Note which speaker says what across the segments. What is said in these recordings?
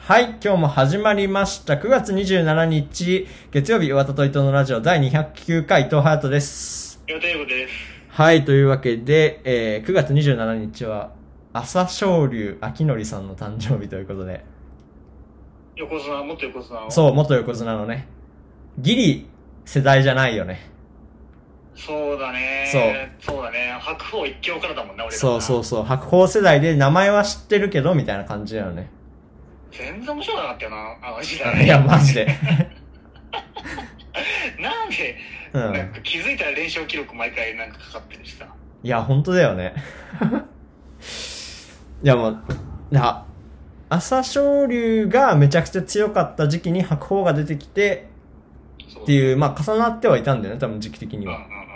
Speaker 1: はい、今日も始まりました。9月27日、月曜日、岩田と伊藤のラジオ第209回、伊藤ハートです。
Speaker 2: 予定部です。
Speaker 1: はい、というわけで、えー9月27日は、朝青龍秋典さんの誕生日ということで、
Speaker 2: 横綱、元横綱を。
Speaker 1: そう、元横綱のね、ギリ世代じゃないよね。
Speaker 2: そうだね。そう。だね。白鵬一強からだもんな、俺ら
Speaker 1: そうそうそう、白鵬世代で名前は知ってるけど、みたいな感じだよね。
Speaker 2: 全然面白くなかったよな、あの時代。
Speaker 1: いや、マジで。
Speaker 2: なんで、
Speaker 1: う
Speaker 2: なん
Speaker 1: ん。
Speaker 2: か気づいたら連勝記録毎回なんかかかってるしさ。
Speaker 1: いや、本当だよね。いや、もう、な、朝青龍がめちゃくちゃ強かった時期に白鵬が出てきて
Speaker 2: そ
Speaker 1: って
Speaker 2: う。
Speaker 1: いう、まあ重なってはいたんだよね、多分時期的に
Speaker 2: うんうんう
Speaker 1: は。
Speaker 2: んうんうん。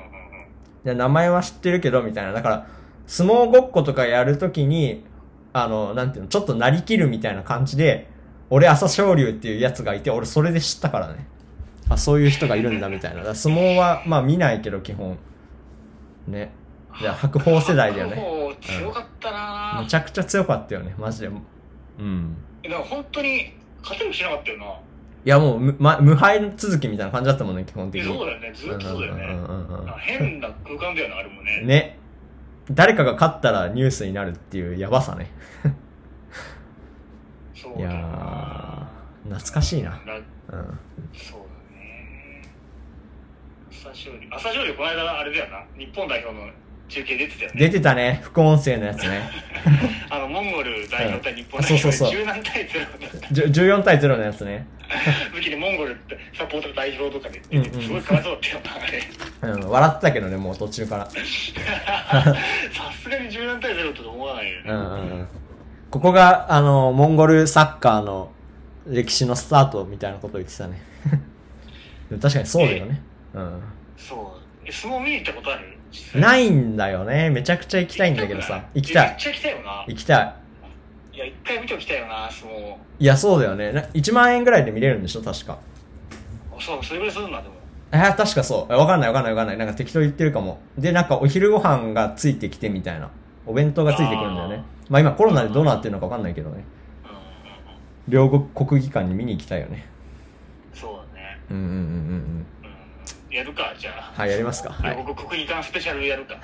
Speaker 1: で名前は知ってるけど、みたいな。だから、相撲ごっことかやるときに、あの、なんていうの、ちょっとなりきるみたいな感じで、俺朝青龍っていうやつがいて、俺それで知ったからね。あ、そういう人がいるんだ、みたいな。だから相撲は、まあ見ないけど、基本。ね。いや白鵬世代だよね
Speaker 2: 白鵬強かったな、
Speaker 1: めちゃくちゃ強かったよね、マジで。うん。
Speaker 2: でも本当に勝てる気しなかったよな。
Speaker 1: いや、もう無、ま、無敗続きみたいな感じだったもんね、基本的
Speaker 2: え
Speaker 1: に。
Speaker 2: そうだよね。ずっとそうだよね。
Speaker 1: うんうんうんうん
Speaker 2: なんか変な空間だよな、あれもね。
Speaker 1: ね。誰かが勝ったらニュースになるっていうやばさね。
Speaker 2: そう
Speaker 1: い
Speaker 2: だ
Speaker 1: や
Speaker 2: よ
Speaker 1: ー
Speaker 2: な。、
Speaker 1: 懐かしいな。
Speaker 2: な
Speaker 1: うん。
Speaker 2: そうだね。朝青龍。朝青龍、この間、あれだよな。日本代表の中継出てたよね。
Speaker 1: 出てたね、副音声のやつね。
Speaker 2: あの、モンゴル代表対日本
Speaker 1: うんあそう
Speaker 2: 代
Speaker 1: そうそう
Speaker 2: 表で柔軟対0の
Speaker 1: じゅ14対0のやつね。
Speaker 2: 時にモンゴルってサポーター代表とかで出
Speaker 1: うんう
Speaker 2: て
Speaker 1: ん
Speaker 2: て、すごいかわいそうだったよな、あれ。
Speaker 1: うん、笑ってたけどね、もう途中から。
Speaker 2: さすがに柔軟対0と思わないよね。
Speaker 1: うんうんうん。ここが、あの、モンゴルサッカーの歴史のスタートみたいなことを言ってたね。 でも確かにそうだよね。うん。
Speaker 2: そう。え相撲見に行ったことあるい。
Speaker 1: ないんだよね。めちゃくちゃ行きたいんだけどさ。行きた
Speaker 2: めっ
Speaker 1: い。
Speaker 2: ちゃ行きたいよな。
Speaker 1: 行きたい。
Speaker 2: いや、一回見ておきたいよな、相撲。
Speaker 1: いや、そうだよね。な1万円ぐらいで見れるんでしょ確か。
Speaker 2: そう、それぐらいするんだ、でも。
Speaker 1: えー、確かそう。えわかんないわかんないわかんない。なんか適当言ってるかも。で、なんかお昼ご飯がついてきてみたいな。お弁当がついてくるんだよね。まあ今コロナでどうなってるのかわかんないけどね。
Speaker 2: うんうんう
Speaker 1: 両
Speaker 2: ん。
Speaker 1: 国国技館に見に行きたいよね。
Speaker 2: そうだね。
Speaker 1: うんうんうんうんうん。
Speaker 2: うんやるか、じゃあ。
Speaker 1: はい、やりますか。はい。
Speaker 2: 僕、国技館スペシャルやるか。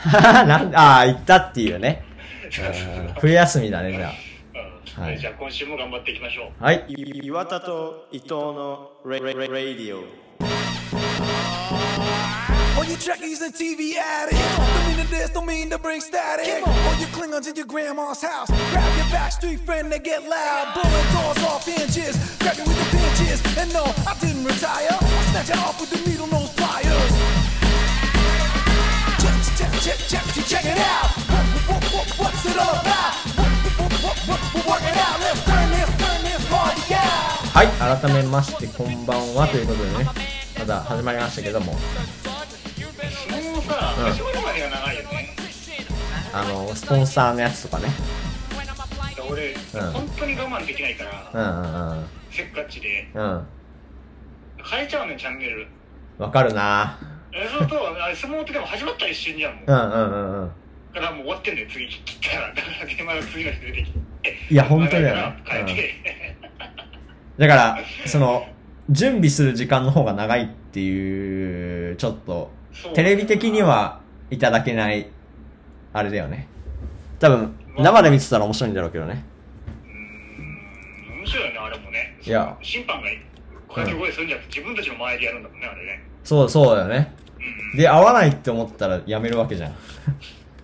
Speaker 1: なん ああ、行ったっていうね。うん
Speaker 2: う
Speaker 1: 冬休みだね、じゃ
Speaker 2: ん
Speaker 1: はい
Speaker 2: じゃあ今週も頑張っていきましょう。
Speaker 1: あ。はい。
Speaker 3: 岩田と伊藤のレレレレディオ
Speaker 4: All you trekkies and TV addicts Don't mean to this, don't mean to bring static All you Klingons in your grandma's house Grab your backstreet friend, they get loud Blowing doors off hinges Grab you with the pinches And no, I didn't retire I snatch it off with the needle nose pliers Check, check, check, check, check, check it out what, what, what, What's it all about? What, what, what, what, what, we're working out Let's turn this, turn this party out
Speaker 1: はい、改めまして、こんばんはということでね。また始まりましたけども。
Speaker 2: 相撲もさ、始まるまでが長いよね。
Speaker 1: あの、スポンサーのやつとかね。
Speaker 2: 俺、本当に我慢できないから、
Speaker 1: うんうん
Speaker 2: せっかちで、
Speaker 1: うん。うん。
Speaker 2: 変えちゃうね、チャンネル。
Speaker 1: わかるな
Speaker 2: えそうすると、あれ相撲ってでも始まったら一瞬じゃん、もう。
Speaker 1: う
Speaker 2: だ
Speaker 1: んうんうんうん。
Speaker 2: からもう終わってんだよ、次切ったら。だから電話が次の日出てきて。
Speaker 1: いや本当だよね
Speaker 2: 長いから変えて。
Speaker 1: だから、その、準備する時間の方が長いっていう、ちょっと、
Speaker 2: そう
Speaker 1: テレビ的にはいただけない、あれだよね。多分、生で見てたら面白いんだろうけどね。
Speaker 2: うん面白いよね、あれもね。
Speaker 1: いや
Speaker 2: 審判が掛け声するんじゃなくて、自分たちの前でやるんだもんね、あれね。
Speaker 1: そう、そうだよね。
Speaker 2: うん
Speaker 1: で、合わないって思ったらやめるわけじゃん。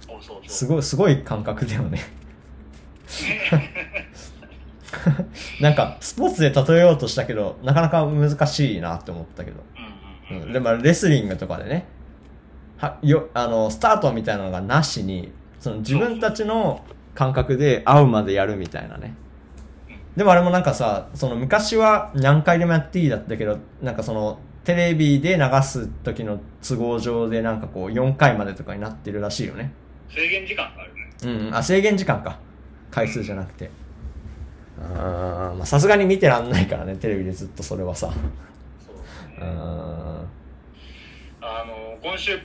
Speaker 2: そうそうそう。
Speaker 1: すごい、すごい感覚だよね。 なんか、スポーツで例えようとしたけど、なかなか難しいなって思ったけど。
Speaker 2: うん
Speaker 1: う
Speaker 2: うんうん
Speaker 1: ん、でも、レスリングとかでね、は、よ、あの、スタートみたいなのがなしに、その自分たちの感覚で会うまでやるみたいなね。でもあれもなんかさ、その昔は何回でもやっていいだったけど、なんかその、テレビで流す時の都合上でなんかこう4回までとかになってるらしいよね。
Speaker 2: 制限時間があるね。
Speaker 1: うん、あ、制限時間か。回数じゃなくて。あーまあさすがに見てらんないからね、テレビでずっとそれはさ。
Speaker 2: そう
Speaker 1: うん。
Speaker 2: あの今週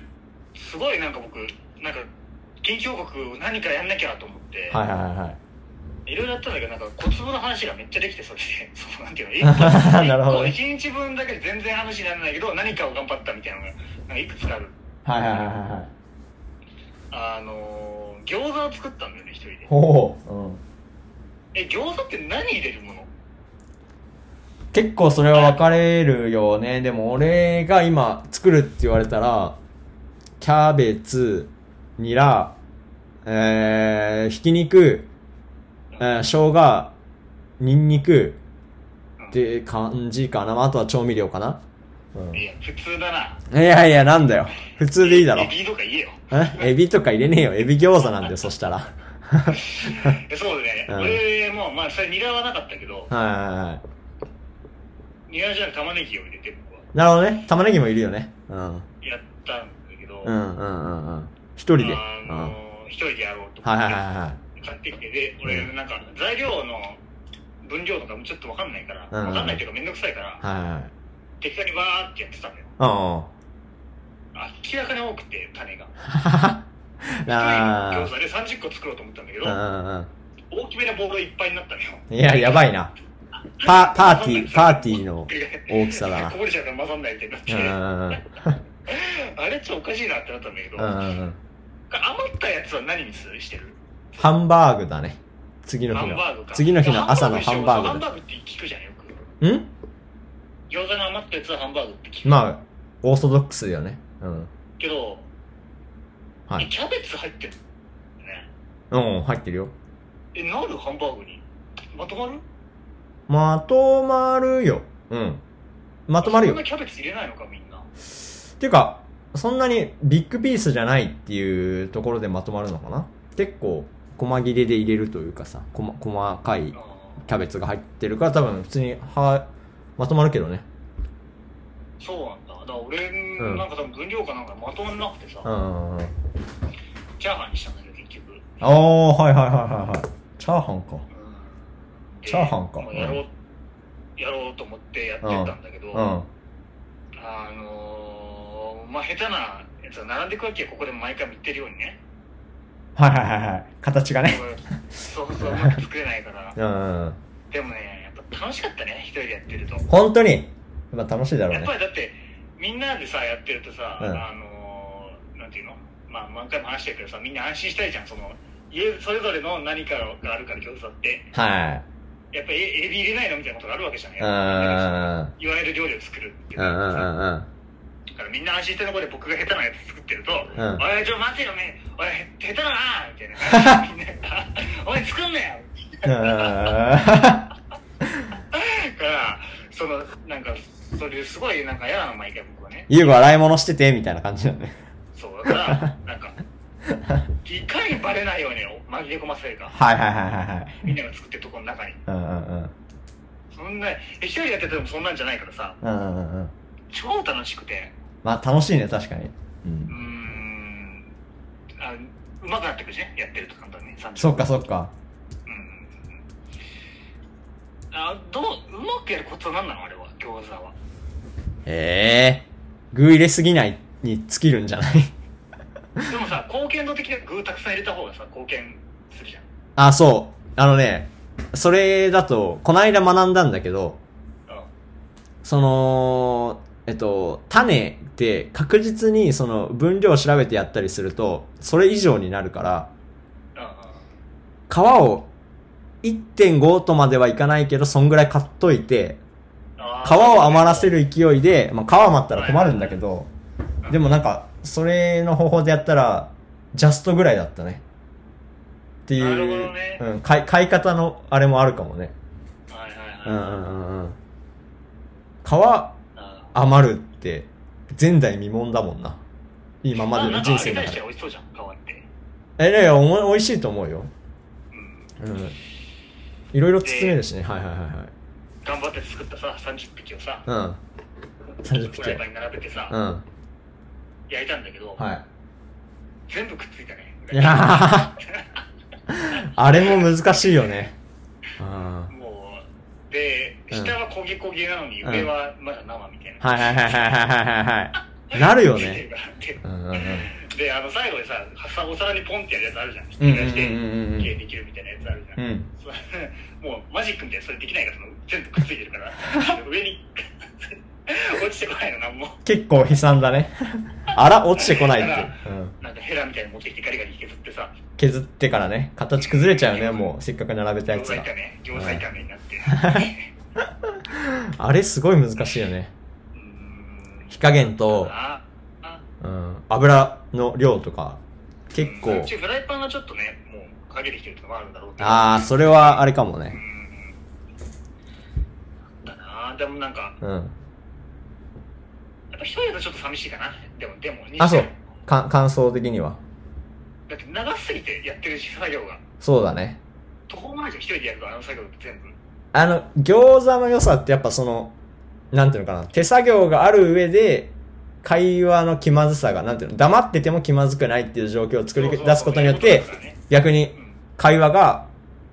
Speaker 2: すごいなんか僕なんか緊急報告何かやんなきゃと思って、
Speaker 1: はいはいはいはい。
Speaker 2: いろいろやったんだけど、なんか小粒の話がめっちゃでき て、それで。そう、なんていうの
Speaker 1: なるほどね
Speaker 2: 一個一日分だけで全然話にならないけど、何かを頑張ったみたいなのが、なんかいくつかある。
Speaker 1: はいはいはいはいはい。
Speaker 2: あのー、餃子を作ったんだよね、一人で。
Speaker 1: ほう。うん。
Speaker 2: え、餃子って何入れるもの
Speaker 1: 結構それは分かれるよね。でも俺が今作るって言われたら、キャベツ、ニラ、えー、ひき肉、えー、生姜、ニンニクって感じかな。まああとは調味料かな。うん、
Speaker 2: い
Speaker 1: い
Speaker 2: や、普通だな。
Speaker 1: やいや、なんだよ。普通でいいだろ
Speaker 2: エ。ビとか言えよ。
Speaker 1: えエビとか入れねえよ。エビ餃子なんだよ、そしたら。はい
Speaker 2: えそうだね。
Speaker 1: うん
Speaker 2: 俺も、まあ、それニラはなかったけど、
Speaker 1: はいはい。
Speaker 2: ニラじゃなく玉ねぎを入れて、僕は
Speaker 1: なるほどね。玉ねぎもいるよね。うん。
Speaker 2: やったんだけ
Speaker 1: う
Speaker 2: ど、あ
Speaker 1: んうんうんうん。一人で。うん。
Speaker 2: のー、一人でやろうと思
Speaker 1: はい
Speaker 2: って。
Speaker 1: はいはいはい。
Speaker 2: 買ってきてで俺なんか材料の分量とかもちょっと分かんないから、
Speaker 1: うん
Speaker 2: 分かんないっていうかめんどくさいから、
Speaker 1: はいはいはい。
Speaker 2: 適当にバーってやってたのよ
Speaker 1: うん。
Speaker 2: 明らかに多くて種が
Speaker 1: あ
Speaker 2: 一人餃子で30個作ろうと思ったんだけど、
Speaker 1: あ。
Speaker 2: 大きめなボールいっぱいになったのよ
Speaker 1: いや、やばいな。パ、パーティー、パーティーの大きさだな
Speaker 2: こ。ぼれちゃうから混ざんないってなって、
Speaker 1: うんうん
Speaker 2: あれちょっとおかしいなってなったんだけど、
Speaker 1: うん。うんうん。
Speaker 2: 余ったやつは何にするしてる
Speaker 1: ハンバーグだね。次の
Speaker 2: ハ
Speaker 1: 日
Speaker 2: ン
Speaker 1: の
Speaker 2: バーグか。
Speaker 1: 次の日の朝のハンバ
Speaker 2: ハ
Speaker 1: ー
Speaker 2: ン
Speaker 1: グ
Speaker 2: バーグって聞くじゃんよく
Speaker 1: だ。ん
Speaker 2: 餃子の余ったやつはハンバーグって聞く、
Speaker 1: まあ、オーソドックスだよね。うん。
Speaker 2: けど
Speaker 1: は
Speaker 2: え
Speaker 1: い。
Speaker 2: キャベツ入ってるね
Speaker 1: うん、入ってるよ。
Speaker 2: えなるハンバーグにまとまる
Speaker 1: まとまるよ。うん。まとまるよ
Speaker 2: そんな。キャベツ入れないのかみんな
Speaker 1: っていうか、そんなにビッグピースじゃないっていうところでまとまるのかな結構、細切れで入れるというかさ、こま細かい
Speaker 2: あ
Speaker 1: キャベツが入ってるから多分普通にはまとまるけどね
Speaker 2: ーそうなんだだから俺、
Speaker 1: ん
Speaker 2: なんか多分分量かなんかまとまんなくてさ、
Speaker 1: うんあ
Speaker 2: チャーハンにしたんだけど結局、うん、
Speaker 1: あはいはいはいはいはいチャーハンか
Speaker 2: で
Speaker 1: チャーハンか
Speaker 2: まあやろう、やろうと思ってやってたんだけど、
Speaker 1: うん
Speaker 2: あのー、まあ下手なやつは並んでくわけよここで毎回見てるようにね
Speaker 1: はいはいはいはい形がね
Speaker 2: これそうそううまく作れないから
Speaker 1: うんうん
Speaker 2: でもねやっぱ楽しかったね一人でやってると
Speaker 1: 本当にまあ楽しいだろう
Speaker 2: やっぱ
Speaker 1: ね
Speaker 2: りだってみんなでさやってるとさ、
Speaker 1: うん
Speaker 2: あのーなんていうのまあ何回も話してるけどさみんな安心したいじゃんその家それぞれの何かがあるから餃子って
Speaker 1: はい
Speaker 2: やっぱエエビ入れないのみたいなことがあるわけじゃない
Speaker 1: うんうん
Speaker 2: いわゆる料理を作るっていう
Speaker 1: うんうん
Speaker 2: だ
Speaker 1: うん うん
Speaker 2: からみんな安心してるところで僕が下手なやつ作ってると「
Speaker 1: ん
Speaker 2: おいちょ待てよねおい下手だな」みたいな みんな「おい作んなよ」
Speaker 1: うんうんうん
Speaker 2: だからそのなんかそれすごいなんか嫌なの毎回僕はね
Speaker 1: 優吾洗い物しててみたいな感じだね
Speaker 2: そうだから、なんか、いかにバレないように紛れ込ませるか、
Speaker 1: はいはいはいはいはい
Speaker 2: みんなが作ってるところの中に。
Speaker 1: うんうんうん
Speaker 2: そんな、え一人やっててもそんなんじゃないからさ、
Speaker 1: うんうんうん
Speaker 2: 超楽しくて、
Speaker 1: まあ楽しいね確かにう
Speaker 2: うー
Speaker 1: ん
Speaker 2: ん、あうまくなってくるしね、やってると簡単に、30
Speaker 1: そっかそっか
Speaker 2: うん。あどう、うまくやるコツは何なのあれは、餃子は。
Speaker 1: ええ具入れすぎないに尽きるんじゃない
Speaker 2: でもさ、貢献度的な具たくさん入れた方がさ、貢献するじゃん。
Speaker 1: あ、そう。あのね、それだと、こないだ学んだんだけど、
Speaker 2: うん。
Speaker 1: その、えっと、種って確実にその分量を調べてやったりすると、それ以上になるから、
Speaker 2: うんうん。
Speaker 1: 皮を1.5とまではいかないけど、そんぐらい買っといて、
Speaker 2: あー
Speaker 1: 皮を余らせる勢いで、まあ、皮余ったら困るんだけど、でもなんか、それの方法でやったら、ジャストぐらいだったね。ってい
Speaker 2: なるほど
Speaker 1: う、
Speaker 2: ね
Speaker 1: うん、買い、買い方のあれもあるかもね。
Speaker 2: はいはいはい。
Speaker 1: う
Speaker 2: うんん
Speaker 1: うんうんうん。皮余るって、前代未聞だもんな。今までの人生
Speaker 2: だ
Speaker 1: の
Speaker 2: から。
Speaker 1: 中で。
Speaker 2: 美味しそうじゃん、変わって。
Speaker 1: え、いやいや、おも美味しいと思うよ。
Speaker 2: うん。
Speaker 1: うん。いろいろ包めるしね。はいはいはい
Speaker 2: 頑張って作ったさ、30匹をさ、
Speaker 1: はい。30匹
Speaker 2: フライパンに並べてさ、
Speaker 1: うん。うん。
Speaker 2: 焼いたんだけど、
Speaker 1: はい。
Speaker 2: 全部くっついたね。
Speaker 1: いやーあれも難しいよね。うん。は
Speaker 2: もう、で、
Speaker 1: うん
Speaker 2: 下は焦げ焦げなのに、
Speaker 1: うん
Speaker 2: 上はまだ生みたい
Speaker 1: い
Speaker 2: な。
Speaker 1: はいはいはいはいはいはい。なるよね。うんうんうん。
Speaker 2: で、あの、最後でさ、さお皿にポンってやるやつあるじゃん。
Speaker 1: うんうん
Speaker 2: 引き出して、
Speaker 1: うんうんうん
Speaker 2: 綺麗にできるみたいなやつあるじゃ
Speaker 1: う
Speaker 2: ん。
Speaker 1: ん
Speaker 2: それ もう、マジックみたいな、それできないから、その全部くっついて るから、上に 落ちてこないの、なんも。
Speaker 1: 結構悲惨だね。あら、落ちてこないって。うん。
Speaker 2: なんかヘラみたいに持ってきてガリガリ削ってさ、
Speaker 1: 削ってからね、形崩れちゃうね、もう。せっかく並べたや
Speaker 2: 餃
Speaker 1: つ
Speaker 2: 子
Speaker 1: が。
Speaker 2: 炒め、餃子炒めになって。
Speaker 1: あれすごい難しいよね。
Speaker 2: うーん
Speaker 1: 火加減と、
Speaker 2: ああ
Speaker 1: うん、油の量とか、結
Speaker 2: うん
Speaker 1: 構
Speaker 2: う。ちフライパンがちょっとね、もう、陰りきてるってのはあるんだろうけど。
Speaker 1: ああ、それはあれかも
Speaker 2: う
Speaker 1: ね。
Speaker 2: ん。だなあでもなんか、
Speaker 1: うん。
Speaker 2: やっぱ一人だとちょっと寂しいかな。でも、でも、にしても
Speaker 1: あ、そう。か、感想的には。
Speaker 2: だって長すぎてやってるし、作業が。
Speaker 1: そうだね。
Speaker 2: 途方もないじゃん、一人でやるから、あの作業って全部。
Speaker 1: あの、餃子の良さってやっぱその、なんていうのかな、手作業がある上で、会話の気まずさが、なんていうの、黙ってても気まずくないっていう状況を作り
Speaker 2: そうそう
Speaker 1: 出すことによって
Speaker 2: そういうことだからね、
Speaker 1: 逆に
Speaker 2: うん
Speaker 1: 会話が、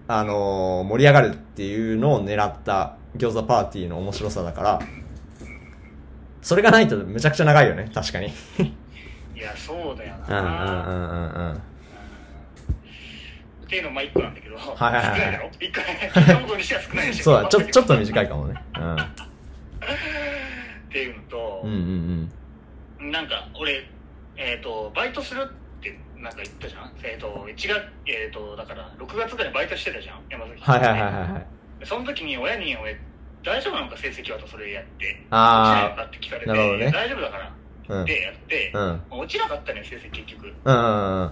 Speaker 1: あのー盛り上がるっていうのを狙った餃子パーティーの面白さだから、それがないとむちゃくちゃ長いよね、確かに。
Speaker 2: いや、そうだよ
Speaker 1: うんうんうん
Speaker 2: なあ
Speaker 1: うんうん。
Speaker 2: っていうのまあ一個なんだけど、少
Speaker 1: はいはいはい
Speaker 2: ないだろ一個ね、聞いたことにしては少ないでしょ。
Speaker 1: そうだ、ちょ、ちょっと短
Speaker 2: い。
Speaker 1: いかもね。
Speaker 2: っていうのと、
Speaker 1: うん。うんうん
Speaker 2: なんか俺、えっ、と、バイトするってなんか言ったじゃんえっ、と、1月、えっ、と、だから6月ぐらいバイトしてたじゃん山崎
Speaker 1: うん。
Speaker 2: さ
Speaker 1: は
Speaker 2: ん
Speaker 1: い
Speaker 2: ね
Speaker 1: はいはいはいはい。
Speaker 2: その時に親に俺、大丈夫なのか成績はとそれやって、落ちないの
Speaker 1: あ
Speaker 2: かって聞かれて、
Speaker 1: なるほどね
Speaker 2: いや大丈夫だから
Speaker 1: あ、うん。う
Speaker 2: っ
Speaker 1: ん
Speaker 2: てやって、
Speaker 1: うん。
Speaker 2: まあ落ちなかったね、成績結局。
Speaker 1: うんうんうん。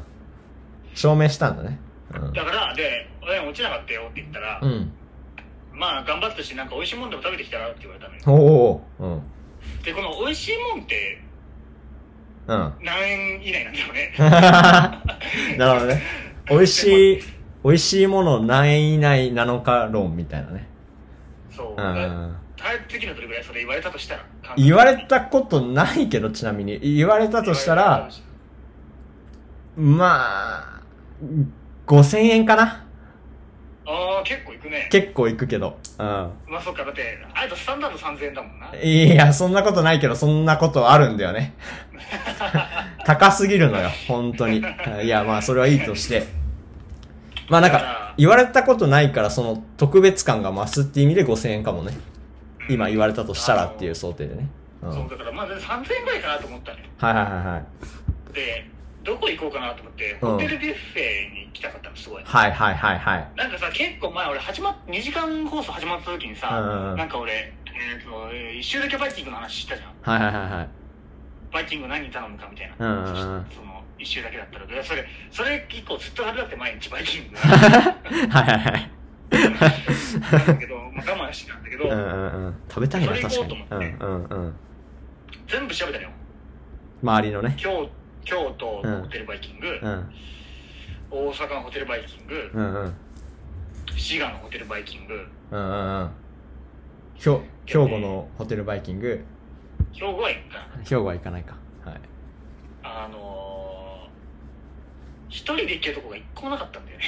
Speaker 1: 証明したんだね。うん。
Speaker 2: だから、で、親に落ちなかったよって言ったら、
Speaker 1: うん。
Speaker 2: まあ頑張ったし、なんか美味しいもんでも食べてきたらって言われたのよ。
Speaker 1: おーうん。
Speaker 2: で、この美味しいもんって
Speaker 1: うん。
Speaker 2: 何円以内なんだろうね。
Speaker 1: なるほどね。美味 しい、美味しいもの何円以内なのか論みたいなね。う
Speaker 2: そう。
Speaker 1: んうんうん。
Speaker 2: タイプ的にはどれぐらいそれ言われたとしたら
Speaker 1: 言われたことないけど、ちなみに。言われたとしたら、まあ、5000円かな
Speaker 2: ああ、結構いくね。
Speaker 1: 結構いくけど。うん。
Speaker 2: まあそっか、だって、あいつスタンダード3000円だもんな。
Speaker 1: いや、そんなことないけど、そんなことあるんだよ ね。高すぎるのよ、本当に。いや、まあ、それはいいとして。まあ、なんか、言われたことないから、その、特別感が増すって意味で5000円かもね。今言われたとしたらっていう想定でね。うん。はい
Speaker 2: そう、だからまあ全然3000円ぐらいかなと思ったのよ。
Speaker 1: はいはいはい。
Speaker 2: で、どこ行こうかなと思って、
Speaker 1: うん
Speaker 2: ホテルビュッフェに行きたかったの、すごい。
Speaker 1: はいはいはいはい。
Speaker 2: なんかさ、結構前、俺始まっ、2時間放送始まった時
Speaker 1: うんう
Speaker 2: に
Speaker 1: んう
Speaker 2: さ
Speaker 1: ん、
Speaker 2: なんか俺、えっと、えー一周だけバイキングの話したじゃ
Speaker 1: は
Speaker 2: ん。
Speaker 1: いはいはいはい。
Speaker 2: バイキング何頼むかみたいな。
Speaker 1: うんうんうん
Speaker 2: その、一周だけだったら、でそれ、それ以降ずっと食べたくて毎日バイキ ング。
Speaker 1: はいはいはい。
Speaker 2: なんだけど、まあ我慢してたんだけど、
Speaker 1: うんうんうん。食べたいな、
Speaker 2: それ
Speaker 1: 確
Speaker 2: 行
Speaker 1: か
Speaker 2: こうと
Speaker 1: に
Speaker 2: 思。
Speaker 1: う
Speaker 2: って
Speaker 1: んうんうん。
Speaker 2: 全部調べたのよ。
Speaker 1: 周りのね。
Speaker 2: 京京都
Speaker 1: うん
Speaker 2: のホテルバイキング、
Speaker 1: うん。
Speaker 2: 大阪のホテルバイキング、
Speaker 1: うんうん。
Speaker 2: 滋賀のホテルバイキング、
Speaker 1: うんうんうん。ひょ兵庫のホテルバイキング。
Speaker 2: 兵庫園か な。
Speaker 1: 兵庫は行かないか。はい。
Speaker 2: あのー、一人で行けるとこが一個もなかったんだよね。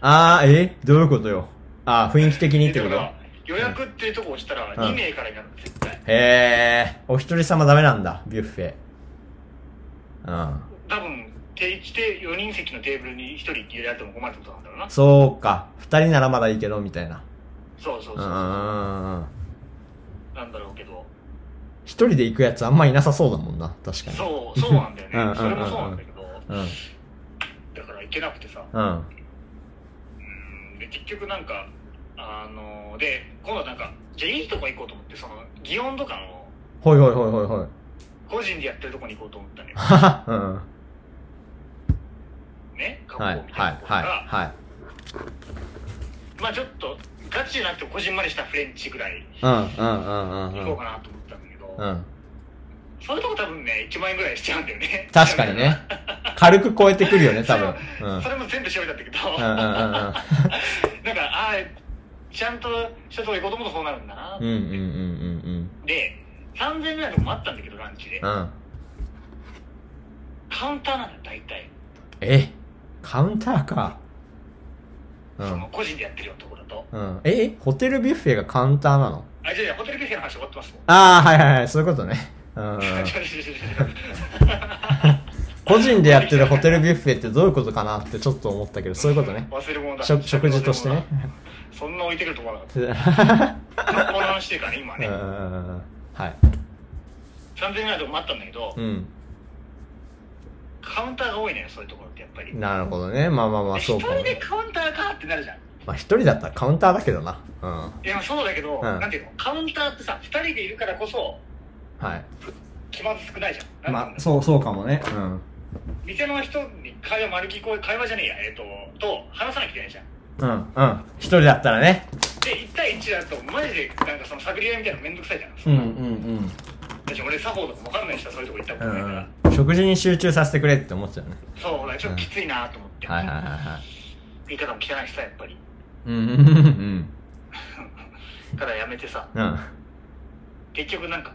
Speaker 1: あー、えどういうことよ。あー、雰囲気的にってこ
Speaker 2: だ
Speaker 1: と
Speaker 2: から予約っていうとこ押したら
Speaker 1: ん
Speaker 2: 2名からになるの、絶対。
Speaker 1: へー、お一人様ダメなんだ、ビュッフェ。うん。
Speaker 2: 多分、定期で4人席のテーブルに1人入れられても困るってことなんだろうな。
Speaker 1: そうか。二人ならまだいいけど、みたいな。
Speaker 2: そうそう
Speaker 1: うん
Speaker 2: そうう。
Speaker 1: んうん。
Speaker 2: なんだろうけど。
Speaker 1: 一人で行くやつあんまいなさそうだもんな、確かに。
Speaker 2: そう、そうなんだよ
Speaker 1: うんうんうんう
Speaker 2: ね。
Speaker 1: ん
Speaker 2: それもそうなんだけど、
Speaker 1: うん。
Speaker 2: だから行けなくてさ。
Speaker 1: うん。
Speaker 2: うんで結局なんかあので今度はなんかじゃあいいとこ行こうと思ってその祇園とかの
Speaker 1: ほいほいほいほいほい。
Speaker 2: 個人でやってるとこに行こうと思ったのよ
Speaker 1: はは。うん。はいはいいはい
Speaker 2: ね観光、みたな、ところが、、
Speaker 1: はい。
Speaker 2: まあちょっとガチじゃなくてこじんまりしたフレンチぐらい
Speaker 1: うん、うん、うん、う
Speaker 2: 行こうんかなと思ったんだけど、
Speaker 1: うん。うん。
Speaker 2: そういうとこ多分ね1万円ぐらいしちゃうんだよね
Speaker 1: 確かにね。軽く超えてくるよね、多分。うん。うん、うん、うん
Speaker 2: それも全部調べたんだけど、
Speaker 1: う
Speaker 2: なんか
Speaker 1: ん。
Speaker 2: ああちゃんとしたとこ行こうと思うとそうなるんだな、
Speaker 1: うん、うん、うん、
Speaker 2: で3000円ぐらいのとこもあったんだけどランチで、
Speaker 1: うん。うん。
Speaker 2: カウンターなのよ大体
Speaker 1: えカウンターか。う
Speaker 2: そ
Speaker 1: ん
Speaker 2: の。個人でやってるようなところだと
Speaker 1: うん。えホテルビュッフェがカウンターなの
Speaker 2: あ、じゃあ、ホテルビュッフェの話終わってますもん。
Speaker 1: ああ、はいはいはい、そういうことね。うんうんうん。
Speaker 2: 違う違う違う違う
Speaker 1: 個人でやってるホテルビュッフェってどういうことかなってちょっと思ったけど、そういうことね。
Speaker 2: 忘れ物だ。
Speaker 1: 食食事として ね。
Speaker 2: そんな置いてくるとこなかっ
Speaker 1: うんうん
Speaker 2: た。学校の話してるからね、今
Speaker 1: う
Speaker 2: ね。
Speaker 1: んうんはい。
Speaker 2: 3000円ぐらいのとこもあったんだけど、
Speaker 1: うん。
Speaker 2: カウンターが多いね、そういうところってやっぱり。
Speaker 1: なるほどね。まあまあまあ、
Speaker 2: 一
Speaker 1: そうかも
Speaker 2: 人で
Speaker 1: ね。
Speaker 2: カウンターかってなるじゃん。
Speaker 1: まあ一人だったらカウンターだけどな。うん。
Speaker 2: いや、そうだけど、
Speaker 1: ん
Speaker 2: なんていうの、カウンターってさ、二人でいるからこそ、
Speaker 1: はい。
Speaker 2: 気まず少ないじゃん。な
Speaker 1: ま
Speaker 2: んていう
Speaker 1: あ、
Speaker 2: の
Speaker 1: そう、そうかもね。うん。
Speaker 2: 店の人に会話丸聞こえ、会話じゃねえや、えっ、と、と話さなきゃいけないじゃん。
Speaker 1: うん、うん。一人だったらね。
Speaker 2: で、1対1だと、マジで、なんかその探り合いみたいなのめんどくさいじゃん。
Speaker 1: うん、うん、
Speaker 2: だし俺、作法とかわかんないしさ、そういうとこ行った
Speaker 1: う
Speaker 2: ことないか
Speaker 1: ん。う
Speaker 2: ら
Speaker 1: ん。。食事に集中させてくれって思っちゃうね。
Speaker 2: そう、俺、ちょっときついなと思って。
Speaker 1: はいはいはいはい。
Speaker 2: 言い方も汚いしさ、やっぱり。
Speaker 1: うん、うん、うん。
Speaker 2: からやめてさ、
Speaker 1: うん。
Speaker 2: 結局なんか、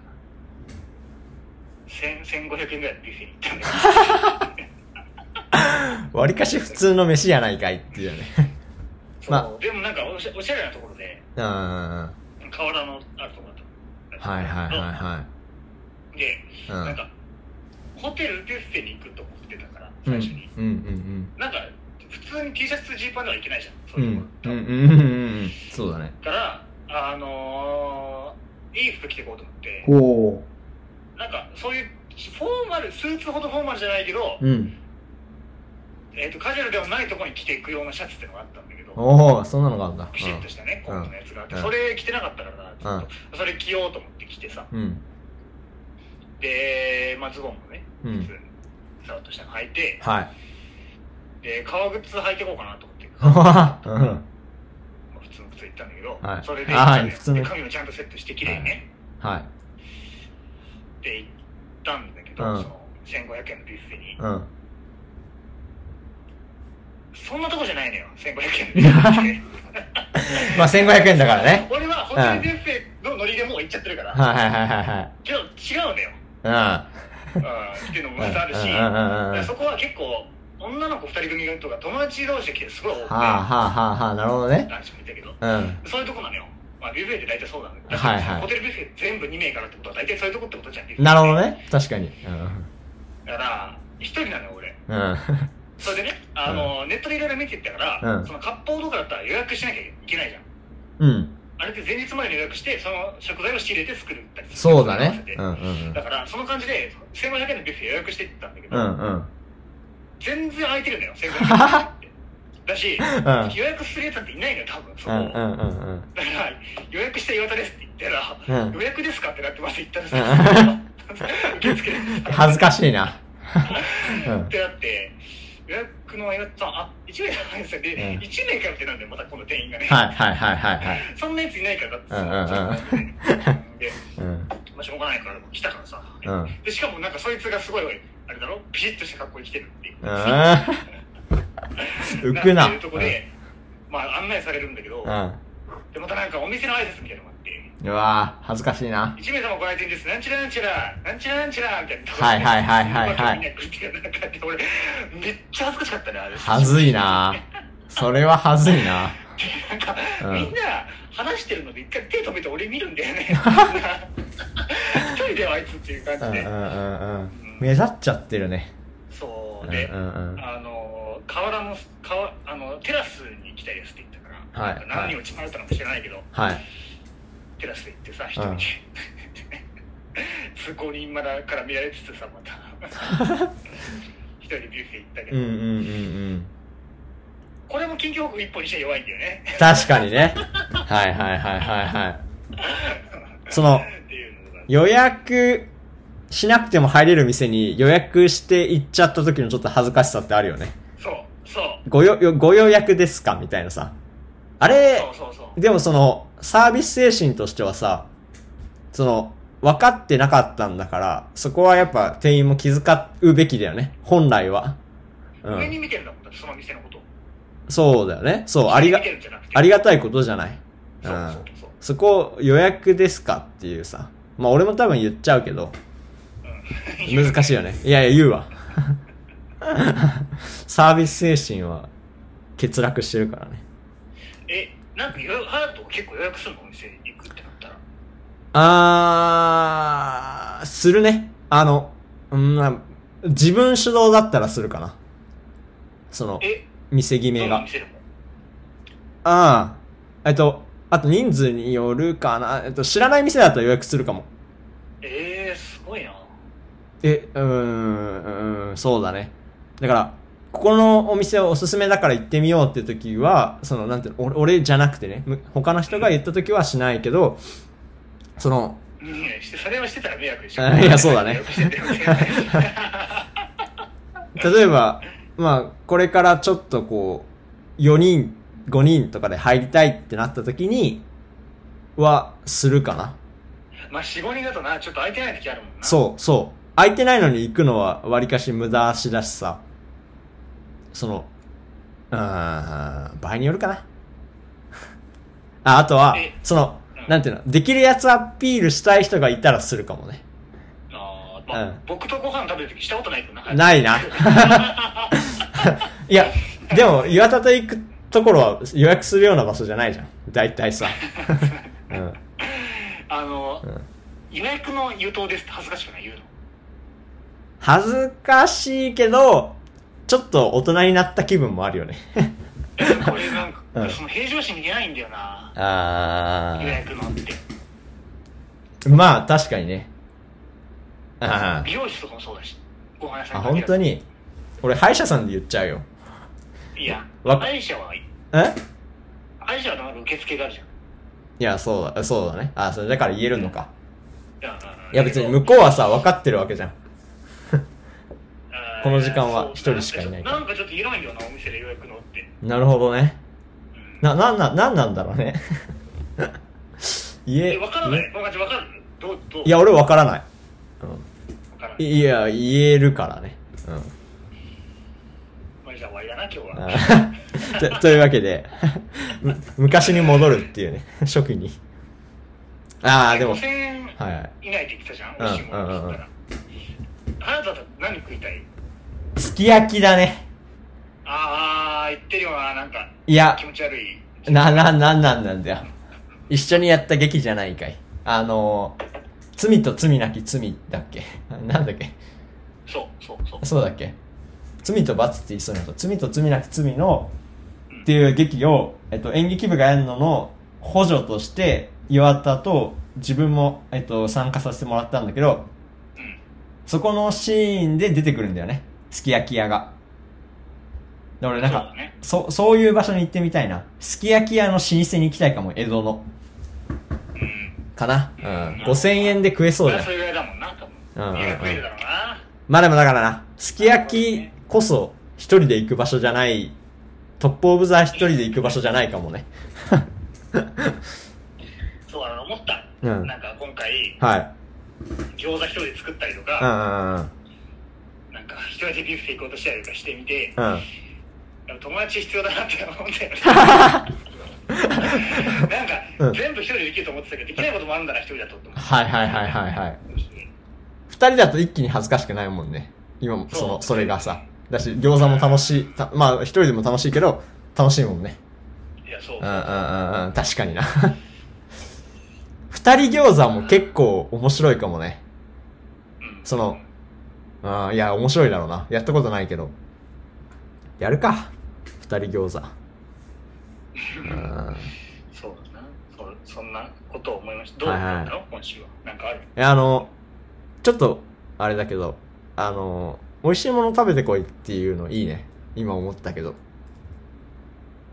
Speaker 2: 千1500円ぐらいのビュッフェに行ったんだ
Speaker 1: わりかし普通の飯やないかいっていうね。
Speaker 2: け ど、
Speaker 1: まあ
Speaker 2: そうでもなんかおしゃ、おしゃれなところで、
Speaker 1: うん。は
Speaker 2: 河原のあるところだ
Speaker 1: い
Speaker 2: った。
Speaker 1: はいはいは
Speaker 2: で、
Speaker 1: うん
Speaker 2: なんか、ホテルビュッフェに行くと思ってたから、
Speaker 1: い。うん
Speaker 2: 最初に。
Speaker 1: うんうん
Speaker 2: なんか、普通に T シャツ、ジーパンではいけないじゃん。そう
Speaker 1: うん。う
Speaker 2: いうと
Speaker 1: ん。
Speaker 2: こ
Speaker 1: うんう
Speaker 2: ろ
Speaker 1: んう
Speaker 2: って
Speaker 1: んうん。そうだね。
Speaker 2: だから、あのー、いい服着てこうと思って、
Speaker 1: おお。
Speaker 2: なんか、そういう、フォーマル、スーツほどフォーマルじゃないけど、
Speaker 1: うん。
Speaker 2: えっと、カジュアルでもないところに着ていくようなシャツってのがあったんだけど、
Speaker 1: おお、そんなのがあるんだ。
Speaker 2: ピシッとしたね、コートのやつがあって、
Speaker 1: うん
Speaker 2: それ着てなかったからな、ずっとそれ着ようと思って着てさ、
Speaker 1: うん。
Speaker 2: で、まあ、ズボンもね、
Speaker 1: うん
Speaker 2: 普通に、さらっとしたの履いて、
Speaker 1: はい。
Speaker 2: で、革靴履いていこうかなと思って、
Speaker 1: ははうん。
Speaker 2: まあ普通の靴行ったんだけど、
Speaker 1: はい
Speaker 2: それで
Speaker 1: あー
Speaker 2: で
Speaker 1: 普通の
Speaker 2: 髪もちゃんとセットして綺麗にね、
Speaker 1: はい。
Speaker 2: って行ったんだけど、
Speaker 1: うん
Speaker 2: その1500円のビュッフェに、
Speaker 1: うん。
Speaker 2: そんなとこじゃないのよ1500円のビュッフェって
Speaker 1: まあ、1500円だからね。
Speaker 2: 俺はホテルビュッフェのノリでもう行っちゃってるから、
Speaker 1: はいはいはいはいはい。
Speaker 2: けど違うのよ、
Speaker 1: うん。
Speaker 2: うん、っていうのもまずあるし、
Speaker 1: うんうんうんうん
Speaker 2: そこは結構女の子2人組とか友達同士で来てすごい多くて、
Speaker 1: はあはあはあはあ、なるほどね。
Speaker 2: 男子もいたけど
Speaker 1: うん。はい
Speaker 2: そういうとこなのよまあ、ビュッフェって大体そうなのよ。だ
Speaker 1: はいはい
Speaker 2: ホテルビュッフェ全部2名からってことは大体そういうとこってことじゃん。ビュッフェ
Speaker 1: なるほど。ね。確かに。うん。
Speaker 2: だから、一人なのよ、俺。
Speaker 1: うん。
Speaker 2: それでね、あの、ネットでいろいろ見てったから、
Speaker 1: うん
Speaker 2: その割烹とかだったら予約しなきゃいけないじゃん。
Speaker 1: うん。
Speaker 2: あれって前日までに予約して、その食材を仕入れて作るったりする
Speaker 1: そうだね。うんうん
Speaker 2: だから、その感じで、1500円のビュッフェ予約していったんだけど、
Speaker 1: うん。うんうん。
Speaker 2: 全然空いてるんだよ、1500円って。 だし、
Speaker 1: ん
Speaker 2: 予約するやつなんていないのよ、多分、そこ。
Speaker 1: うんうんうんうん。
Speaker 2: だから、予約した岩田ですって言ったら、
Speaker 1: うん
Speaker 2: 予約ですかってなってます、言ったら
Speaker 1: うん
Speaker 2: さ、受 付で。
Speaker 1: 恥ずかしいな。うん
Speaker 2: ってなって、予約のやつは、あ、1名じゃないですよ。で、
Speaker 1: うん
Speaker 2: 1名からってなんで、また今度店員がね。
Speaker 1: はいはいはいはいはい。
Speaker 2: そんなやついないからだってさ、
Speaker 1: うん
Speaker 2: で、
Speaker 1: うん。
Speaker 2: まあ、しょうがないから来たからさ、
Speaker 1: うん
Speaker 2: で、しかもなんかそいつがすごい、あれだろビシッとした格好に来てるっていう。
Speaker 1: うん。浮くな。
Speaker 2: っていうとこで、まあ案内されるんだけど、
Speaker 1: う
Speaker 2: で、またなんかお店の挨拶みたいなのがあって、
Speaker 1: ん。うわぁ、恥ずかしいな。
Speaker 2: 一名様ご来店です。なんちらなんちら、なんちらなんちら、みたいな。
Speaker 1: はいはいはい はいはい
Speaker 2: みんな来てる中で俺、めっちゃ恥ずかしかったね、あれ。
Speaker 1: 恥ずいなそれは恥ずいな。
Speaker 2: なんか、
Speaker 1: うん
Speaker 2: みんな話してるので一回手止めて俺見るんだよ ね一人だよあいつっていう感
Speaker 1: うん
Speaker 2: じ
Speaker 1: うん
Speaker 2: で、
Speaker 1: うんうん。目立っちゃってるね。
Speaker 2: そう
Speaker 1: うんう
Speaker 2: で、
Speaker 1: んうん。
Speaker 2: あの河原の川あのテラスに行きたいですって言ったから、
Speaker 1: はい
Speaker 2: なんか何を打ち回ったのか知らないけど、
Speaker 1: はい。
Speaker 2: テラスで行ってさ一人で、
Speaker 1: う ん
Speaker 2: 通行人まだから見られつつさまた一人でビュッフェ行ったけ
Speaker 1: う
Speaker 2: ど、
Speaker 1: んうんうんうん。
Speaker 2: これも近況報告一本にして弱いんだよね
Speaker 1: 確かにね。はいはいはいはいはい。その、
Speaker 2: っていうのが
Speaker 1: 予約しなくても入れる店に予約して行っちゃった時のちょっと恥ずかしさってあるよね。
Speaker 2: そうそう
Speaker 1: ごよ、よご予約ですかみたいなさ。あれ、
Speaker 2: そうそうそう
Speaker 1: でもその、サービス精神としてはさ、その、分かってなかったんだから、そこはやっぱ店員も気遣うべきだよね。本来は。う
Speaker 2: 上に
Speaker 1: ん。
Speaker 2: 見てるんだもんだってその店のことを
Speaker 1: そうだよね。そう、ありが
Speaker 2: 見て、るんじゃなくて
Speaker 1: ありがたいことじゃない。う
Speaker 2: そうんそう。そう
Speaker 1: そこを予約ですかっていうさ。まあ俺も多分言っちゃうけど、
Speaker 2: うん
Speaker 1: 難しいよ ね。いやいや、言うわ。 サービス精神は欠落してるからね。
Speaker 2: えなんか予約ハート結構予約するのお店に行くってなったら
Speaker 1: あー、するね。あの、うん、まあ自分主導だったらするかな。その、
Speaker 2: え、
Speaker 1: 店決め
Speaker 2: どの
Speaker 1: が。
Speaker 2: 店でも。
Speaker 1: ああ。えっと、あと人数によるかな。えっと、知らない店だったら予約するかも。
Speaker 2: えー、すごいな。
Speaker 1: え、うーん、うーん、そうだね。だから、ここのお店はおすすめだから行ってみようって時は、その、なんていうの、俺俺じゃなくてね、む他の人が言った時はしないけど、その、
Speaker 2: うん、してそれをしてたら迷惑でしょ。
Speaker 1: いやそうだね
Speaker 2: 迷惑してたよね
Speaker 1: 例えば、まあ、これからちょっとこう、4人、5人とかで入りたいってなった時に、は、するかな。
Speaker 2: まあ、4、5人だとな、ちょっと空いてない時あるもんな。
Speaker 1: そう、そう。空いてないのに行くのは割かし無駄足だしさ。その、うーん、場合によるかな。あ、あとは
Speaker 2: え、
Speaker 1: その
Speaker 2: う、ん
Speaker 1: なんていうの、できるやつアピールしたい人がいたらするかもね。
Speaker 2: あーまあ
Speaker 1: うん
Speaker 2: 僕とご飯食べる時したことないけどな。
Speaker 1: ない な。 いや、でも、岩田と行くところは予約するような場所じゃないじゃん。大体 さ。うん。
Speaker 2: あの、予約の優等ですって恥ずかしくない言うの。
Speaker 1: 恥ずかしいけど、ちょっと大人になった気分もあるよね。
Speaker 2: これなんか、
Speaker 1: うん
Speaker 2: その平常心見えないんだよな、
Speaker 1: あ
Speaker 2: 予約のって。
Speaker 1: ー。まあ、確かにね。あ
Speaker 2: 美容室とかもそうだし、ご飯屋
Speaker 1: ー
Speaker 2: さ
Speaker 1: あ。
Speaker 2: ん
Speaker 1: 本当
Speaker 2: に。
Speaker 1: に。俺、歯医者さんで言っちゃうよ。
Speaker 2: いや、
Speaker 1: わ
Speaker 2: 歯医者は、
Speaker 1: え
Speaker 2: 歯医者はなんか受付があるじゃん。
Speaker 1: いや、そうだ、そうだね。あー、それだから言えるのか。
Speaker 2: うん
Speaker 1: いや、別に向こうはさ、分かってるわけじゃん。
Speaker 2: うん
Speaker 1: この時間は
Speaker 2: そう
Speaker 1: 一人しかいないから
Speaker 2: なんかちょっといらんよな、お店で予約のって。
Speaker 1: なるほどね。
Speaker 2: うん
Speaker 1: な、なんな、なんなんだろうね。 言
Speaker 2: え、
Speaker 1: え、
Speaker 2: わからない。わかるわかるどう、どう
Speaker 1: いや、俺わからない。う。
Speaker 2: わからなんい。
Speaker 1: いいや、言えるからね。うん。
Speaker 2: まあじゃあ終わりだな、今日
Speaker 1: あ
Speaker 2: は。
Speaker 1: ーとというわけで、 む昔に戻るっていうね、初期に。ああ、でも、
Speaker 2: 5000
Speaker 1: はい
Speaker 2: 円
Speaker 1: はい。
Speaker 2: 以内って言ってたじゃん、
Speaker 1: ん
Speaker 2: 美味しいもの
Speaker 1: うんうんうん
Speaker 2: 食ったら。あなただと何食いたい
Speaker 1: すき焼きだね。
Speaker 2: あー、言ってるよな、なんか、
Speaker 1: いや
Speaker 2: 気、持ち悪い。
Speaker 1: な、な、なんなんなんだよ。一緒にやった劇じゃないかい。あのー、罪と罪なき罪だっけなんだっけ
Speaker 2: そう、そう、そう。
Speaker 1: そうだっけ罪と罰って言いそうになった。罪と罪なき罪の、っていう劇を、えっと、演劇部がやるのの補助として、岩田と自分も、えっと、参加させてもらったんだけど、
Speaker 2: うん。
Speaker 1: そこのシーンで出てくるんだよね。すき焼き屋が。で俺なん
Speaker 2: そう
Speaker 1: か
Speaker 2: だね
Speaker 1: そ、そういう場所に行ってみたいな。すき焼き屋の老舗に行きたいかも、江戸の。
Speaker 2: うん。
Speaker 1: かな。うん
Speaker 2: うん。
Speaker 1: 5000円で食えそうじゃん
Speaker 2: そ。れぐらいだもんな、多
Speaker 1: うんうんう
Speaker 2: 分。
Speaker 1: ん
Speaker 2: いや、食えるだろうな。
Speaker 1: まあでもだからな、すき焼きこそ一人で行く場所じゃない、トップオブザー一人で行く場所じゃないかもね。
Speaker 2: そう、あの、思った。
Speaker 1: うん
Speaker 2: なんか今回、
Speaker 1: はい。
Speaker 2: 餃子一人で作ったりと
Speaker 1: う
Speaker 2: か、
Speaker 1: んうん
Speaker 2: なんか一人でビュッフェ行こうとしたりとかしてみて、
Speaker 1: うん。うん。
Speaker 2: 友達必要だなって思ったよね な
Speaker 1: うんん
Speaker 2: か全部一人でできると思ってたけどできないこともあるんだな一人だとって思って
Speaker 1: はいはいはいはいはい。二人だと一気に恥ずかしくないもんね。今も、
Speaker 2: そう
Speaker 1: その、それがさ。だし、餃子も楽しい。たまあ、一人でも楽しいけど、楽しいもんね。
Speaker 2: いやそ
Speaker 1: う
Speaker 2: う
Speaker 1: んうんうんうん。確かにな。二人餃子も結構面白いかもね。
Speaker 2: うん
Speaker 1: その、うん、いや、面白いだろうな。やったことないけど。やるか。二人餃子。うん。
Speaker 2: そうだなそうそんなことを思いましたどうだったの、今週はなんかある
Speaker 1: いや、あの、ちょっと、あれだけど、あの、美味しいもの食べてこいっていうのいいね。今思ったけど。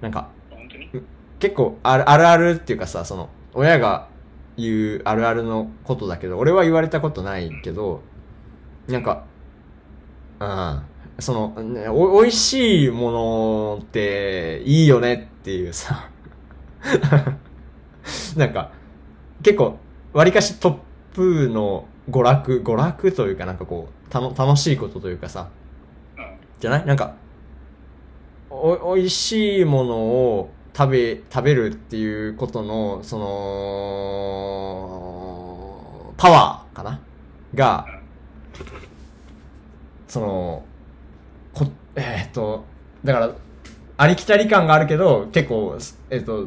Speaker 1: なんか、
Speaker 2: 本当に
Speaker 1: 結構あるあるあるっていうかさ、その、親が言うあるあるのことだけど、俺は言われたことないけど、なんか、うん、その、ね、お、美味しいものっていいよねっていうさ、 なんか、結構、割かしトップの娯楽、娯楽というかなんかこう、たの、楽しいことというかさ、
Speaker 2: うん
Speaker 1: じゃないなんか、お、美味しいものを食べ、食べるっていうことの、その、パワーかなが、その、こ、えーっと、だから、ありきたり感があるけど、結構、えーっと、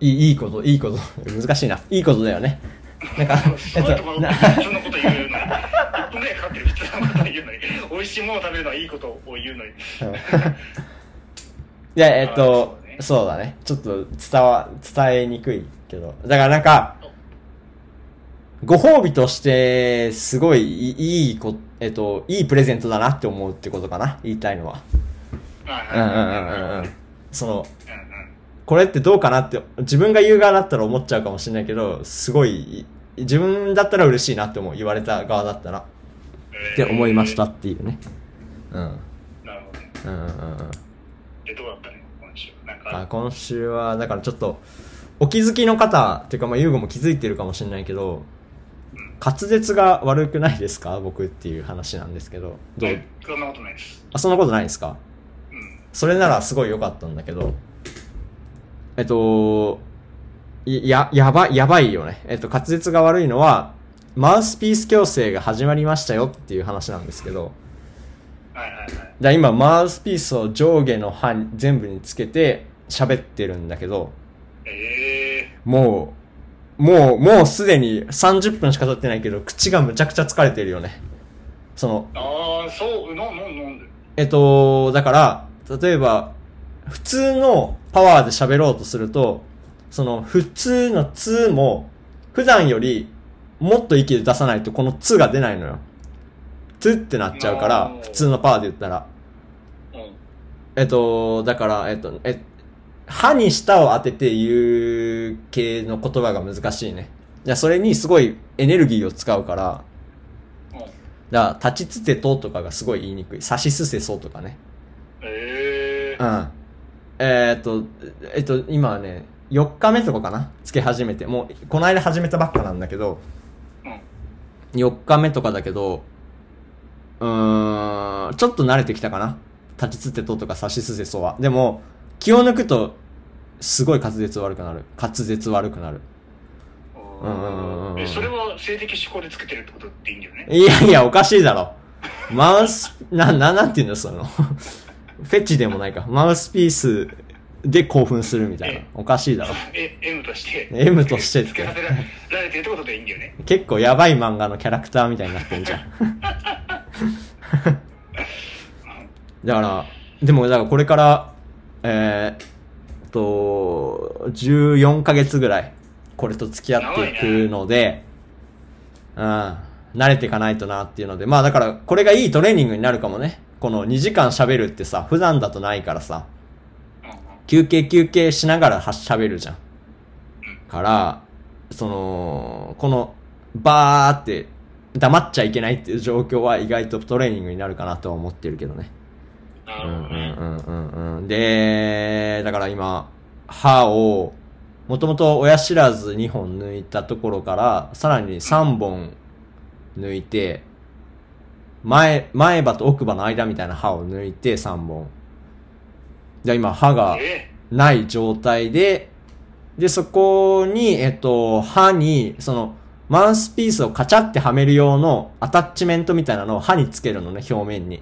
Speaker 1: いい、いいこと、いいこと、 難しいな。いいことだよね。なんか、
Speaker 2: す
Speaker 1: え
Speaker 2: ごい
Speaker 1: ーっ、
Speaker 2: とことろ
Speaker 1: な
Speaker 2: 普通のこと言うのに1分ぐらいかかってる普通のこと言うのに美味しいものを食べるのはいいことを言うのに。
Speaker 1: いや、えっと
Speaker 2: あ、
Speaker 1: そうだね。ちょっと伝わ、伝えにくいけど。だからなんか、ご褒美として、すごいいいいいこ、えっと、いいプレゼントだなって思うってことかな。言いたいのは。うんうんうんうんうん。その、これってどうかなって、自分が言う側だったら思っちゃうかもしれないけど、すごい、い自分だったら嬉しいなって思う。言われた側だったら。って思いました。っていうね。うん。
Speaker 2: なるほどね。
Speaker 1: うんうんうん。
Speaker 2: で、どうだったの今週。なん
Speaker 1: あ
Speaker 2: か、
Speaker 1: 今週は、だからちょっと、お気づきの方、っていうかまあ、ユーゴも気づいてるかもしれないけど、滑舌が悪くないですか僕っていう話なんですけど。どう
Speaker 2: そんなことないです。
Speaker 1: あ、そんなことないですか
Speaker 2: うん。
Speaker 1: それならすごい良かったんだけど、えっと、いや、やば、やばいよね。えっと、滑舌が悪いのは、マウスピース矯正が始まりましたよっていう話なんですけど、
Speaker 2: はいはいはい。
Speaker 1: だから今、マウスピースを上下の歯に全部につけて喋ってるんだけど、
Speaker 2: ええ
Speaker 1: もう、もう、もうすでに30分しか経ってないけど、口がむちゃくちゃ疲れてるよね。その、
Speaker 2: ー。ああ、そう、の、の、なんで。
Speaker 1: えっと、だから、例えば、普通のパワーで喋ろうとすると、その、普通の2も、普段より、もっと息で出さないと、この2が出ないのよ。2ってなっちゃうから
Speaker 2: お、ー
Speaker 1: 普通のパワーで言ったら。
Speaker 2: うん。
Speaker 1: えっと、だから、えっと、え、歯に舌を当てて言う系の言葉が難しいね。じゃそれにすごいエネルギーを使うから、
Speaker 2: うん。
Speaker 1: だから、立ちつてととかがすごい言いにくい。差しすせそうとかね。
Speaker 2: え
Speaker 1: う
Speaker 2: えー。
Speaker 1: ん。えーっと、えっと、今はね、4日目とかかなつけ始めて。もう、この間始めたばっかなんだけど、
Speaker 2: うん。
Speaker 1: 4日目とかだけど、うーん、ちょっと慣れてきたかな立ちつてととか差しすせそうは。でも、気を抜くと、すごい滑舌悪くなる。滑舌悪くなる。うんうんうんうん
Speaker 2: えそれは性的思考でつけてるってことっていいんだよね。
Speaker 1: いやいや、おかしいだろ。マウス、な、な、なんて言うんだ、その。 フェチでもないか。マウスピースで興奮するみたいな。おかしいだろ。
Speaker 2: え、M として。
Speaker 1: M としてって
Speaker 2: つけさせられてるってことでいいんだよね。
Speaker 1: 結構やばい漫画のキャラクターみたいになってんじゃん。だから、でも、だからこれから、えーっと、14ヶ月ぐらい、これと付き合っていくので、うん、慣れていかないとなっていうので、まあだから、これがいいトレーニングになるかもね。この2時間喋るってさ、普段だとないからさ、
Speaker 2: うんうん
Speaker 1: 休憩休憩しながらは喋るじゃん。から、その、この、バーって、黙っちゃいけないっていう状況は意外とトレーニングになるかなとは思ってるけどね。
Speaker 2: な
Speaker 1: う
Speaker 2: る
Speaker 1: ん
Speaker 2: ほ
Speaker 1: う
Speaker 2: どね。
Speaker 1: んうんうんうん。で、だから今、歯を、もともと親知らず2本抜いたところから、さらに3本抜いて、前、前歯と奥歯の間みたいな歯を抜いて3本。じゃあ今歯が、
Speaker 2: え
Speaker 1: ない状態で、で、そこに、えっと、歯に、その、マウスピースをカチャってはめる用のアタッチメントみたいなのを歯につけるのね、表面に。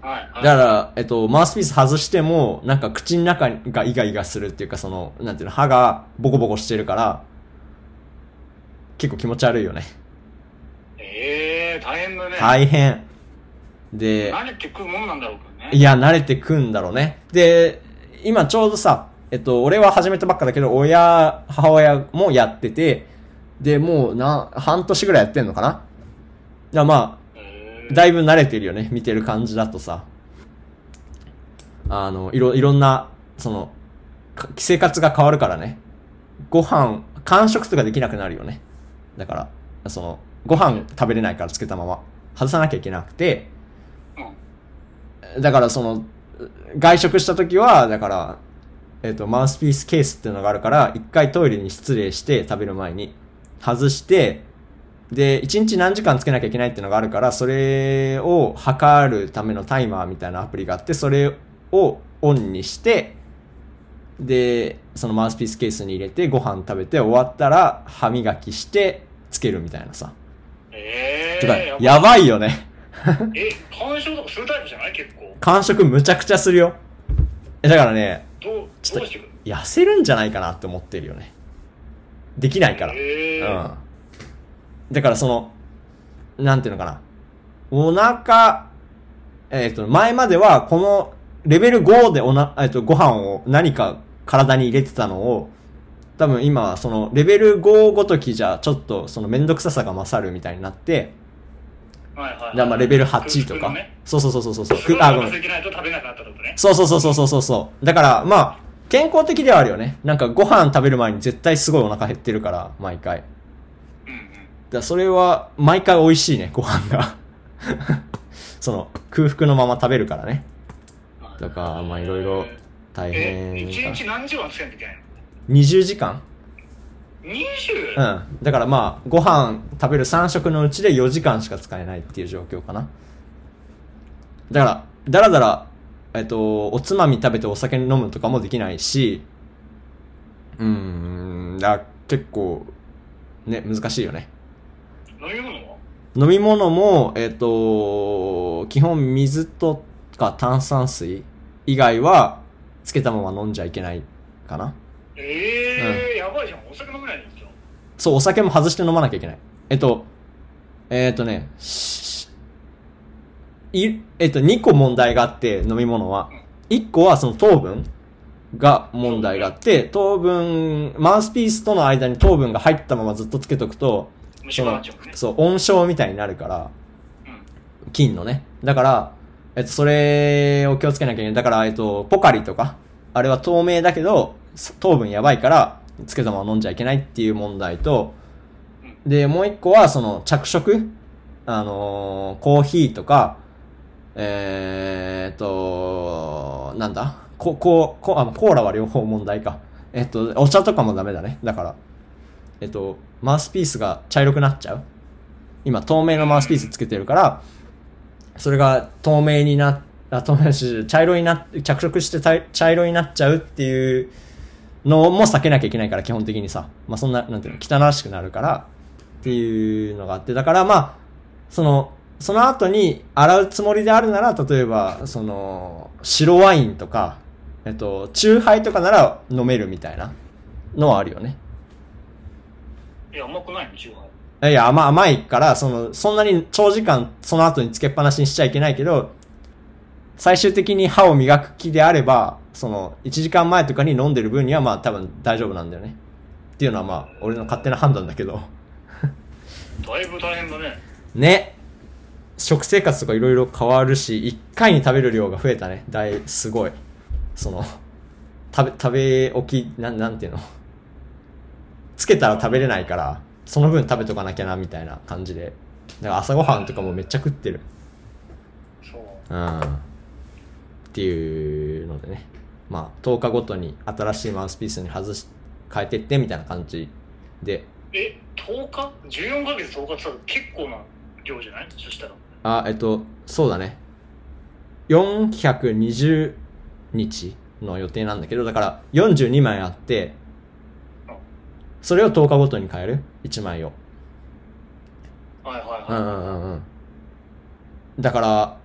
Speaker 2: はいは
Speaker 1: だか
Speaker 2: い。
Speaker 1: ら、えっと、マウスピース外しても、なんか口の中がイガイガするっていうか、その、なんていうの、歯がボコボコしてるから、結構気持ち悪いよね。
Speaker 2: ええー、大変だね。
Speaker 1: 大変。で、
Speaker 2: 慣れてくるもんなんだろうからね。
Speaker 1: いや、慣れてくんだろうね。で、今ちょうどさ、えっと、俺は始めたばっかだけど、親、母親もやってて、で、もうな、半年ぐらいやってんのかなだからま
Speaker 2: え
Speaker 1: あ、だいぶ慣れてるよね。見てる感じだとさ。あの、いろ、いろんな、その、か生活が変わるからね。ご飯、完食とかできなくなるよね。だから、その、ご飯食べれないからつけたまま、外さなきゃいけなくて、
Speaker 2: ーうん
Speaker 1: だからその、外食した時は、だから、えっ、と、マウスピースケースっていうのがあるから、一回トイレに失礼して、食べる前に。外して、で、一日何時間つけなきゃいけないっていうのがあるから、それを測るためのタイマーみたいなアプリがあって、それをオンにして、で、そのマウスピースケースに入れて、ご飯食べて、終わったら、歯磨きして、つけるみたいなさ。
Speaker 2: え
Speaker 1: て
Speaker 2: え
Speaker 1: か
Speaker 2: ー、、
Speaker 1: やばいよね。
Speaker 2: え、干渉とかするタイプじゃない結構。
Speaker 1: 完食むちゃくちゃするよ。え、だからね、
Speaker 2: どう、
Speaker 1: ちょっと
Speaker 2: どうしてくる
Speaker 1: 痩せるんじゃないかなって思ってるよね。できないから。
Speaker 2: ええー、
Speaker 1: うん。だからその、なんていうのかな。お腹、えっ、と、前まではこのレベル5でおな、えっ、と、ご飯を何か体に入れてたのを、多分今はそのレベル5ごときじゃちょっとそのめんどくささが勝るみたいになって、
Speaker 2: はいはいはい。
Speaker 1: じゃあまあレベル8と
Speaker 2: 空腹の
Speaker 1: か
Speaker 2: ね。
Speaker 1: そうそうそうそうそうそう。
Speaker 2: 空
Speaker 1: くあ、
Speaker 2: 腹
Speaker 1: ご
Speaker 2: が
Speaker 1: めん
Speaker 2: 続。けないと食べなくなったってことね。
Speaker 1: そうそうそうそうそうそうそう。だから、まあ、健康的ではあるよね。なんかご飯食べる前に絶対すごいお腹減ってるから、毎回。だか
Speaker 2: うんうん。
Speaker 1: らそれは、毎回美味しいね、ご飯が。 その、空腹のまま食べるからね。とか、まあいろいろ大
Speaker 2: え、
Speaker 1: 変
Speaker 2: 一
Speaker 1: か。
Speaker 2: 日何時間つけなきゃいけないの
Speaker 1: 20時間
Speaker 2: ?20?
Speaker 1: う
Speaker 2: あ
Speaker 1: ん。だからまあ、ご飯食べる3食のうちで4時間しか使えないっていう状況かな。だから、だらだら、えっと、おつまみ食べてお酒飲むとかもできないし、うーん、だ結構、ね、難しいよね。
Speaker 2: 飲み物は
Speaker 1: 飲み物も、えっと、基本水とか炭酸水以外は、つけたまま飲んじゃいけないかな。
Speaker 2: ええー、やばいじゃん。お酒飲めないのじゃん。
Speaker 1: そう、お酒も外して飲まなきゃいけない。えっと、えっとね、しい、えっと、2個問題があって、飲み物は。1個はその糖分が問題があって、糖分、マウスピースとの間に糖分が入ったままずっとつけとくと、
Speaker 2: 虫
Speaker 1: そ
Speaker 2: 歯に
Speaker 1: の
Speaker 2: なっちゃうもんね、。
Speaker 1: そう、温床みたいになるから、金のね。だから、えっと、それを気をつけなきゃいけない。だから、えっと、ポカリとか、あれは透明だけど、す糖分やばいから、つけたまま飲んじゃいけないっていう問題と、で、もう一個は、その、着色あのーコーヒーとか、えーっと、なんだこ、こう、こあコーラは両方問題か。えっと、お茶とかもダメだね。だから、えっと、マウスピースが茶色くなっちゃう今、透明のマウスピースつけてるから、それが透明にな、あ、透明し、茶色にな、着色して茶茶色になっちゃうっていうのも避けなきゃいけないから、基本的にさ。まあ、そんな、なんていうの、汚らしくなるから、っていうのがあって、だからまあ、その、その後に洗うつもりであるなら、例えば、その、白ワインとか、えっと、チューハイとかなら飲めるみたいなのはあるよね。
Speaker 2: うん。いや、甘くないの、虫歯。
Speaker 1: いや、甘甘いから、その、そんなに長時間その後につけっぱなしにしちゃいけないけど、最終的に歯を磨く気であれば、その、1時間前とかに飲んでる分にはまあ多分大丈夫なんだよね。っていうのはまあ、俺の勝手な判断だけど。
Speaker 2: だいぶ大変だね。
Speaker 1: ね。食生活とかいろいろ変わるし、一回に食べる量が増えたね。大、すごい。その、食べ、食べ置き、なん、なんていうの。つけたら食べれないから、その分食べとかなきゃな、みたいな感じで。だから朝ごはんとかもめっちゃ食ってる。
Speaker 2: そう。
Speaker 1: うん。っていうのでね。まあ、10日ごとに新しいマウスピースに外し、変えてって、みたいな感じで。
Speaker 2: え、10日 ?14 ヶ月10日ってさ結構な量じゃないそしたら。
Speaker 1: あ、えっと、そうだね。420日の予定なんだけど、だから42枚あって、それを10日ごとに変える ?1 枚を。
Speaker 2: はいはいうは
Speaker 1: んうんうんうん。だから、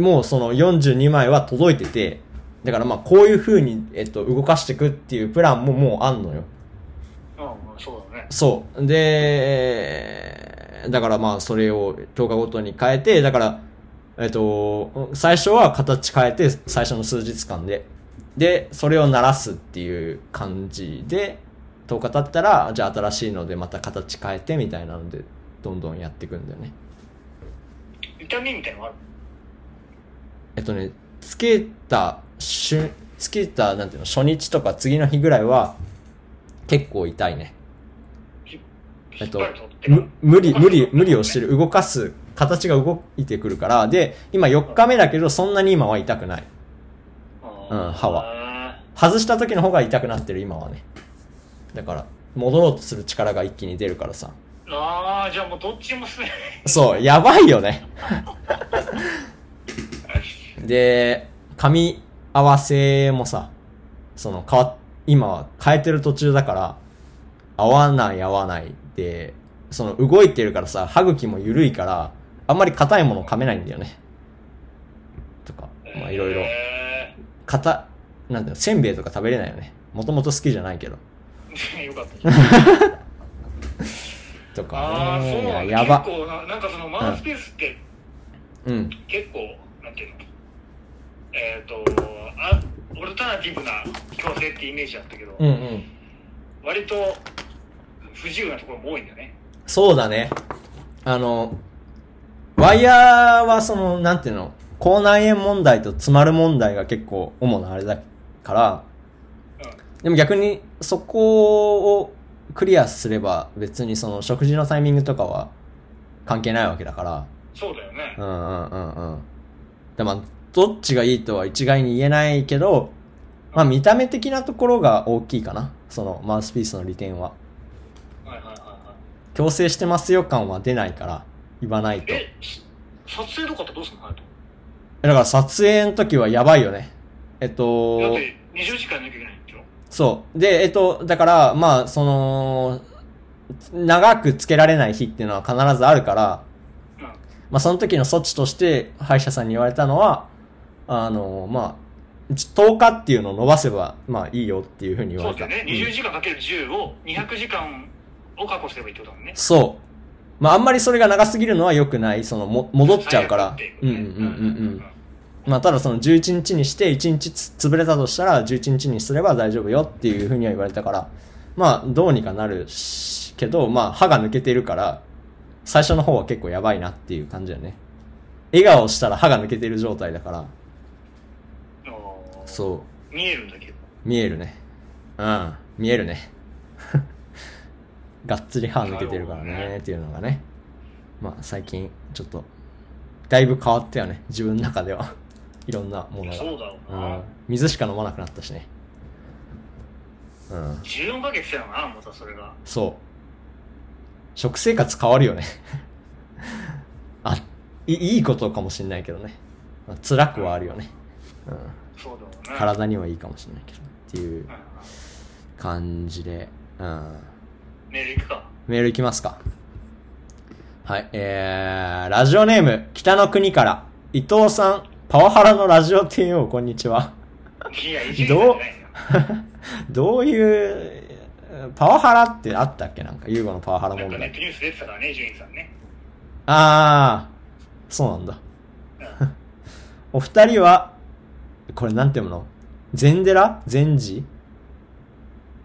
Speaker 1: もうその42枚は届いてて、だからまあこういう風に、えっと、動かしていくっていうプランももうあんのよ。
Speaker 2: い。うん、うん、そうだね。
Speaker 1: そう。で、だからまあそれを10日ごとに変えて、だから、えっと、最初は形変えて、最初の数日間で。で、それを鳴らすっていう感じで、10日経ったら、じゃあ新しいのでまた形変えてみたいなので、どんどんやっていくんだよね。
Speaker 2: 痛みみたいなのある
Speaker 1: えっとね、つけた瞬、つけた、なんていうの、初日とか次の日ぐらいは、結構痛いね。えっと
Speaker 2: 引ぱり取て
Speaker 1: む無理、無理、無理をして。る。動かす、形が動いてくるから、で、今4日目だけど、そんなに今は痛くない。うん歯
Speaker 2: は。
Speaker 1: 外した時の方が痛くなってる、今はね。だから、戻ろうとする力が一気に出るからさ。
Speaker 2: あー、じゃあもうどっちもす ね。
Speaker 1: そう、やばいよね。で、髪合わせもさ、その変わっ、今は変えてる途中だから、合わない合わないで、その動いてるからさ、歯茎も緩いから、あんまり硬いもの噛めないんだよね。とか、まあいろいろ。
Speaker 2: え
Speaker 1: 硬、なんだよ、せんべいとか食べれ ないよね。もともと好きじゃないけど。
Speaker 2: ーよかったじゃん。
Speaker 1: とか
Speaker 2: ああ、そう
Speaker 1: ね。い
Speaker 2: な
Speaker 1: や、
Speaker 2: んだ
Speaker 1: やば
Speaker 2: 結。構な、なんかそのマウスピースって
Speaker 1: うん。
Speaker 2: 結構、なんていうの、えっ、とあ、オルタナティブな強制ってイメージだったけど、
Speaker 1: うんうん。
Speaker 2: 割と不自由なところも多いんだよね。
Speaker 1: そうだね。あの、ワイヤーはその、なんていうの、口内炎問題と詰まる問題が結構主なあれだから、でも逆にそこをクリアすれば別にその食事のタイミングとかは関係ないわけだから、
Speaker 2: そうだよね
Speaker 1: う。んうんうんうん。でも、どっちがいいとは一概に言えないけど、まあ見た目的なところが大きいかな。そのマウスピースの利点は。
Speaker 2: はいはいはいは
Speaker 1: 強制してますよ感は出ないから、言わない
Speaker 2: い。
Speaker 1: と。
Speaker 2: え、し撮影とかってどうすんのハヤト
Speaker 1: えだから撮影の時はやばいよね。えっ
Speaker 2: だっ
Speaker 1: と、
Speaker 2: て20時間いなきゃいけないんでしょ
Speaker 1: そう。で、えっと、だから、まあ、その、長くつけられない日っていうのは必ずあるから、
Speaker 2: うん。うん。
Speaker 1: まあ、その時の措置として、歯医者さんに言われたのは、あの、まあ、ち10日っていうのを伸ばせば、まあいいよっていうふうに言
Speaker 2: そ
Speaker 1: わ
Speaker 2: う
Speaker 1: れ
Speaker 2: だ
Speaker 1: た。
Speaker 2: よね。
Speaker 1: うん
Speaker 2: 20時間かける10を200時間を確保すればいいってことだもんね。
Speaker 1: そう。まあ、あんまりそれが長すぎるのは良くない、その、も、戻っちゃうから。
Speaker 2: 最悪っ
Speaker 1: う
Speaker 2: て
Speaker 1: ん
Speaker 2: い
Speaker 1: うん
Speaker 2: ね
Speaker 1: うんうんうん。まあ、ただその11日にして、1日つ潰れたとしたら、11日にすれば大丈夫よっていうふうには言われたから、まあ、どうにかなるしけど、まあ、歯が抜けてるから、最初の方は結構やばいなっていう感じだよね。笑顔したら歯が抜けてる状態だから、
Speaker 2: あー
Speaker 1: そう、
Speaker 2: 見えるんだけど。
Speaker 1: 見えるね。うん、見えるね。 がっつり歯抜けてるから
Speaker 2: なるほど
Speaker 1: ね
Speaker 2: ね、
Speaker 1: っていうのがね。まあ、最近、ちょっと、だいぶ変わったよね、自分の中では。 いろんなものが。
Speaker 2: そうだろ
Speaker 1: う
Speaker 2: うな。
Speaker 1: ん、水しか飲まなくなったしねうん
Speaker 2: 14ヶ月やな、またそれが。
Speaker 1: そう食生活変わるよね あいいいことかもしんないけどねまあ辛くはあるよね、うん、
Speaker 2: そうだろうね。
Speaker 1: 体にはいいかもしんないけどっていう
Speaker 2: うんうん
Speaker 1: 感じで、うん、
Speaker 2: メール行くか。
Speaker 1: メールいきますかはいえー、ラジオネーム北の国から伊藤さんパワハラのラジオ TO こんにちはい
Speaker 2: や、いじりなんじゃないよ。
Speaker 1: どういう、パワハラってあったっけなんか、ユーゴのパワハラ
Speaker 2: なん
Speaker 1: 問
Speaker 2: かネッ
Speaker 1: 題。
Speaker 2: トニュース出てたからね、伊集院さんね。
Speaker 1: ああ、そうなんだ。
Speaker 2: うん
Speaker 1: お二人は、これなんて読むの禅寺禅寺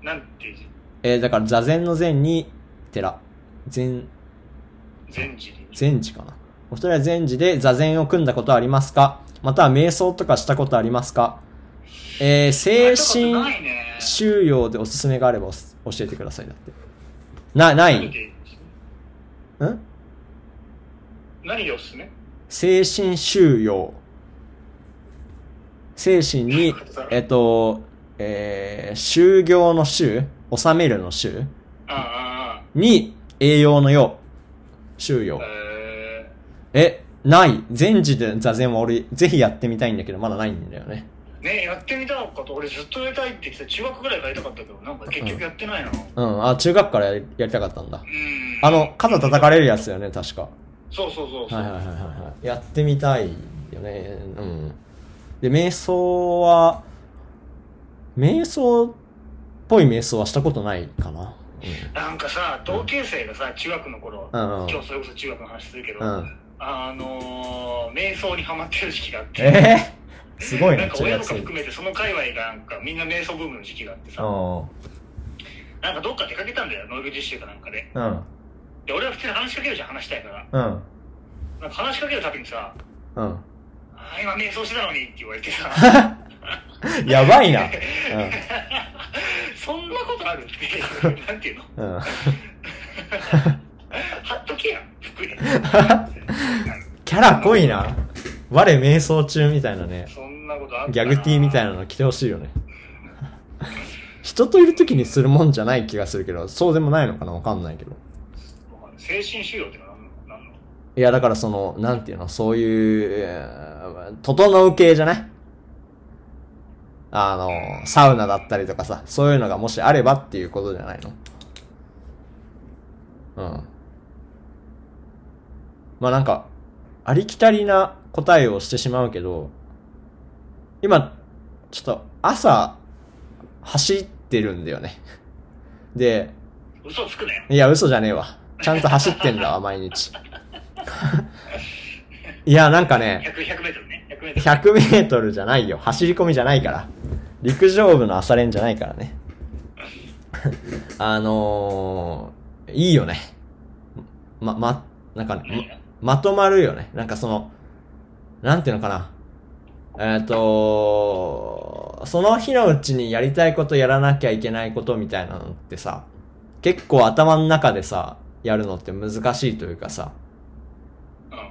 Speaker 2: なんていう字
Speaker 1: えー、だから座禅の禅に寺。禅、
Speaker 2: 全治に。
Speaker 1: 禅寺かな。お二人は禅寺で座禅を組んだことはありますかまたは瞑想とかしたことはありますかえー、精
Speaker 2: や
Speaker 1: 神
Speaker 2: ったことないね。
Speaker 1: 収容でおすすめがあればおす教えてください。だって。な、ないん
Speaker 2: 何がおすすめ、
Speaker 1: 精神収容。精神にえっと、えー、修行の修、収めるの修
Speaker 2: ああ、あ
Speaker 1: に栄養の養、収容
Speaker 2: あ。
Speaker 1: え、
Speaker 2: え
Speaker 1: ない。全時で座禅は俺、ぜひやってみたいんだけど、まだないんだよね。
Speaker 2: ーねやってみたのかと、俺ずっとやりたいって言ってた中学ぐらいからやりたかったけど、なんか結局やってないな。う
Speaker 1: うん。あ、中学からやりやりたかったんだ。
Speaker 2: ん。
Speaker 1: あの、肩叩かれるやつだよね、確か。
Speaker 2: そうそうそうそう。
Speaker 1: はいはいはいはいはい。やってみたいよね。うん。で、瞑想は、瞑想っぽい瞑想はしたことないかな。
Speaker 2: なんかさ、同級生がさ、中学の頃、
Speaker 1: うんうん
Speaker 2: 今日それこそ中学の話するけど、
Speaker 1: うん。うん。
Speaker 2: あのー、瞑想にハマってる時期があって、
Speaker 1: えー、すごい
Speaker 2: な
Speaker 1: ね、
Speaker 2: んか
Speaker 1: 中
Speaker 2: 親
Speaker 1: 学
Speaker 2: とか
Speaker 1: 生。
Speaker 2: 含めてその界隈がなんかみんな瞑想ブームの時期があってさ、
Speaker 1: う
Speaker 2: なんかどっか出かけたんだよ、農業実習かなんかで。
Speaker 1: ん。うん。
Speaker 2: で、俺は普通に話しかけるじゃん、話したいから。
Speaker 1: うん。
Speaker 2: なんか話しかけるたびにさ、
Speaker 1: う
Speaker 2: あー今瞑想してたのにって言われて
Speaker 1: ん。
Speaker 2: さ、
Speaker 1: やばいな。
Speaker 2: そんなことあるって いう、なんていうの
Speaker 1: うん。 うん。
Speaker 2: 貼っとけやん、服に。
Speaker 1: キャラ濃いな。我瞑想中みたいなね。
Speaker 2: そんなことあったな
Speaker 1: ギャグティーみたいなの着てほしいよね。 人といる時にするもんじゃない気がするけど、そうでもないのかなわかんないけど。
Speaker 2: 精神修養ってのは何なの
Speaker 1: いや、だからその、なんていうの、そういうえー、整う系じゃないあの、サウナだったりとかさ、そういうのがもしあればっていうことじゃないのうん。まあなんか、ありきたりな答えをしてしまうけど、今、ちょっと朝、走ってるんだよね。で、
Speaker 2: 嘘つくなよ。
Speaker 1: いや、嘘じゃねえわ。ちゃんと走ってんだわ、毎日。 いや、なんかね、
Speaker 2: 100、100メートルね。100メートル。
Speaker 1: 100メートルじゃないよ。走り込みじゃないから。陸上部の朝練じゃないからね。あのー、いいよね。ま、ま、なんか
Speaker 2: 何が
Speaker 1: ね、ま、まとまるよね。なんかその、なんていうのかな。えっ、とその日のうちにやりたいことやらなきゃいけないことみたいなのってさ、結構頭の中でさ、やるのって難しいというかさ、
Speaker 2: うん。うん。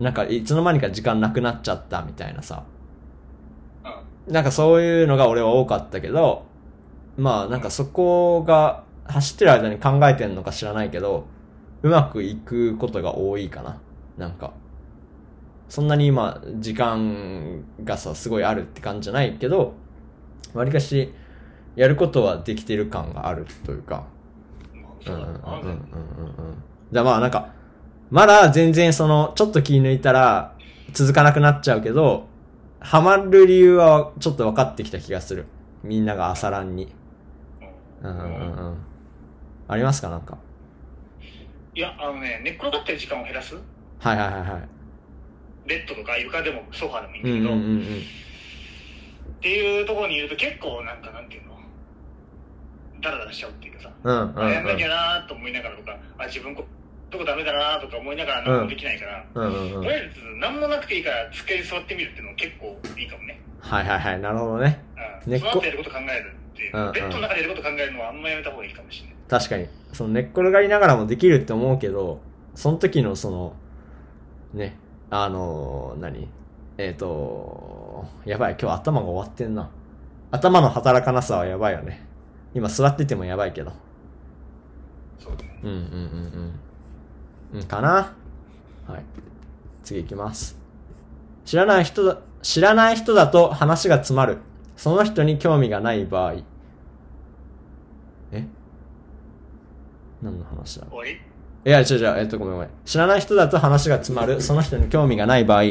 Speaker 1: なんかいつの間にか時間なくなっちゃったみたいなさ、なんかそういうのが俺は多かったけど、まあなんかそこが走ってる間に考えてんのか知らないけど、うまくいくことが多いかな。なんか。そんなに今、時間がさ、すごいあるって感じじゃないけど、わりかし、やることはできてる感があるというか。
Speaker 2: うん。まあ、
Speaker 1: う
Speaker 2: そ
Speaker 1: んううんう
Speaker 2: うんだ
Speaker 1: ん
Speaker 2: よ
Speaker 1: う
Speaker 2: な。
Speaker 1: んうん。じゃあまあなんか、まだ全然その、ちょっと気抜いたら続かなくなっちゃうけど、ハマる理由はちょっと分かってきた気がする。みんなが朝ランに。
Speaker 2: う
Speaker 1: うんんうんうんうん。ありますかなんか。
Speaker 2: いや、あのね、寝っ転がってる時間を減らす。
Speaker 1: はいはいはいはい。
Speaker 2: ベッドとか床でもソファでもいい
Speaker 1: うんうん
Speaker 2: んだけど、
Speaker 1: うんうん。
Speaker 2: っていうところにいると結構なんかなんていうのダラダラしちゃうっていうかさ、
Speaker 1: うんうんう
Speaker 2: あやんなきゃ
Speaker 1: ん。
Speaker 2: なーと思いながらとかあ自分ことこダメだなーとか思いながら何もできないから、
Speaker 1: うんうんうん。
Speaker 2: とりあえず何もなくていいから机に座ってみるっていうのも結構いいかもね、
Speaker 1: はいはいはい。なるほどね。
Speaker 2: うん、
Speaker 1: 寝っ
Speaker 2: 座
Speaker 1: こ
Speaker 2: ってやること考えるっていう、
Speaker 1: うんうん
Speaker 2: ベッドの中でやること考えるのはあんまやめた方がいいかもしれない
Speaker 1: 確かに。その寝っ転がりながらもできるって思うけど、その時のその、ね、あのー何えっ、とやばい、今日頭が終わってんな。頭の働かなさはやばいよね。今座っててもやばいけど。
Speaker 2: そうだね
Speaker 1: うんうんうんうん。うん、かなはい。次行きます。知らない人だ、知らない人だと話が詰まる。その人に興味がない場合。え何の話だ
Speaker 2: 終わり
Speaker 1: いや、違う違う、えっと、ごめんごめん。知らない人だと話が詰まる、その人に興味がない場合、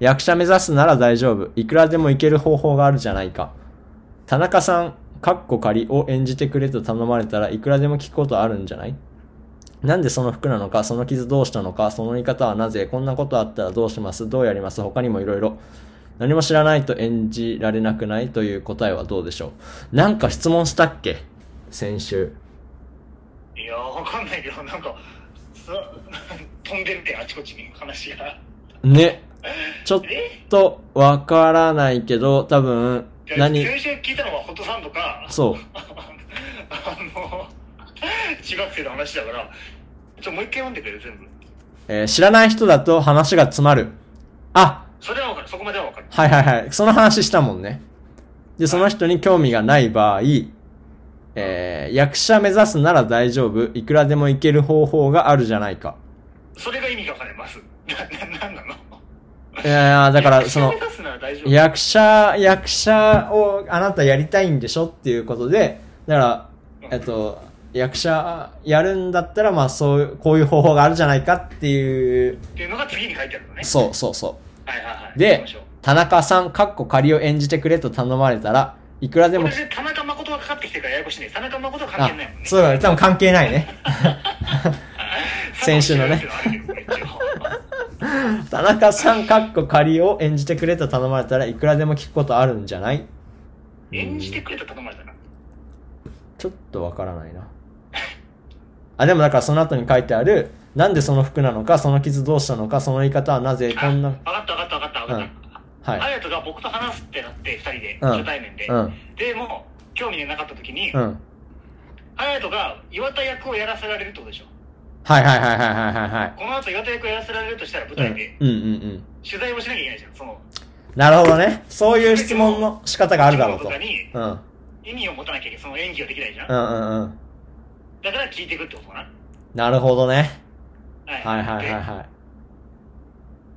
Speaker 1: 役者目指すなら大丈夫。いくらでもいける方法があるじゃないか。田中さん、カッコ仮を演じてくれと頼まれたらいくらでも聞くことあるんじゃないなんでその服なのか、その傷どうしたのか、その言い方はなぜ、こんなことあったらどうします、どうやります、他にもいろいろ。何も知らないと演じられなくないという答えはどうでしょう。なんか質問したっけ先週。
Speaker 2: いやーわかんないけどなんかそ 飛んでってあちこちに話が
Speaker 1: ね。ちょっ
Speaker 2: え
Speaker 1: とわからないけど、多分、
Speaker 2: じゃあ
Speaker 1: 何、
Speaker 2: 先週聞いたのはホットサンドか
Speaker 1: そう。
Speaker 2: あの、中学生の話だから、ちょ、もう一回読んでくれる、全部。
Speaker 1: えー知らない人だと話が詰まる。あ、
Speaker 2: それはわかる、そこまではわかる。
Speaker 1: はいはいはい。その話したもんね。で、その人に興味がない場合、えー役者目指すなら大丈夫。いくらでもいける方法があるじゃないか。
Speaker 2: それが意味がわかります。な、な、なんなの
Speaker 1: いやーだから、その
Speaker 2: 目、指すなら大丈夫。
Speaker 1: 役者、役者をあなたやりたいんでしょっていうことで、だから、えっと、役者やるんだったら、まあそういう、こういう方法があるじゃないかっていう、
Speaker 2: っていうのが次に書いてあるのね。
Speaker 1: そうそうそ
Speaker 2: はいはいは
Speaker 1: う。
Speaker 2: い。行き
Speaker 1: で
Speaker 2: ましょう、
Speaker 1: 田中さん、かっこ仮を演じてくれと頼まれたら、いくらで
Speaker 2: こ
Speaker 1: も
Speaker 2: れ、で田中誠がかかってきてるからややこしいね。田中誠は関係ないもんね。
Speaker 1: そうだね、多分関係ないね。先週 のね
Speaker 2: 佐藤健一郎っていうのはあるけど
Speaker 1: 田中さん、かっこ仮を演じてくれと頼まれたらいくらでも聞くことあるんじゃない
Speaker 2: 一応演じてくれと頼まれたな。
Speaker 1: ちょっとわからない な。あ、でもだからその後に書いてある、なんでその服なのか、その傷どうしたのか、その言い方はなぜ、こ
Speaker 2: あ、
Speaker 1: ん
Speaker 2: 分
Speaker 1: な、
Speaker 2: かった分かった分かった分かった。
Speaker 1: はい。
Speaker 2: 隼人が僕と話すってなって、二人で、
Speaker 1: うん
Speaker 2: 初対面で。
Speaker 1: うん、
Speaker 2: でも、興味がなかった時に、
Speaker 1: うん。
Speaker 2: 隼人が岩田役をやらせられるってことでしょ
Speaker 1: はいはいはいはいはいはいはい。
Speaker 2: この後岩田役をやらせられるとしたら
Speaker 1: う
Speaker 2: 舞
Speaker 1: ん
Speaker 2: 台で
Speaker 1: うんうんうん。
Speaker 2: 取材をしなきゃいけないじゃんその
Speaker 1: なるほどね。そういう質問の仕方があるだろうと。
Speaker 2: と
Speaker 1: う
Speaker 2: か
Speaker 1: ん。
Speaker 2: に
Speaker 1: うん
Speaker 2: 意味を持たなきゃいけないその演技ができないじゃん、
Speaker 1: うんうん。
Speaker 2: だから聞いていくってことかな
Speaker 1: なるほどね。はいはいはい
Speaker 2: で
Speaker 1: はい。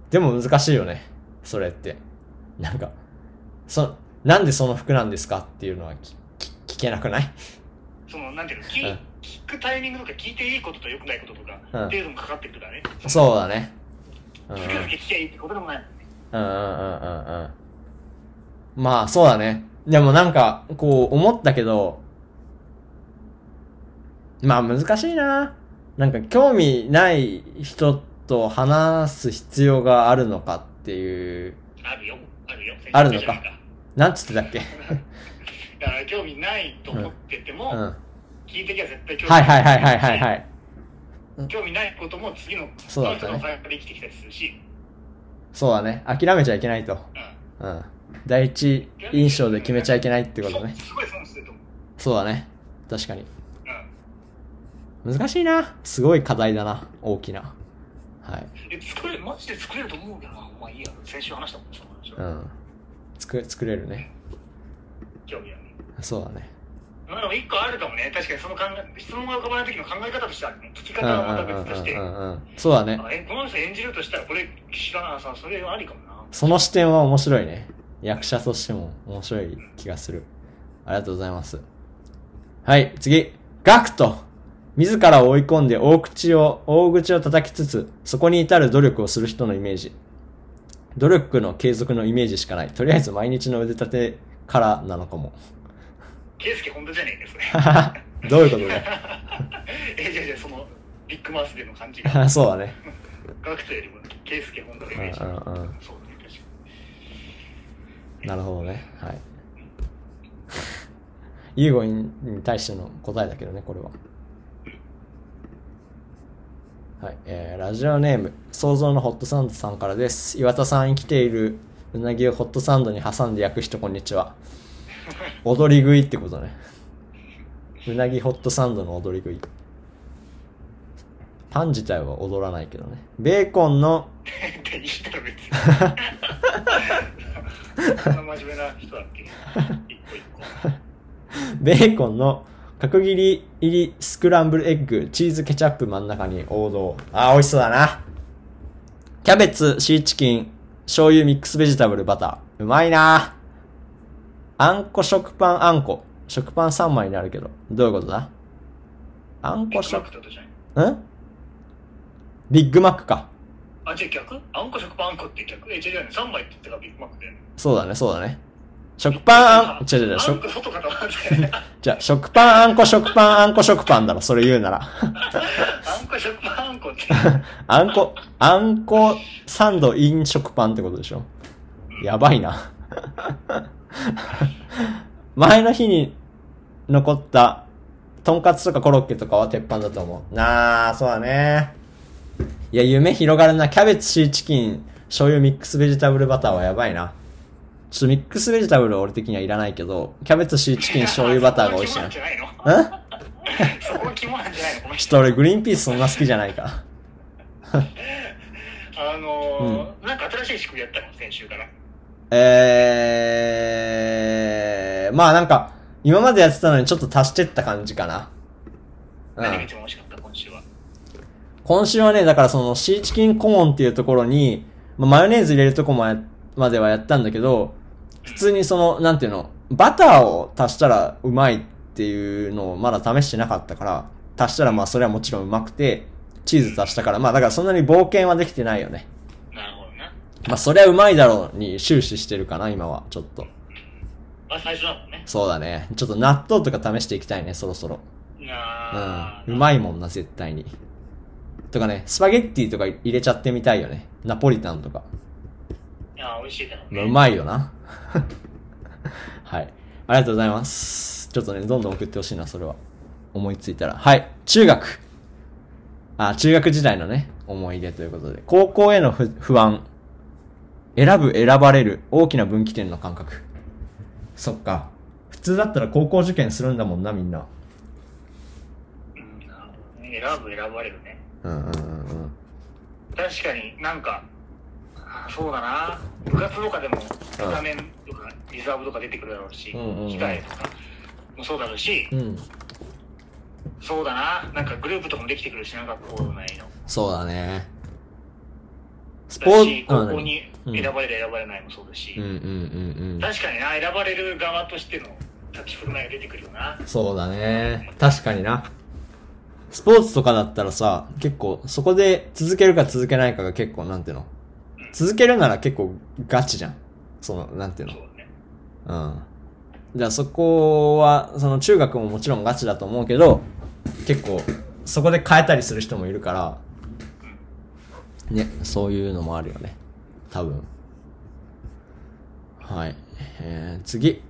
Speaker 1: でも難しいよね。それって。なんか、そ、なんでその服なんですかっていうのはきき聞けなくない
Speaker 2: そのなんていうの聞,、
Speaker 1: うん
Speaker 2: 聞くタイミングとか聞いていいことと良くないこととか、
Speaker 1: うん
Speaker 2: っていうのもかかってくるからね
Speaker 1: そうだね。うんうん
Speaker 2: つくづく聞きゃいいってことでもないもんね
Speaker 1: うんうんうんうんうん。まあ、そうだね。でもなんか、こう思ったけど、まあ難しいな。なんか興味ない人と話す必要があるのかっていう、
Speaker 2: あるよ、あるよ。
Speaker 1: あるのか
Speaker 2: 先生じゃ
Speaker 1: なんつってたっけ
Speaker 2: ないか。だから興味ないと思ってて
Speaker 1: う
Speaker 2: も、
Speaker 1: ん。はい
Speaker 2: 聞いてきゃ絶対興味
Speaker 1: はいはい
Speaker 2: な
Speaker 1: はいはいはい。
Speaker 2: 興味ないことも次の
Speaker 1: そうだった
Speaker 2: 人
Speaker 1: ね
Speaker 2: の会話で生きてきたりするし、
Speaker 1: そうだね。諦めちゃいけないと。
Speaker 2: う
Speaker 1: うん。第一印象で決めちゃいけないって
Speaker 2: ん。
Speaker 1: ことね
Speaker 2: そ。すごい損すると思う。
Speaker 1: そうだね。確かに。
Speaker 2: う
Speaker 1: 難しいな。すごい課題だな。大きな。はい。
Speaker 2: ん。え、作れ、マジで作れると思うけどな。まあいいや。先週話したもん、その話
Speaker 1: う
Speaker 2: は。
Speaker 1: ん。作、作れるね。
Speaker 2: 興味ある。
Speaker 1: そうだね。
Speaker 2: まあでも一個あるかもね。確かにその考え、質問が浮かばない時の考え方としては、ね、聞き
Speaker 1: う
Speaker 2: 方
Speaker 1: んうん
Speaker 2: はまた
Speaker 1: う
Speaker 2: 別として。
Speaker 1: んうんうん。そうだね。
Speaker 2: あえこの人演じるとしたらこれ知らなさそれありかもな
Speaker 1: その視点は面白いね。役者としても面白い気がする。ありがとうございます。はい、次。ガクト。自らを追い込んで大口を、大口を叩きつつ、そこに至る努力をする人のイメージ。努力の継続のイメージしかない。とりあえず毎日の腕立てからなのかも。
Speaker 2: 圭介本当じゃねえかそれ
Speaker 1: どういうことだ
Speaker 2: えじゃあじゃあそのビッグマウスでの感じが
Speaker 1: あ そうだね。
Speaker 2: 学生よりも圭介本田のイメージ
Speaker 1: うんうんうん
Speaker 2: そうね確か
Speaker 1: なるほどね。はい。 ユーゴにに対しての答えだけどね、これは。はい。えー、ラジオネーム、創造のホットサンドさんからです。岩田さん生きているうなぎをホットサンドに挟んで焼く人、こんにちは。踊り食いってことね。うなぎホットサンドの踊り食い。パン自体は踊らないけどね。ベーコンの
Speaker 2: に って言ったら 別にそんな真面目な人だっけ一個一個
Speaker 1: ベーコンの角切り入りスクランブルエッグ、チーズケチャップ真ん中に王道。あー、美味しそうだな。キャベツ、シーチキン、醤油ミックスベジタブルバター。うまいなあんこ食パンあんこ。食パン3枚になるけど。どういうことだあん
Speaker 2: ビ
Speaker 1: こ
Speaker 2: ッグマッ
Speaker 1: 食
Speaker 2: ク、ってことじゃない
Speaker 1: んビッグマックか。
Speaker 2: あじゃあ逆あんこ食パンあんこって逆えじゃあじゃあ3枚って言ったからビッグマックだよね
Speaker 1: そうだね、そうだね。食パンあん、違う違う違う、
Speaker 2: あん
Speaker 1: 食
Speaker 2: こ外かと思 って
Speaker 1: じゃあ、食パンあんこ食パンあんこ食パンだろ、それ言うなら。
Speaker 2: あんこ食パンあんこって
Speaker 1: あんこ、あんこサンド飲食パンってことでしょやばいな。 前の日に残った、とんかつとかコロッケとかは鉄板だと思う。なあ、そうだね。いや、夢広がるな。キャベツ、シーチキン、醤油、ミックスベジタブルバターはやばいな。ちょっとミックスベジタブルは俺的にはいらないけど、キャベツ、シーチキン、醤油、バターが美味しいな。
Speaker 2: そこが肝なんじゃないの
Speaker 1: ん
Speaker 2: そこが肝なんじゃないのこ
Speaker 1: ちょ
Speaker 2: の
Speaker 1: っ
Speaker 2: 人
Speaker 1: と俺グリーンピースそんな好きじゃないか。
Speaker 2: あのーなんか新しい仕組みやったの先週から。
Speaker 1: えー、まあなんか、今までやってたのにちょっと足してった感じかな。う
Speaker 2: 何が
Speaker 1: ん。
Speaker 2: 一番美味しかった今週は。
Speaker 1: 今週はね、だからそのシーチキンコーンっていうところに、まあ、マヨネーズ入れるとこままではやったんだけど、普通にその、なんていうの、バターを足したらうまいっていうのをまだ試してなかったから、足したらまあそれはもちろんうまくて、チーズ足したから、まあだからそんなに冒険はできてないよね。
Speaker 2: なるほどな。
Speaker 1: まあそれはうまいだろうに終始してるかな、今は、ちょっと。
Speaker 2: まあ最初だもんね。
Speaker 1: そうだね。ちょっと納豆とか試していきたいね、そろそろ。
Speaker 2: なあ、
Speaker 1: うん。うまいもんな、絶対に。とかね、スパゲッティとか入れちゃってみたいよね。ナポリタンとか。
Speaker 2: いや美味しいだろうね。
Speaker 1: うまいよな。 はい。ありがとうございます。ちょっとね、どんどん送ってほしいな、それは。思いついたら。はい。中学。あ、中学時代のね、思い出ということで。高校への不不安。選ぶ、選ばれる。大きな分岐点の感覚。そっか。普通だったら高校受験するんだもんな、みんな。
Speaker 2: うんなるほどね選ぶ、選ばれるね。
Speaker 1: うんうんうんうん。
Speaker 2: 確かになんか、あそうだな。部活とかでも、スタメンとか、リザーブとか出てくるだろうし、
Speaker 1: うんうんうん
Speaker 2: 控えとかもそうだろうし、
Speaker 1: うん。
Speaker 2: そうだな。なんかグループとかもできてくるし、なんかこうないの。
Speaker 1: そうだね。スポ
Speaker 2: だし
Speaker 1: ー、ツ、
Speaker 2: 高校に
Speaker 1: うん
Speaker 2: 選ばれる、選ばれないもそうだし、
Speaker 1: うんうんうんうん。
Speaker 2: 確かにな、選ばれる側としての立ち振る舞いが出てくるよな。
Speaker 1: そうだね。確かにな。スポーツとかだったらさ、結構、そこで続けるか続けないかが結構、なんていうの続けるなら結構ガチじゃん。その、なんていう
Speaker 2: そ
Speaker 1: の
Speaker 2: うだね。
Speaker 1: うん。じゃあそこは、その中学ももちろんガチだと思うけど、結構、そこで変えたりする人もいるから、ね、そういうのもあるよね。多分。はい。えー、次。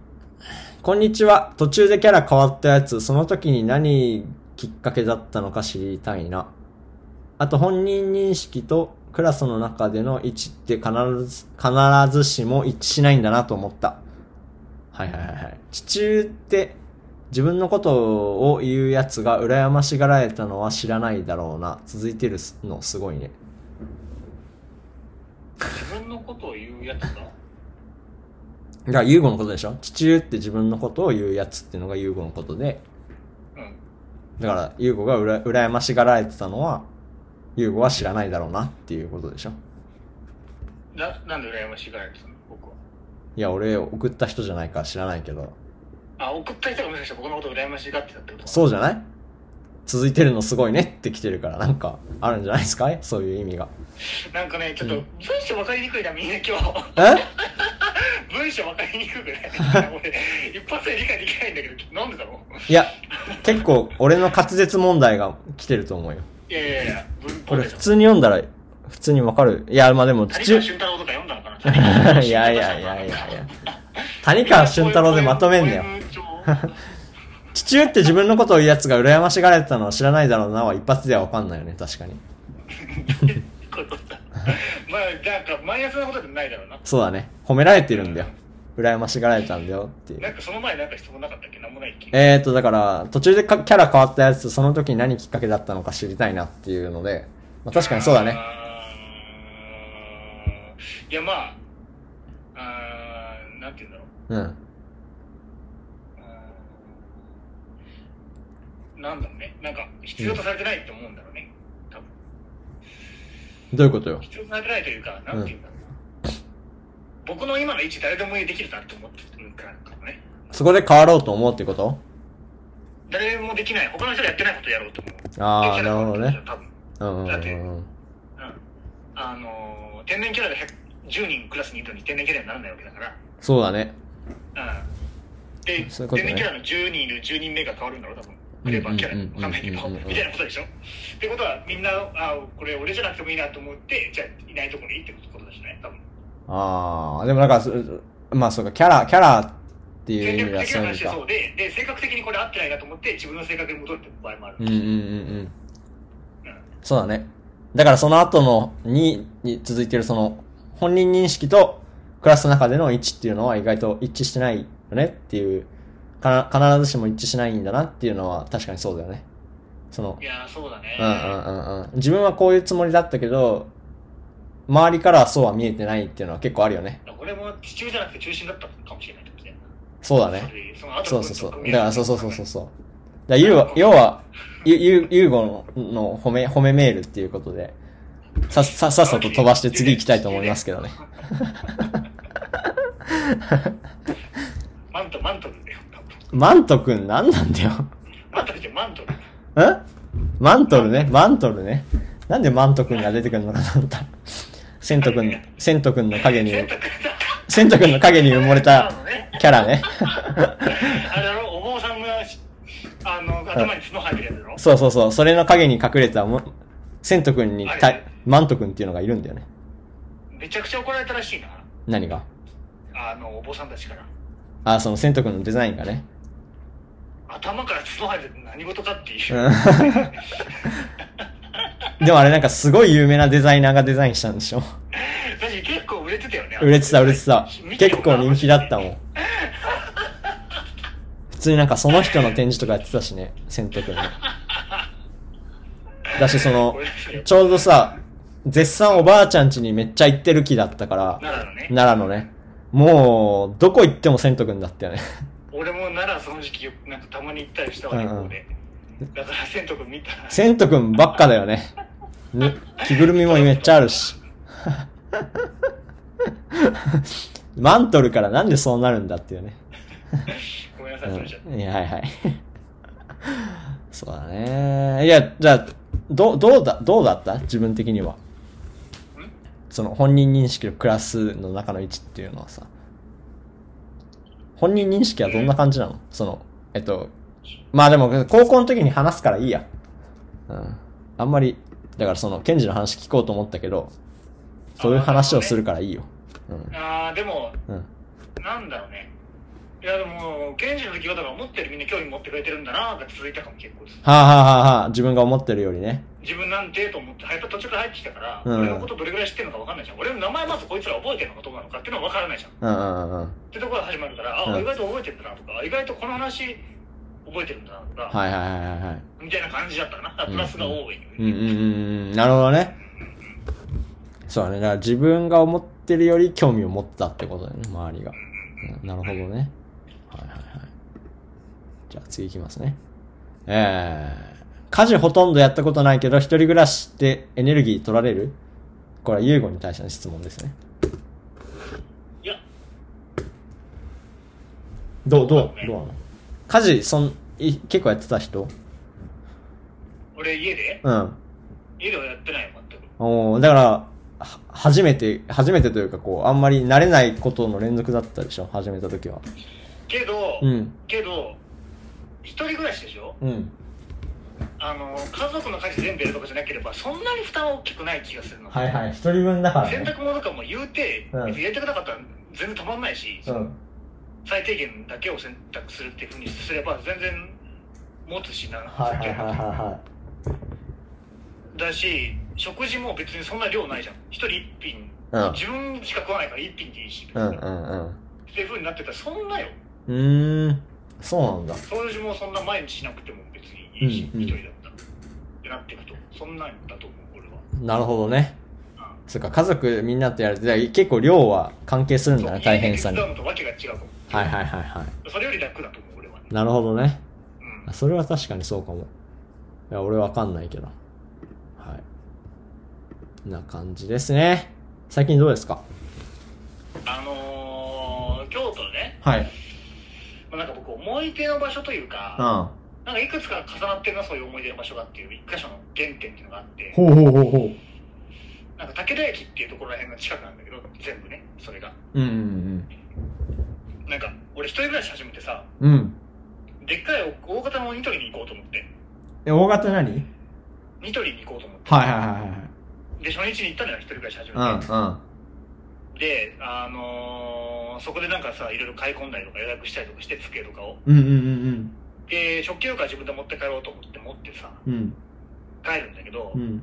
Speaker 1: こんにちは。途中でキャラ変わったやつ、その時に何きっかけだったのか知りたいな。あと本人認識とクラスの中での位置って必ず、必ずしも一致しないんだなと思った。はいはいはいはい。地中って自分のことを言うやつが羨ましがられたのは知らないだろうな。続いてるのすごいね。
Speaker 2: 自分のことを言うやつが
Speaker 1: だから、ユーゴのことでしょ地中って自分のことを言うやつっていうのがユーゴのことで、
Speaker 2: うん
Speaker 1: だから、ユーゴがうら羨ましがられてたのは、ユーゴは知らないだろうなっていうことでしょ
Speaker 2: ななんで羨ましがられてたの僕はい
Speaker 1: や、俺送った人じゃないから知らないけど、
Speaker 2: あ送った人がもしかして僕のこと羨ましがってたってこと
Speaker 1: そうじゃない続いてるのすごいねって来てるから、なんか、あるんじゃないですかそういう意味が。
Speaker 2: なんかねちょっと
Speaker 1: うん
Speaker 2: 文章分かりにくいなみんな今日
Speaker 1: え
Speaker 2: 文章分かりにくく ない俺一発で理解できないんだけどなんでだろう
Speaker 1: いや、結構、俺の滑舌問題が来てると思うよ。
Speaker 2: いやいやいや文
Speaker 1: こ
Speaker 2: 法
Speaker 1: れ
Speaker 2: でし
Speaker 1: 普
Speaker 2: ょ
Speaker 1: 通に読んだら、普通にわかる。いや、まあでも、
Speaker 2: 谷
Speaker 1: 地中
Speaker 2: 川、俊太郎とか読ん だのか
Speaker 1: いや
Speaker 2: な
Speaker 1: いやいやいやいや。谷川俊太郎でまとめん だよ。地中って自分のことを言うやつが羨ましがられてたのは知らないだろうなは一発ではわかんないよね、確かに。
Speaker 2: ことだまあなんかマイナスなことでもないだろうな
Speaker 1: そうだね。褒められてるんだよ。羨ましがられたんだよっていう
Speaker 2: な。んかその前なんか質問なかったっけなんもないっけ
Speaker 1: えーと、だから、途中でかキャラ変わったやつ、その時に何きっかけだったのか知りたいなっていうので、まあ確かにそうだね。
Speaker 2: あーいやまああーなんて言うんだろう
Speaker 1: うん。
Speaker 2: あーなんだろうねなんか必要とされてないと思うんだろうね多分
Speaker 1: どういうことよ。
Speaker 2: 必要とされてないというかなんて言うんだろうな、僕の今の位置誰でもできるなって思ってるからかもね
Speaker 1: そこで変わろうと思うってこと
Speaker 2: 誰もできない他の人がやってないことやろうと思う
Speaker 1: あ
Speaker 2: で
Speaker 1: ー、
Speaker 2: き
Speaker 1: な
Speaker 2: ない
Speaker 1: るほどね。
Speaker 2: 多分
Speaker 1: うんうんうん
Speaker 2: だって
Speaker 1: うん。
Speaker 2: うんあのー天然キャラで100 10人クラスにいるのに天然キャラにならないわけだから
Speaker 1: そうだね。
Speaker 2: うんで、
Speaker 1: そういうことね
Speaker 2: 天然キャラの10人いる10人目が変わるんだろう、多分。クレバーキャラ、
Speaker 1: うんうんうんうん
Speaker 2: わかんないけど、
Speaker 1: うんうんうん
Speaker 2: みたいなことでしょってことは、みんな、あこれ俺じゃなくてもいいなと思って、じゃあいないとこにいいってことだしね、多分。
Speaker 1: ああ、でもなんかそ、まあそうか、キャラ、キャラっていう
Speaker 2: 戦
Speaker 1: 意味
Speaker 2: 略
Speaker 1: が
Speaker 2: 的
Speaker 1: そ
Speaker 2: な
Speaker 1: ういう意
Speaker 2: 話
Speaker 1: 味
Speaker 2: で
Speaker 1: か
Speaker 2: そ。うで、で、性格的にこれ合ってないなと思って、自分の性格に戻るって場合もある。
Speaker 1: うんうんうんうん。そうだね。だからその後の2に続いてるその、本人認識とクラスの中での位置っていうのは意外と一致してないよねっていう、かな必ずしも一致しないんだなっていうのは確かにそうだよね。その
Speaker 2: い、やー、そうだね。
Speaker 1: うんうんうんうん。自分はこういうつもりだったけど、周りからはそうは見えてないっていうのは結構あるよね。
Speaker 2: 俺も地中じゃなくて中心だったかもしれないってことだよな
Speaker 1: そうだね。
Speaker 2: その後
Speaker 1: そう
Speaker 2: の
Speaker 1: そうそう。
Speaker 2: 組
Speaker 1: だ
Speaker 2: み
Speaker 1: か
Speaker 2: 合
Speaker 1: ら、
Speaker 2: わせ
Speaker 1: そうそうそうそうそう。だからユーゴ要は、ユユユーゴのの褒め、褒めメールっていうことで、さ、さ、さっさと飛ばして次行きたいと思いますけどね。
Speaker 2: マント、マントルだよ。多分
Speaker 1: マントくん何なんだよ。
Speaker 2: マントルってマントル。
Speaker 1: んマントルね、マントルね。なんでマントくんが出てくるのかなと思った。セントくん、セントくんの影に、
Speaker 2: 洗濯だ。
Speaker 1: セントくんの影に埋もれたキャラね。
Speaker 2: あれだろ、お坊さんがし、あの、頭に角生えてるやつだろ。
Speaker 1: そうそうそう、それの影に隠れたも、セントくんにた、マントくんっていうのがいるんだよね。
Speaker 2: めちゃくちゃ怒られたらしいな。
Speaker 1: 何が
Speaker 2: あの、お坊さんたちから。
Speaker 1: あ、そのセントくんのデザインがね。
Speaker 2: 頭から角生えてる何事かっていう。
Speaker 1: うん でもあれなんかすごい有名なデザイナーがデザインしたんでしょ
Speaker 2: 私結構売れてたよね。
Speaker 1: 売れてた売れてた
Speaker 2: 見。てよ
Speaker 1: 結構人気だったもん。普通になんかその人の展示とかやってたしね、セント君の。だしその、ちょうどさ、絶賛おばあちゃん家にめっちゃ行ってる気だったから、
Speaker 2: 奈良のね。
Speaker 1: 奈良のね。もう、どこ行ってもセント君だったよね。
Speaker 2: 俺も奈良その時期よく、なんかたまに行ったりしたわけ、こうで。だから、千と君見たら。
Speaker 1: セント君ばっかだよね。ぬ着ぐるみもめっちゃあるし。 マントルからなんでそうなるんだっていうね。
Speaker 2: ごめんなさい、それじゃ。
Speaker 1: うん、いやはいはい。 そうだね。いや、じゃあ、どう、どうだ、どうだった自分的には。その本人認識のクラスの中の位置っていうのはさ。本人認識はどんな感じなのその、えっと、まあでも、高校の時に話すからいいや。うん。あんまり、だからその、ケンジの話聞こうと思ったけど、そういう話をするからいいよ。うん。
Speaker 2: ああ、でも、
Speaker 1: うん。
Speaker 2: なんだろうね。いや、でも、現地の出来事が思ったよりみんな興味持ってくれてるんだなが続いたかも結構です。
Speaker 1: はあ、はあはあはあ、自分が思ってるよりね。
Speaker 2: 自分なんてと思って、やっぱ途中から入ってきたから、
Speaker 1: うん
Speaker 2: 俺のことどれぐらい知ってるのか分かんないじゃん。俺の名前まずこいつら覚えてるのかどうなのかっていうのは分からないじゃん。っ
Speaker 1: うんうんうんうん。
Speaker 2: てところが始まるから、あ、
Speaker 1: うん
Speaker 2: 意外と覚えてるんだなとか、意外とこの話覚えてるんだなとか、
Speaker 1: はいはいはいはいはい。
Speaker 2: みたいな感じだったかな。だからプラスが多い。
Speaker 1: うんうんうんうん。なるほどね。そうだね。だから自分が思ってるより興味を持ったってことだよね、周りが。うんなるほどね。はいはいはい。じゃあ次いきますね。えー、家事ほとんどやったことないけど、一人暮らしってエネルギー取られるこれはユーゴに対しての質問ですね。
Speaker 2: いや、
Speaker 1: どう、どう、どうなの家事、そん、い結構やってた人
Speaker 2: 俺家で
Speaker 1: うん。
Speaker 2: 家ではやってないよ、全く。
Speaker 1: おーだから、は初めて、初めてというかこう、あんまり慣れないことの連続だったでしょ始めた時は。
Speaker 2: けど、
Speaker 1: うん。
Speaker 2: けど、一人暮らしでしょ
Speaker 1: うん。
Speaker 2: あの、家族の家事全部やるとかじゃなければ、そんなに負担は大きくない気がするの。
Speaker 1: はいはい、一人分だから、
Speaker 2: 洗
Speaker 1: ね。
Speaker 2: 濯物とかも言うて、
Speaker 1: うん
Speaker 2: 別にやりたくなかったら全然たまんないし、
Speaker 1: うん。
Speaker 2: 最低限だけを選択するっていうふうにすれば全然持つしな、
Speaker 1: はいはいはいはいは
Speaker 2: だし食事も別にそんな量ないじゃん一人一品、
Speaker 1: うん
Speaker 2: 自分しか食わないから一品でいいし、
Speaker 1: い。うんうん
Speaker 2: っていうふうになってたらそんなよ
Speaker 1: うん。うーん。そうなんだ。
Speaker 2: 掃除もそんな毎日しなくても別にいいし、
Speaker 1: うんうん
Speaker 2: 一人だったらってなっていくとそんなんだと思う俺は
Speaker 1: なるほどね。そっか、家族みんなとやると、だから結構量は関係するんだね、大変さに。
Speaker 2: そう
Speaker 1: は
Speaker 2: 家で手伝うのとわけが違うと思う、
Speaker 1: いはいはいは
Speaker 2: それより楽だと思う俺は、ね
Speaker 1: い。なるほどね。
Speaker 2: うん
Speaker 1: それは確かにそうかも。いや、俺わかんないけど。はい。な感じですね。最近どうですか
Speaker 2: あのー、京都ね、
Speaker 1: はい。
Speaker 2: まあ、なんか僕思い出の場所というか、
Speaker 1: うん。
Speaker 2: なんかいくつか重なってるなそういう思い出の場所がっていう一箇所の原点っていうのがあって
Speaker 1: ほうほうほうほう。
Speaker 2: なんか武田駅っていうところら辺の近くなんだけど全部ねそれが
Speaker 1: うんうん
Speaker 2: なんか俺一人暮らし始めてさ
Speaker 1: うん。うん。
Speaker 2: でっかい大型のニトリに行こうと思って
Speaker 1: え、大型何はい
Speaker 2: ニトリに行こうと思って
Speaker 1: はいは
Speaker 2: で初日に行ったのよ一人暮らし始め
Speaker 1: いはい。
Speaker 2: て、
Speaker 1: うんうん。
Speaker 2: であのーそこでなんかさいろいろ買い込んだりとか予約したりとかして机とかを
Speaker 1: うんうんうん
Speaker 2: で食器用具は自分で持って帰ろうと思って持ってさ
Speaker 1: うん。うん。
Speaker 2: 帰るんだけど、
Speaker 1: うん。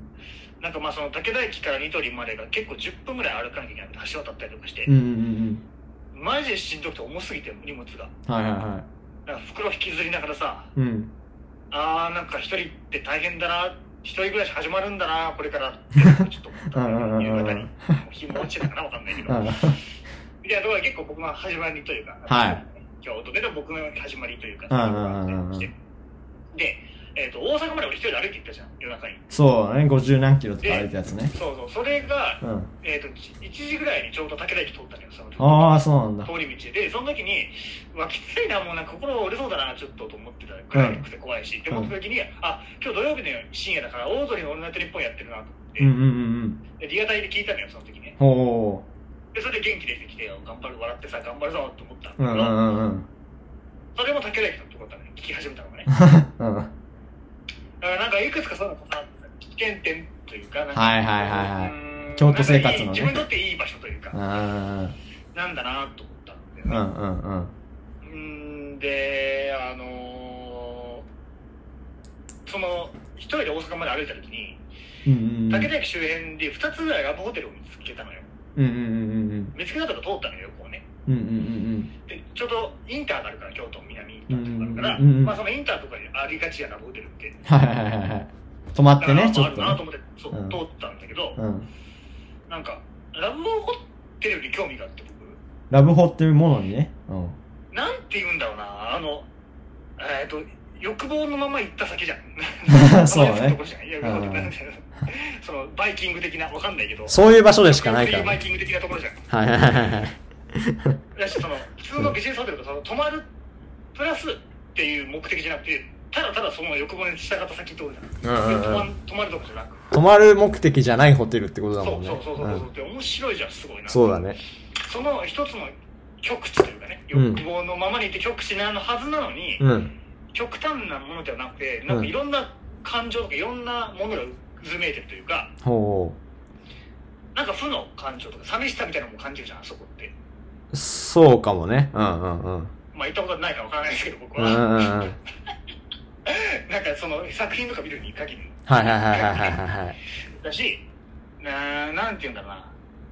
Speaker 2: なんかまあその武田駅からニトリまでが結構10分ぐらい歩かなきゃいけなくて橋渡ったりとかして、
Speaker 1: うんうんうん
Speaker 2: マジでしんどくて重すぎて荷物が
Speaker 1: うん。はいはいは
Speaker 2: なんか袋引きずりながらさ
Speaker 1: い。うん。
Speaker 2: あーなんか一人って大変だな一人暮らし始まるんだなこれからってなんかちょっと思った
Speaker 1: うんうんうんうん
Speaker 2: 夕方にもう日も落ちたかなわかんないけど
Speaker 1: うん。
Speaker 2: いやだから結構僕の始まりというか、
Speaker 1: はい
Speaker 2: 京都での僕の始まりというか、
Speaker 1: うんうんうんうん
Speaker 2: で、えー、と大阪まで俺一人で歩いて行ったじゃん夜中に
Speaker 1: そうだね、50何キロとか歩いたやつね。
Speaker 2: そうそうそれが
Speaker 1: う、ん。
Speaker 2: えー、と1時ぐらいにちょうど武田駅通ったのよその時
Speaker 1: ああ、そうなんだ。
Speaker 2: 通り道で、その時に、うわ、きついな、もうなんか心折れそうだな、ちょっとと思ってたくらいくて怖いし、って思った時に、あ、今日土曜日の深夜だから、オードリーのオールナイト日本やってるなと思って、
Speaker 1: うんうんうんうん。
Speaker 2: でリアタイで聞いたのよ、その時ね。
Speaker 1: ほ
Speaker 2: で、それで元気出てきて、頑張る、笑ってさ、頑張るぞと思ったん
Speaker 1: う。う
Speaker 2: だ
Speaker 1: ん
Speaker 2: け
Speaker 1: う
Speaker 2: ど、
Speaker 1: んうんうん。
Speaker 2: それも竹田駅のとこだったのね、聞き始めたのがね。
Speaker 1: うん。はい
Speaker 2: だからなんか、いくつかそういうのがさ、原点というか、なんか、
Speaker 1: はいはいは
Speaker 2: うーん
Speaker 1: 京都生活のね
Speaker 2: なんかいい自分にとっていい場所というか
Speaker 1: い。、うん。
Speaker 2: なんだなと思ったんだよ
Speaker 1: うん
Speaker 2: ね。
Speaker 1: うんうん。
Speaker 2: うんであのーその一人で大阪まで歩いた時に
Speaker 1: うんうんうん。
Speaker 2: 武田駅周辺で2つぐらいラブホテルを見つけたのよ
Speaker 1: うんうんうん
Speaker 2: 見つけたとか通ったのよこうね
Speaker 1: うん。うんうん
Speaker 2: でちょうどインターがあるから京都南インターとかあるから、
Speaker 1: うんうんうん
Speaker 2: まあ、そのインターとかにありがちやラブホテルって
Speaker 1: はいはいはいはい。止まっ
Speaker 2: だ
Speaker 1: てね、ちょ
Speaker 2: あ
Speaker 1: っ
Speaker 2: る
Speaker 1: と
Speaker 2: なと
Speaker 1: ね。
Speaker 2: 思ってそう
Speaker 1: うん
Speaker 2: 通ったんだけど、
Speaker 1: うん。
Speaker 2: なんかラブホテルに興味があって僕
Speaker 1: ラブホっていうものにね。うん。
Speaker 2: なんて言うんだろうなあのえっ、と欲望のまま行った先じゃ ん
Speaker 1: そうだね
Speaker 2: あんまりとこじゃんいや
Speaker 1: うん
Speaker 2: なんていうのそのバイキング的なわかんないけど
Speaker 1: そういう場所でしかないから
Speaker 2: バイ
Speaker 1: ね。
Speaker 2: キング的なところじゃん
Speaker 1: はいはいはいはい。
Speaker 2: だしその普通のビジネスホテルとその泊まるプラスっていう目的じゃなくてただただその欲望に従った先ってことじゃん,、
Speaker 1: うんうんうん
Speaker 2: 泊ま泊まるとこじゃなく
Speaker 1: 泊まる目的じゃないホテルってことだ
Speaker 2: そ
Speaker 1: も
Speaker 2: うん
Speaker 1: ね。
Speaker 2: そうそうそう
Speaker 1: う
Speaker 2: そう、
Speaker 1: ん
Speaker 2: で面白いじゃんすごいな
Speaker 1: そうだね。
Speaker 2: その一つの極地というかね
Speaker 1: うん
Speaker 2: 欲望のままにいて極地なのはずなのに、
Speaker 1: うん。
Speaker 2: 極端なものではなくてなんかいろんな感情とかいろんなものがうずめいてるというか、
Speaker 1: ほ
Speaker 2: なんか負の感情とか寂しさみたいなのも感じるじゃん、あそこって。
Speaker 1: う。そうかもね。うんうんうん。
Speaker 2: まあ行ったことないからわからないですけど、僕
Speaker 1: うん
Speaker 2: は。
Speaker 1: うんうん。はい
Speaker 2: なんかその作品とか見るに限り
Speaker 1: はいはいはいはいはいはい。
Speaker 2: だし、ななんて言うんだろうな、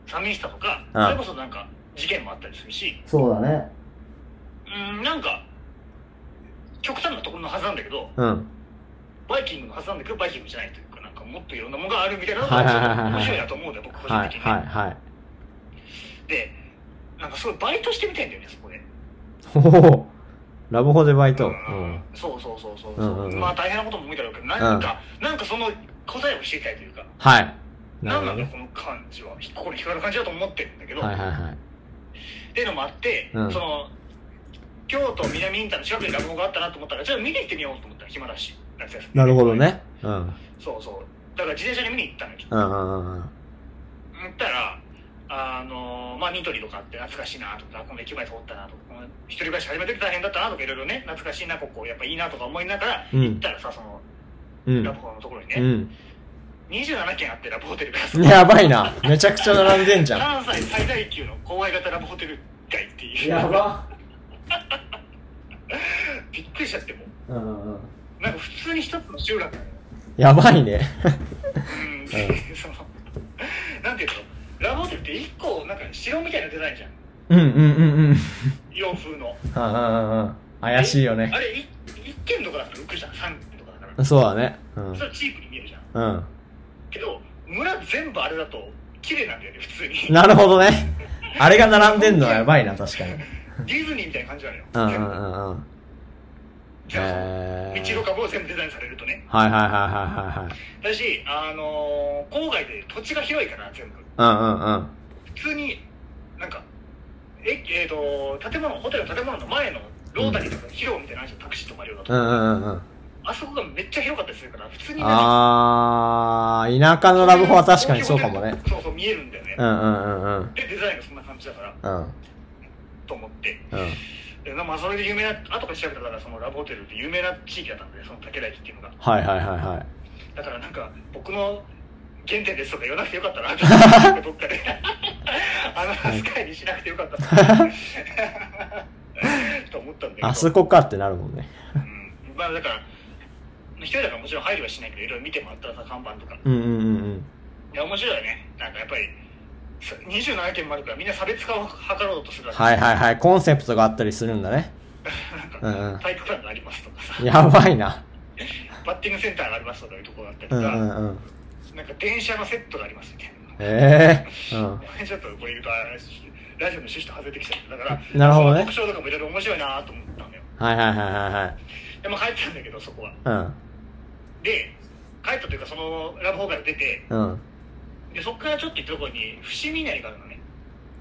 Speaker 2: 寂しさとか、
Speaker 1: うん
Speaker 2: それこそなんか事件もあったりするし、
Speaker 1: そうだね。
Speaker 2: うん、なんか、極端なところのはずなんだけど、
Speaker 1: うん。
Speaker 2: バイキングのはずなんだけど、バイキングじゃないというか、なんかもっといろんなものがあるみたいなの
Speaker 1: はいはいはいは
Speaker 2: が
Speaker 1: い
Speaker 2: 面白いなと思うんだよ、僕個人
Speaker 1: はい
Speaker 2: 的に。
Speaker 1: はいはい。
Speaker 2: で、なんかすごいバイトしてみたいんだよね、そこで。
Speaker 1: ほほラブホでバイト。う
Speaker 2: うん
Speaker 1: ん。
Speaker 2: そうそうそうそう。
Speaker 1: うんうんうん
Speaker 2: まあ大変なことも多いだろうけど、なんか、なんかその答えを知りたいというか、
Speaker 1: はい。なる
Speaker 2: なん
Speaker 1: ほ
Speaker 2: な
Speaker 1: ど
Speaker 2: んだよ
Speaker 1: ね。
Speaker 2: この感じは、これ光る感じだと思ってるんだけど、
Speaker 1: はいはいはい。
Speaker 2: っていうのもあって、
Speaker 1: うん
Speaker 2: その京都南インターの近くに学校があったなと思ったからじゃあ見に行ってみようと思ったら暇だし夏休み
Speaker 1: なるほどね。うん。
Speaker 2: そうそうだから自転車で見に行ったのよ
Speaker 1: うんうんうんうん。
Speaker 2: 行ったらあのまあニトリとかあって懐かしいなとかこの駅前通ったなとかこの一人暮らし始めて大変だったなとかいろいろね懐かしいなここやっぱいいなとか思いながら
Speaker 1: うん
Speaker 2: 行ったらさその
Speaker 1: う
Speaker 2: ラブ
Speaker 1: ん。
Speaker 2: ホのところに
Speaker 1: う
Speaker 2: ね、
Speaker 1: ん。
Speaker 2: 27軒あってラブホテルが
Speaker 1: やばいな。めちゃくちゃ並んでんじゃ
Speaker 2: 関西最大級の郊外型ラブホテル街ってい
Speaker 1: ん。
Speaker 2: う
Speaker 1: ば。
Speaker 2: びっくりしちゃっても
Speaker 1: うんうんうん。
Speaker 2: うなんか普通に一つの集落なのよ
Speaker 1: やばいね。
Speaker 2: うん そのなんていうのラブホテルって一個なんか城みたいなデザインじゃん
Speaker 1: うんうんうんうん。
Speaker 2: 洋風の
Speaker 1: うんうんうんうん。怪しいよね
Speaker 2: あ。れい一軒とかだったら浮くじゃん三軒とかだから
Speaker 1: そうだね。うん。
Speaker 2: それはチープに見えるじゃ
Speaker 1: う
Speaker 2: ん
Speaker 1: ん。
Speaker 2: けど村全部あれだと綺麗なんだよね普通に
Speaker 1: なるほどね。あれが並んでんのはやばいな、確かに。
Speaker 2: ディズニーみたいな感じなのよ
Speaker 1: うんう
Speaker 2: 全
Speaker 1: ん
Speaker 2: 部
Speaker 1: うんうん。
Speaker 2: じゃあ
Speaker 1: へ
Speaker 2: 道
Speaker 1: ー
Speaker 2: とかも全部デザインされるとね
Speaker 1: はいはいはいはいはいはい。
Speaker 2: だしあのー郊外で土地が広いから全部
Speaker 1: うんうんうん。
Speaker 2: 普通になんかええーと建物ホテルの建物の前のロータリーとか広場みたいなのあるじゃんタクシーとかいろいろと
Speaker 1: うんうんうんうん。
Speaker 2: あそこがめっちゃ広かったりするから、普通にね
Speaker 1: あー、田舎のラブホは確かにそうかもね。。
Speaker 2: そうそう、見えるんだよね。
Speaker 1: うんうんうんうん。
Speaker 2: で、デザインがそんな感じだから、
Speaker 1: うん。うん。
Speaker 2: と思って。でまあ、それで有名な、後から調べたら、そのラブホテルって有名な地域だったんで、その竹田駅っていうのが。
Speaker 1: はいはいはいはい。
Speaker 2: だからなんか、僕の原点ですとか言わなくてよかったなと思って、どっかで。あのスカイにしなくてよかったな と思ったんだけど。
Speaker 1: あそこかってなるもんね。
Speaker 2: うん、まあだから、一人だからもちろん配慮はしないけど、いろいろ見てもらったらさ、看板とか。
Speaker 1: うんうんうんうん。
Speaker 2: いや、面白いよね。なんかやっぱり、さ27件もあるからみんな差別化を図ろうとするわけ、
Speaker 1: はいはいはい。コンセプトがあったりするんだ ね。うんうん。
Speaker 2: 体育館がありますとかさ、
Speaker 1: やばいな。
Speaker 2: バッティングセンターがありますとかいうところがあったり
Speaker 1: う
Speaker 2: と
Speaker 1: んう
Speaker 2: か、
Speaker 1: んうん。
Speaker 2: なんか電車のセットがありますみたいな。
Speaker 1: ええー。
Speaker 2: ちょっとこれ言うと、あれラジオの趣旨と外れてきちゃった。だから、
Speaker 1: なるほどね
Speaker 2: その特徴とかもいろいろ面白いなと思ったのよ。
Speaker 1: うん。はいはいはいはいはい。
Speaker 2: でも帰ったんだけど、そこは。
Speaker 1: うん。
Speaker 2: で、帰ったというか、そのラブホーから出て、
Speaker 1: うん。
Speaker 2: でそこからちょっと行ったところに、伏見稲荷があるのね。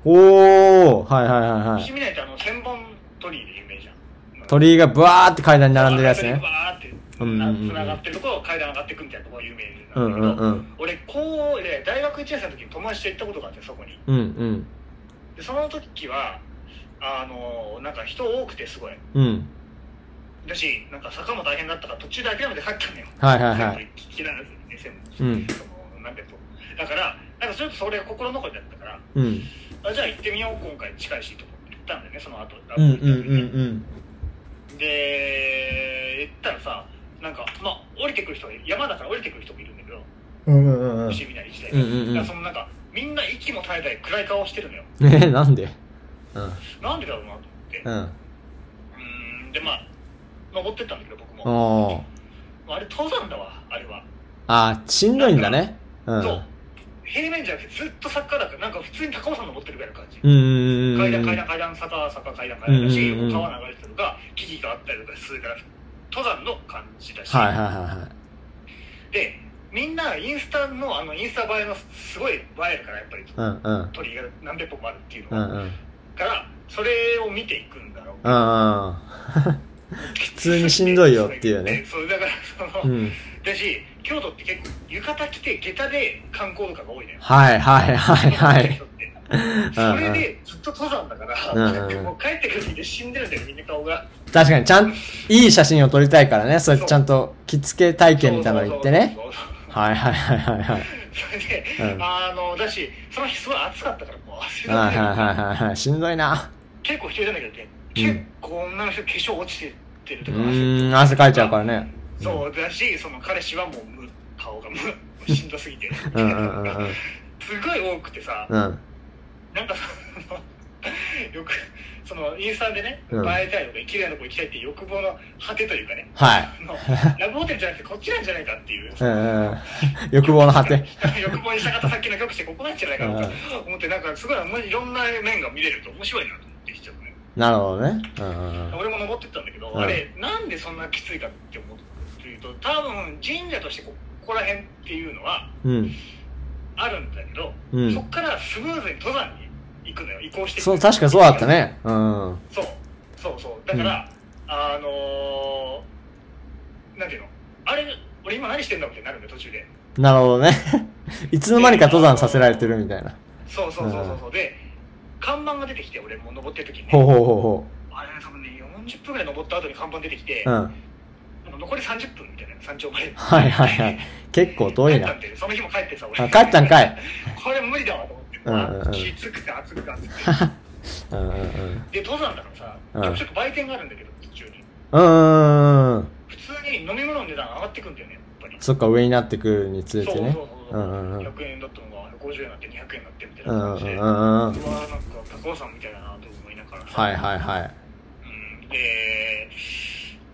Speaker 1: おーはいはいはいはい
Speaker 2: 伏。見稲荷ってあの、千本鳥居で有名じゃん。
Speaker 1: 鳥居がブワーって階段に並んでるやつね。
Speaker 2: バーって
Speaker 1: うんうんうん
Speaker 2: つながってるところ階段上がってくみたいなところが有名
Speaker 1: う
Speaker 2: なんんだ
Speaker 1: う
Speaker 2: けど、
Speaker 1: んうん。
Speaker 2: 俺こうで大学1年生の時に友達と行ったことがあってそこに
Speaker 1: うんうん。
Speaker 2: でその時はあのなんか人多くてすごい
Speaker 1: うん。
Speaker 2: だしなんか坂も大変だったから途中で諦めて帰ったのよ
Speaker 1: はいはいはい。
Speaker 2: 全部嫌いなやつね
Speaker 1: うん。
Speaker 2: 全部そのなんでとだからなんかちょっとそれが心残りだったから
Speaker 1: うん。
Speaker 2: あじゃあ行ってみよう今回近いしと思って行ったんだよねその後
Speaker 1: うんうんうん
Speaker 2: で行ったらさなんかまあ降りてくる人が山だから降りてくる人もいるんだけど
Speaker 1: うん。うんうん うん。
Speaker 2: 伏見なり自体
Speaker 1: うんうんうん
Speaker 2: がそのなんかみんな息も絶えない暗い顔してるのよ
Speaker 1: えー、なんでうん。
Speaker 2: なんでだろうなと思ってう
Speaker 1: うん。
Speaker 2: ーんでまあ登ってったんだけど僕も
Speaker 1: おー。
Speaker 2: あれ登山だわあれは
Speaker 1: あー、しんどいんだね。うん。
Speaker 2: そう
Speaker 1: う
Speaker 2: 平面じゃなくてずっと坂だからなんか普通に高尾山登ってるぐらいの感じ
Speaker 1: んうんうん。
Speaker 2: 階段階段階段坂坂階段階段だし
Speaker 1: うんうんうん
Speaker 2: 川流れてるとか木々があったりとかするから登山の感じだし
Speaker 1: はいはいはいはい。
Speaker 2: でみんなインスタのあのインスタ映えのすごい映えるからやっぱり
Speaker 1: うんうん。
Speaker 2: 鳥居が何百本もあるっていう
Speaker 1: うんう
Speaker 2: の
Speaker 1: ん。うん
Speaker 2: からそれを見ていくんだろう
Speaker 1: うん。普通にしんどいよっていうね
Speaker 2: で。そうだから
Speaker 1: う
Speaker 2: その、
Speaker 1: ん。
Speaker 2: だし京都って結構浴衣着て下駄で観光とかが多いのよ
Speaker 1: はいはいはいはい。
Speaker 2: 京都ってそれでずっと登山だから、
Speaker 1: うんうん
Speaker 2: もう帰ってくるんで死んでるんだよ、みんな顔が。
Speaker 1: 確かに、ちゃん、いい写真を撮りたいからね。そうやってちゃんと着付け体験みたいなの行ってね
Speaker 2: そ。うそうそうそう
Speaker 1: はいはいはいはいはい。
Speaker 2: それで、
Speaker 1: うん
Speaker 2: あの、だし、その日すごい暑かったから、もう汗だ
Speaker 1: は
Speaker 2: く
Speaker 1: い
Speaker 2: で
Speaker 1: はいはいはいはい。しんどいな。
Speaker 2: 結構一人なんだけどね、
Speaker 1: うん
Speaker 2: 結構女の人化粧落ちてる
Speaker 1: う
Speaker 2: とか、
Speaker 1: ーん、汗かいちゃうからね。
Speaker 2: そうだし、その彼氏はもうむ顔がむしんどすぎて、す
Speaker 1: うんうんうんうん。
Speaker 2: ごい多くてさ、
Speaker 1: うん。
Speaker 2: なんかその、よく、そのインスタでね、映
Speaker 1: うん
Speaker 2: えたいとか、綺麗な子行きたいっていう欲望の果てというかね、
Speaker 1: はい。
Speaker 2: あのラブホテルじゃなくてこっちなんじゃないかって いう。
Speaker 1: うんうんうん。欲望の果て。
Speaker 2: 欲望に従ったさっきの曲してここなんじゃないかなと思って、なんかすごいもういろんな面が見れると面白いなと思ってきちゃうね。
Speaker 1: なるほどね。うんうんうん。
Speaker 2: 俺も登ってったんだけど、
Speaker 1: うん
Speaker 2: あれなんでそんなきついかって思うというと多分神社としてここら辺っていうのは
Speaker 1: うん。
Speaker 2: あるんだけど、
Speaker 1: うん
Speaker 2: そこからスムーズに登山に行くのよ移行していく
Speaker 1: そう、確かそうだったね。うん。
Speaker 2: そうそうそうだから、あのー、なんていうのあれ俺今何してんだみたいになるんだよ途中で
Speaker 1: なるほどね。 いつの間にか登山させられてるみたいな。
Speaker 2: そうそうそうそうそうで看板が出てきて俺もう登ってる時に、
Speaker 1: ほうほ
Speaker 2: ね、
Speaker 1: うほうほ
Speaker 2: あれ多分ね40分ぐらい登った後に看板出てきて、
Speaker 1: う。うん。
Speaker 2: あの残り30分みたいな山頂まで
Speaker 1: はいはいはい。結構遠い
Speaker 2: 帰った。
Speaker 1: なん
Speaker 2: でその日も帰ってさ、
Speaker 1: あ、帰ったんかい。
Speaker 2: これ無理だわと思って、
Speaker 1: うんうんうん
Speaker 2: きつくて暑くて暑くて。
Speaker 1: うんうんうん。
Speaker 2: で、登山だからさ、
Speaker 1: うん
Speaker 2: でもちょっと売店があるんだけど、途中に。
Speaker 1: うーん。
Speaker 2: 普通に飲み物の値段上がってくんだよね、やっぱり。
Speaker 1: そっか、上になってくるにつれ
Speaker 2: そう
Speaker 1: て
Speaker 2: そう
Speaker 1: ね
Speaker 2: そう。そうう、
Speaker 1: んうんうん。
Speaker 2: 100円だったのが50円になって200円になってみたい
Speaker 1: うんうん
Speaker 2: な感
Speaker 1: う
Speaker 2: じで、
Speaker 1: んう
Speaker 2: うわ
Speaker 1: んうん。
Speaker 2: ーなんか高尾山みたいだなと思いながらさ、
Speaker 1: はいはいはい。
Speaker 2: うん、で、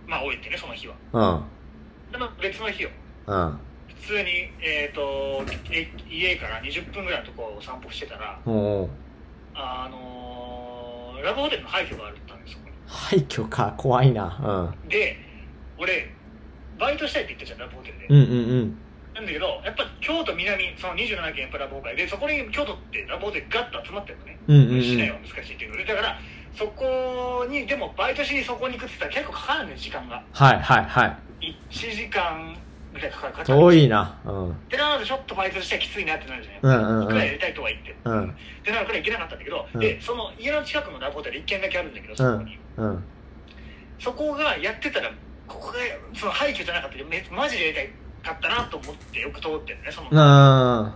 Speaker 2: まあ、終えてね、その日は。
Speaker 1: うん。
Speaker 2: でまあ別の日よ。
Speaker 1: うん。
Speaker 2: 普通に、えっ、と、え家から20分ぐらいのところを散歩してたら、
Speaker 1: もう、
Speaker 2: あのーラブホテルの廃墟があったんですよ、そこ
Speaker 1: 廃墟か、怖いな。
Speaker 2: にで、俺、バイトしたいって言ったじゃん、ラブホテルで。
Speaker 1: うん。うんうんうん。
Speaker 2: なんだけど、やっぱ京都南、その27県やっぱラブホテルで、そこに京都ってラブホテルガッと集まってるのね。
Speaker 1: うんうんうん
Speaker 2: 市内は難しいっていうので、だから、そこに、でもバイトしにそこに行くって言ったら結構かかるね、時間が。
Speaker 1: はいはいはい。
Speaker 2: 1時間ぐらいかかる。かかる
Speaker 1: 遠いな。うん。
Speaker 2: ってなるとちょっとバイトとしてはきついなってなるじゃ。
Speaker 1: うんんうん
Speaker 2: いく
Speaker 1: う
Speaker 2: らや
Speaker 1: ん。
Speaker 2: りたいとは言って。
Speaker 1: うん
Speaker 2: ってなるから行けなかったんだけど、
Speaker 1: うん
Speaker 2: で、その家の近くのラブホテル1軒だけあるんだけど、そこに。
Speaker 1: うん。
Speaker 2: そこがやってたら、ここがその廃墟じゃなかったけど、めマジでやりたいかったなと思ってよく通ってるね、その。
Speaker 1: うん。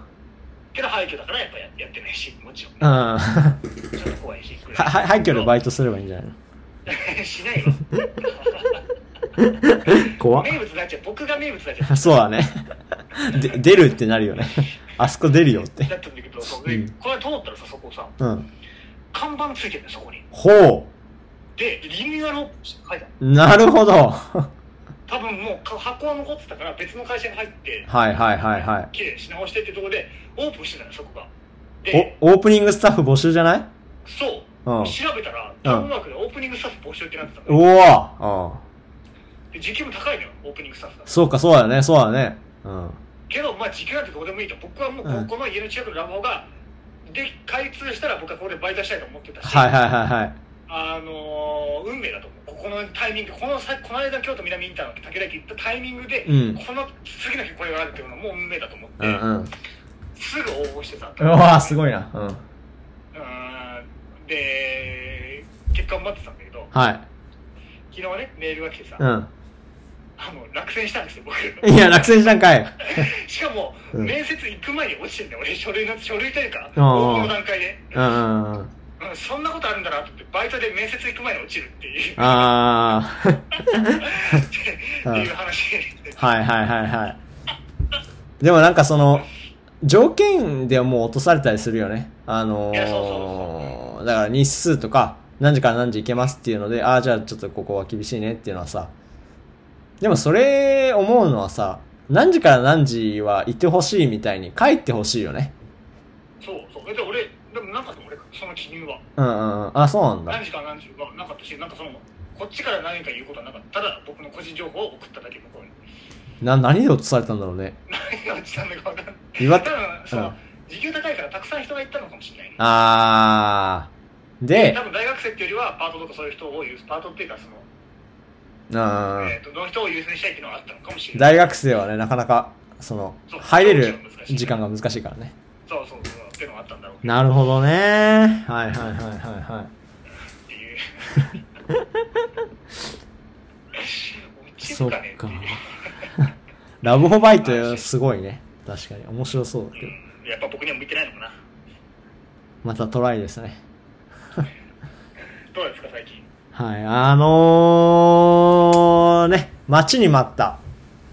Speaker 2: けど廃墟だからやっぱややってないし、もちろん、
Speaker 1: うん。 は、
Speaker 2: ね。
Speaker 1: は、
Speaker 2: ちょっと怖いし。
Speaker 1: 廃墟でバ
Speaker 2: イ
Speaker 1: イトすればいいんじゃないの
Speaker 2: しない わ。
Speaker 1: 怖っ
Speaker 2: 名物になっちゃう。僕が名物になっちゃ
Speaker 1: あそうだね。で、出るってなるよね。 あそこ出るよっ
Speaker 2: う。だ
Speaker 1: て。
Speaker 2: ったんだけど、そうれ
Speaker 1: ん
Speaker 2: これ通ったらさ、そこさ、
Speaker 1: うん。
Speaker 2: 看板ついてるね、そこに。
Speaker 1: ほう。
Speaker 2: で、リニューアルを書いたの
Speaker 1: なるほど。
Speaker 2: 多分もうか箱は残ってたから、別の会社に入って、
Speaker 1: はいはいはいはい。
Speaker 2: 綺麗にし直してってとこで、オープンしてたの、そこが。で、
Speaker 1: お、オープニングスタッフ募集じゃない
Speaker 2: そう。
Speaker 1: うん。
Speaker 2: 調べたら、ダブルワークでオープニングスタッフ募集ってなってたの
Speaker 1: うわうん。
Speaker 2: で時給も高いのよ、オープニングスタッフが。
Speaker 1: そうか、そうだね、そうだね。うん。
Speaker 2: けど、まあ、時給なんてどうでもいいと。僕はもう、
Speaker 1: うん
Speaker 2: ここの家の近くのラボが、で、開通したら僕はここでバイトしたいと思ってたし、
Speaker 1: はいはいはいはい。
Speaker 2: あのー運命だと思う。ここのタイミング、このさ、この間京都南インターの竹田駅行ったタイミングで、
Speaker 1: うん
Speaker 2: この次の日これがあるっていうのはもう運命だと思って、
Speaker 1: うんうん。
Speaker 2: すぐ応募してた。
Speaker 1: うわすごいな。うん。
Speaker 2: うーんで、結果を待ってたんだけど、
Speaker 1: はい。
Speaker 2: 昨日ね、メールが来てさ、
Speaker 1: う
Speaker 2: あの、落選したんですよ、僕。
Speaker 1: ん。いや、落選したんかい。
Speaker 2: しかも、
Speaker 1: うん
Speaker 2: 面接行く前に落ちてんだよ、俺、書類の、書類というか、
Speaker 1: うんうん
Speaker 2: 応募の段階で。
Speaker 1: うんうんうん。
Speaker 2: うんそんなことあるんだなと思って、バイトで面接行く前に落ちるっていう、
Speaker 1: あー。
Speaker 2: っていう話。
Speaker 1: はいはいはいはい。でもなんかその、条件ではもう落とされたりするよね。あの
Speaker 2: いやそう
Speaker 1: ー、だから日数とか、何時から何時行けますっていうので、ああ、じゃあちょっとここは厳しいねっていうのはさ、でもそれ思うのはさ、何時から何時はいてほしいみたいに書いてほしいよね。
Speaker 2: そうそう。で、俺、でもなかった、俺、その記入は。
Speaker 1: うんうんうん。あ、そうなんだ
Speaker 2: 何。時から何時はなかったし、なんかその、こっちから何か言うことはなかった。ただ、僕の個人情報を送っただけの声。
Speaker 1: な、何で落とされたんだろうね。
Speaker 2: 何が落ちたんだか分かんない。
Speaker 1: 岩
Speaker 2: 多
Speaker 1: 手、
Speaker 2: 分、そうの、
Speaker 1: ん
Speaker 2: 時給高いからたくさん人が行ったのかもしれないね。
Speaker 1: あー。で
Speaker 2: 多、分大学生っていうよりは、パートとかそういう人を優先、パートっていうか、その、
Speaker 1: うんうんうん
Speaker 2: えっ、と、の人を優先したいっていうのがあったのかもしれない。
Speaker 1: 大学生はね、なかなか、その、
Speaker 2: そう
Speaker 1: 入れる
Speaker 2: そう
Speaker 1: 時間が難しいからね。
Speaker 2: そうそうそう。で、いうのがあったんだろう
Speaker 1: なるほどね。はいはいはいはいはい。
Speaker 2: っていう。 落ち
Speaker 1: そ
Speaker 2: る
Speaker 1: っ
Speaker 2: かねって
Speaker 1: か
Speaker 2: いう。。
Speaker 1: ラブホバイトすごいね。確かに。面白そうだけど。
Speaker 2: うんやっぱ僕には向いてないのかな。
Speaker 1: またトライですね。
Speaker 2: どうですか、最近。
Speaker 1: はい。あのー、ね、待ちに待った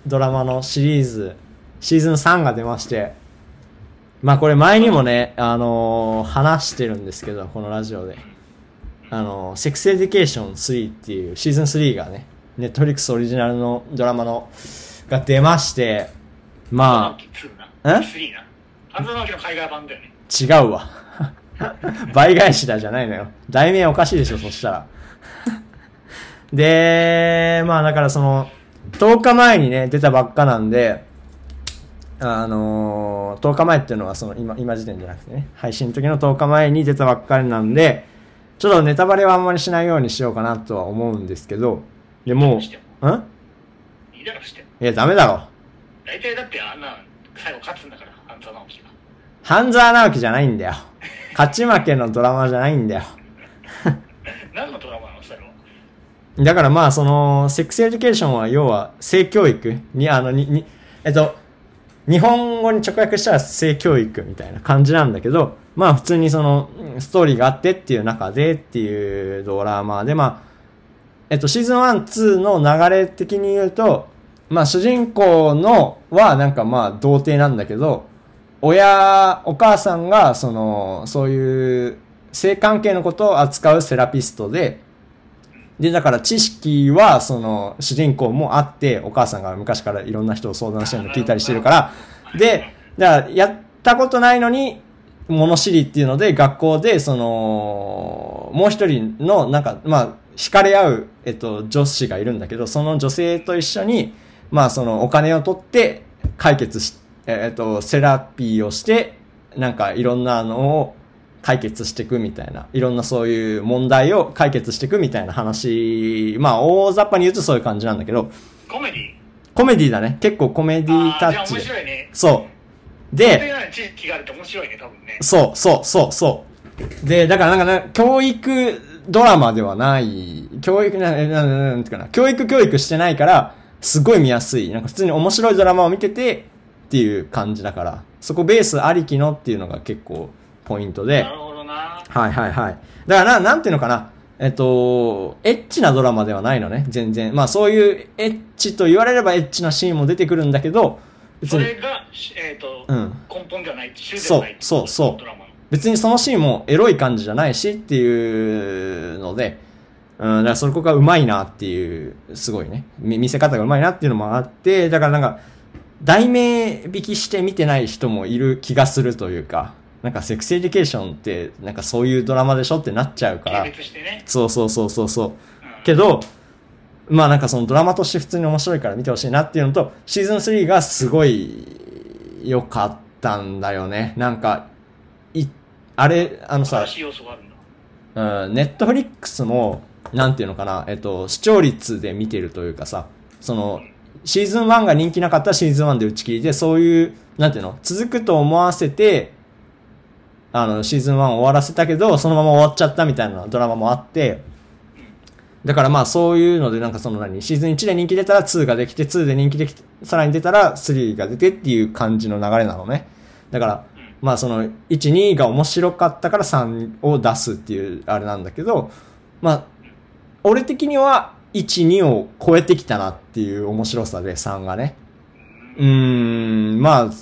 Speaker 1: ドラマのシリーズ、シーズン3が出まして、まあこれ前にもね、あのー話してるんですけど、このラジオで。あのー、セックスエディケーション3っていうシーズン3がね、ネットフリックスオリジナルのドラマの、が出まして、まあ、
Speaker 2: 2な。
Speaker 1: え
Speaker 2: ?3 な。半沢直樹の海外版だよね。
Speaker 1: 違うわ。倍返しだじゃないのよ。題名おかしいでしょ、そしたら。で、まあだからその、10日前にね、出たばっかなんで、あのー10日前っていうのはその今、今時点じゃなくてね、配信の時の10日前に出たばっかりなんで、ちょっとネタバレはあんまりしないようにしようかなとは思うんですけど、でも
Speaker 2: して
Speaker 1: う、ん
Speaker 2: いいだろ、して。
Speaker 1: いや、ダメだろ。
Speaker 2: 大体だってあんな、最後勝つんだから、半沢直樹が。
Speaker 1: 半沢直樹じゃないんだよ。勝ち負けのドラマじゃないんだよ。
Speaker 2: 何のドラマなの、それは。
Speaker 1: だからまあ、その、セックスエデュケーションは要は性教育に、あの、に、に、えっと、日本語に直訳したら性教育みたいな感じなんだけど、まあ普通にその、うんストーリーがあってっていう中でっていうドラマで、まあ、えっと、シーズン1、2の流れ的に言うと、まあ主人公のはなんかまあ童貞なんだけど、親、お母さんがその、そういう性関係のことを扱うセラピストで、で、だから知識は、その、主人公もあって、お母さんが昔からいろんな人を相談してるの聞いたりしてるから、で、だから、やったことないのに、物知りっていうので、学校で、その、もう一人の、なんか、まあ、惹かれ合う、えっと、女子がいるんだけど、その女性と一緒に、まあ、その、お金を取って、解決し、えっと、セラピーをして、なんか、いろんなのを、解決していくみたいな、いろんなそういう問題を解決していくみたいな話、まあ大雑把に言うとそういう感じなんだけど、
Speaker 2: コメディ
Speaker 1: コメディだね。結構コメディ
Speaker 2: あ
Speaker 1: タ
Speaker 2: あ、じゃ
Speaker 1: ッ
Speaker 2: あ
Speaker 1: チ
Speaker 2: 面
Speaker 1: で。
Speaker 2: 白いね。
Speaker 1: そう。
Speaker 2: そういう
Speaker 1: で、
Speaker 2: ような知識があると面白いね、多分ね。
Speaker 1: そう、そう、そう、そう。で、だからなんかね、教育ドラマではない、教育な、えな、ななんていうかな、教育教育してないから、すごい見やすい。なんか普通に面白いドラマを見てて、っていう感じだから、そこベースありきのっていうのが結構ポイントで。
Speaker 2: なるほどな。
Speaker 1: はいはいはい。だからな、なんていうのかな。えっと、エッチなドラマではないのね、全然。まあそういうエッチと言われればエッチなシーンも出てくるんだけど、別
Speaker 2: そ
Speaker 1: に、
Speaker 2: れが、しえっ、と、
Speaker 1: うん
Speaker 2: 根本ではない、主ではない。
Speaker 1: そうそうそう
Speaker 2: ドラマの。
Speaker 1: 別にそのシーンもエロい感じじゃないしっていうので、うん、だからそこがうまいなっていう、すごいね。み見せ方がうまいなっていうのもあって、だからなんか、題名引きして見てない人もいる気がするというか、なんかセックスエデュケーションって、なんかそういうドラマでしょってなっちゃうから
Speaker 2: 軽。蔑してね。
Speaker 1: そうそうそうそうそう。
Speaker 2: うん
Speaker 1: けど、まあなんかそのドラマとして普通に面白いから見てほしいなっていうのと、シーズン3がすごい良かったんだよね。なんか、い、あれ、あのさ
Speaker 2: 新、しい要素があるんだ。
Speaker 1: うんネットフリックスも、なんていうのかな、えっと、視聴率で見てるというかさ、その、シーズン1が人気なかったらシーズン1で打ち切りで、そういう、なんていうの、続くと思わせて、あの、シーズン1終わらせたけど、そのまま終わっちゃったみたいなドラマもあって、だからまあそういうのでなんかその何、シーズン1で人気出たら2ができて、2で人気できて、さらに出たら3が出てっていう感じの流れなのね。だから、まあその、1、2が面白かったから3を出すっていうあれなんだけど、まあ、俺的には1、2を超えてきたなっていう面白さで3がね。うーん、ま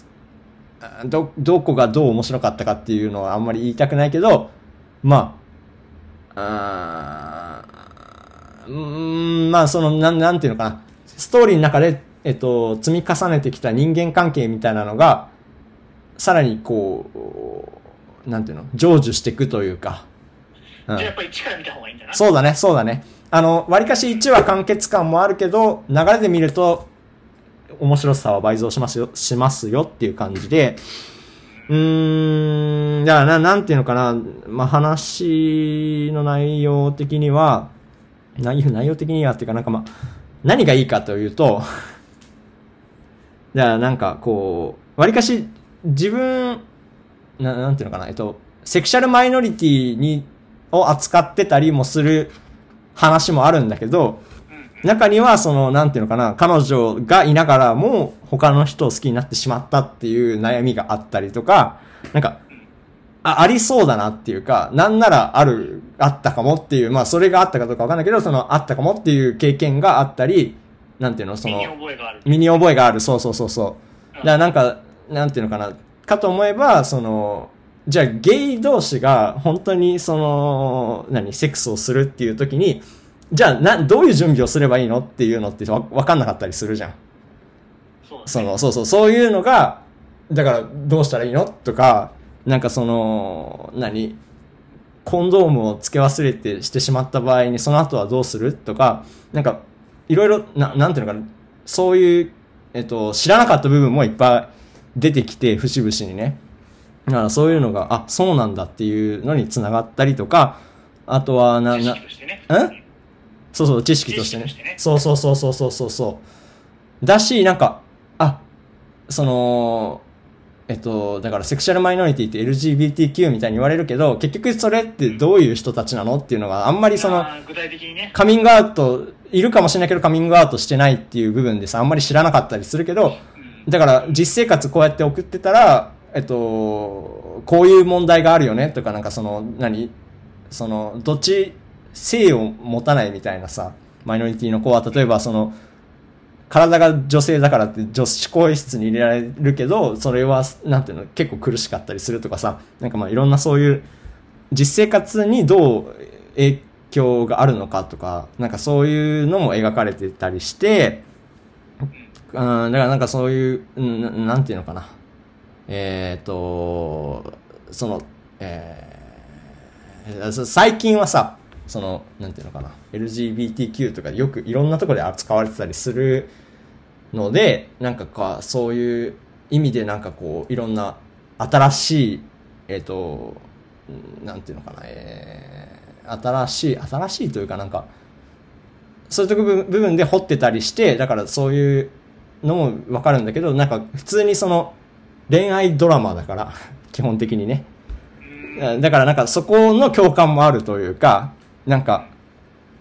Speaker 1: あ、ど、どこがどう面白かったかっていうのはあんまり言いたくないけど、まあ、あーうーん、まあその、なん、なんていうのかな。ストーリーの中で、えっと、積み重ねてきた人間関係みたいなのが、さらにこう、なんていうの成就していくというか。うん
Speaker 2: じゃあやっぱり一から見た方がいいんだな。
Speaker 1: そうだね、そうだね。あの、割かし1話完結感もあるけど、流れで見ると、面白さは倍増しますよ、しますよっていう感じで、うーん、だからな、なんていうのかな、まあ、話の内容的には、内容、内容的にはっていうかなんかまあ、何がいいかというと、だからなんかこう、割かし自分な、なんていうのかな、えっと、セクシャルマイノリティに、を扱ってたりもする話もあるんだけど、中にはその、なんていうのかな、彼女がいながらも他の人を好きになってしまったっていう悩みがあったりとか、なんか、あありそうだなっていうか、なんならある、あったかもっていう、まあそれがあったかどうかわかんないけど、そのあったかもっていう経験があったり、なんていうの、そ
Speaker 2: 身
Speaker 1: の、
Speaker 2: に覚えがある。
Speaker 1: 身に覚えがある。そうそうそうそう。だからなんか、なんていうのかな。かと思えば、その、じゃあゲイ同士が本当にその、何、セックスをするっていう時に、じゃあな、どういう準備をすればいいのっていうのってわわかんなかったりするじゃん。
Speaker 2: そうだ
Speaker 1: そ
Speaker 2: ね。
Speaker 1: の、そうそう、そういうのが、だからどうしたらいいのとか、なんかその、何コンドームを付け忘れてしてしまった場合にその後はどうするとか、なんか、いろいろ、な、なんていうのかな、そういう、えっと、知らなかった部分もいっぱい出てきて、節々にね。だからそういうのが、あ、そうなんだっていうのにつながったりとか、あとは、な、
Speaker 2: 知
Speaker 1: な
Speaker 2: 識、としてね。
Speaker 1: んそうそう、知識としてね。
Speaker 2: 知識としてね
Speaker 1: そうそうそうそうそうそうそう。だし、なんか、あ、その、えっと、だからセクシャルマイノリティって LGBTQ みたいに言われるけど、結局それってどういう人たちなのっていうのがあんまりその、
Speaker 2: あー具体的にね。
Speaker 1: カミングアウト、いるかもしれないけどカミングアウトしてないっていう部分でさ、あんまり知らなかったりするけど、だから実生活こうやって送ってたら、えっと、こういう問題があるよねとか、なんかその、何その、どっち性を持たないみたいなさ、マイノリティの子は、例えばその、体が女性だからって女子更衣室に入れられるけど、それは、なんていうの、結構苦しかったりするとかさ、なんかまあいろんなそういう、実生活にどう影響があるのかとか、なんかそういうのも描かれてたりして、うん、だからなんかそういう、うんななんていうのかな。えっ、と、その、えーそ最近はさ、その、なんていうのかな。LGBTQ とかよくいろんなところで扱われてたりするので、なんかか、そういう意味でなんかこう、いろんな新しい、えっ、と、うんなんていうのかな、えー新しい、新しいというかなんか、そういうとこ部部分で掘ってたりして、だからそういうのもわかるんだけど、なんか普通にその恋愛ドラマだから、 基本的にね。だからなんかそこの共感もあるというか、なんか、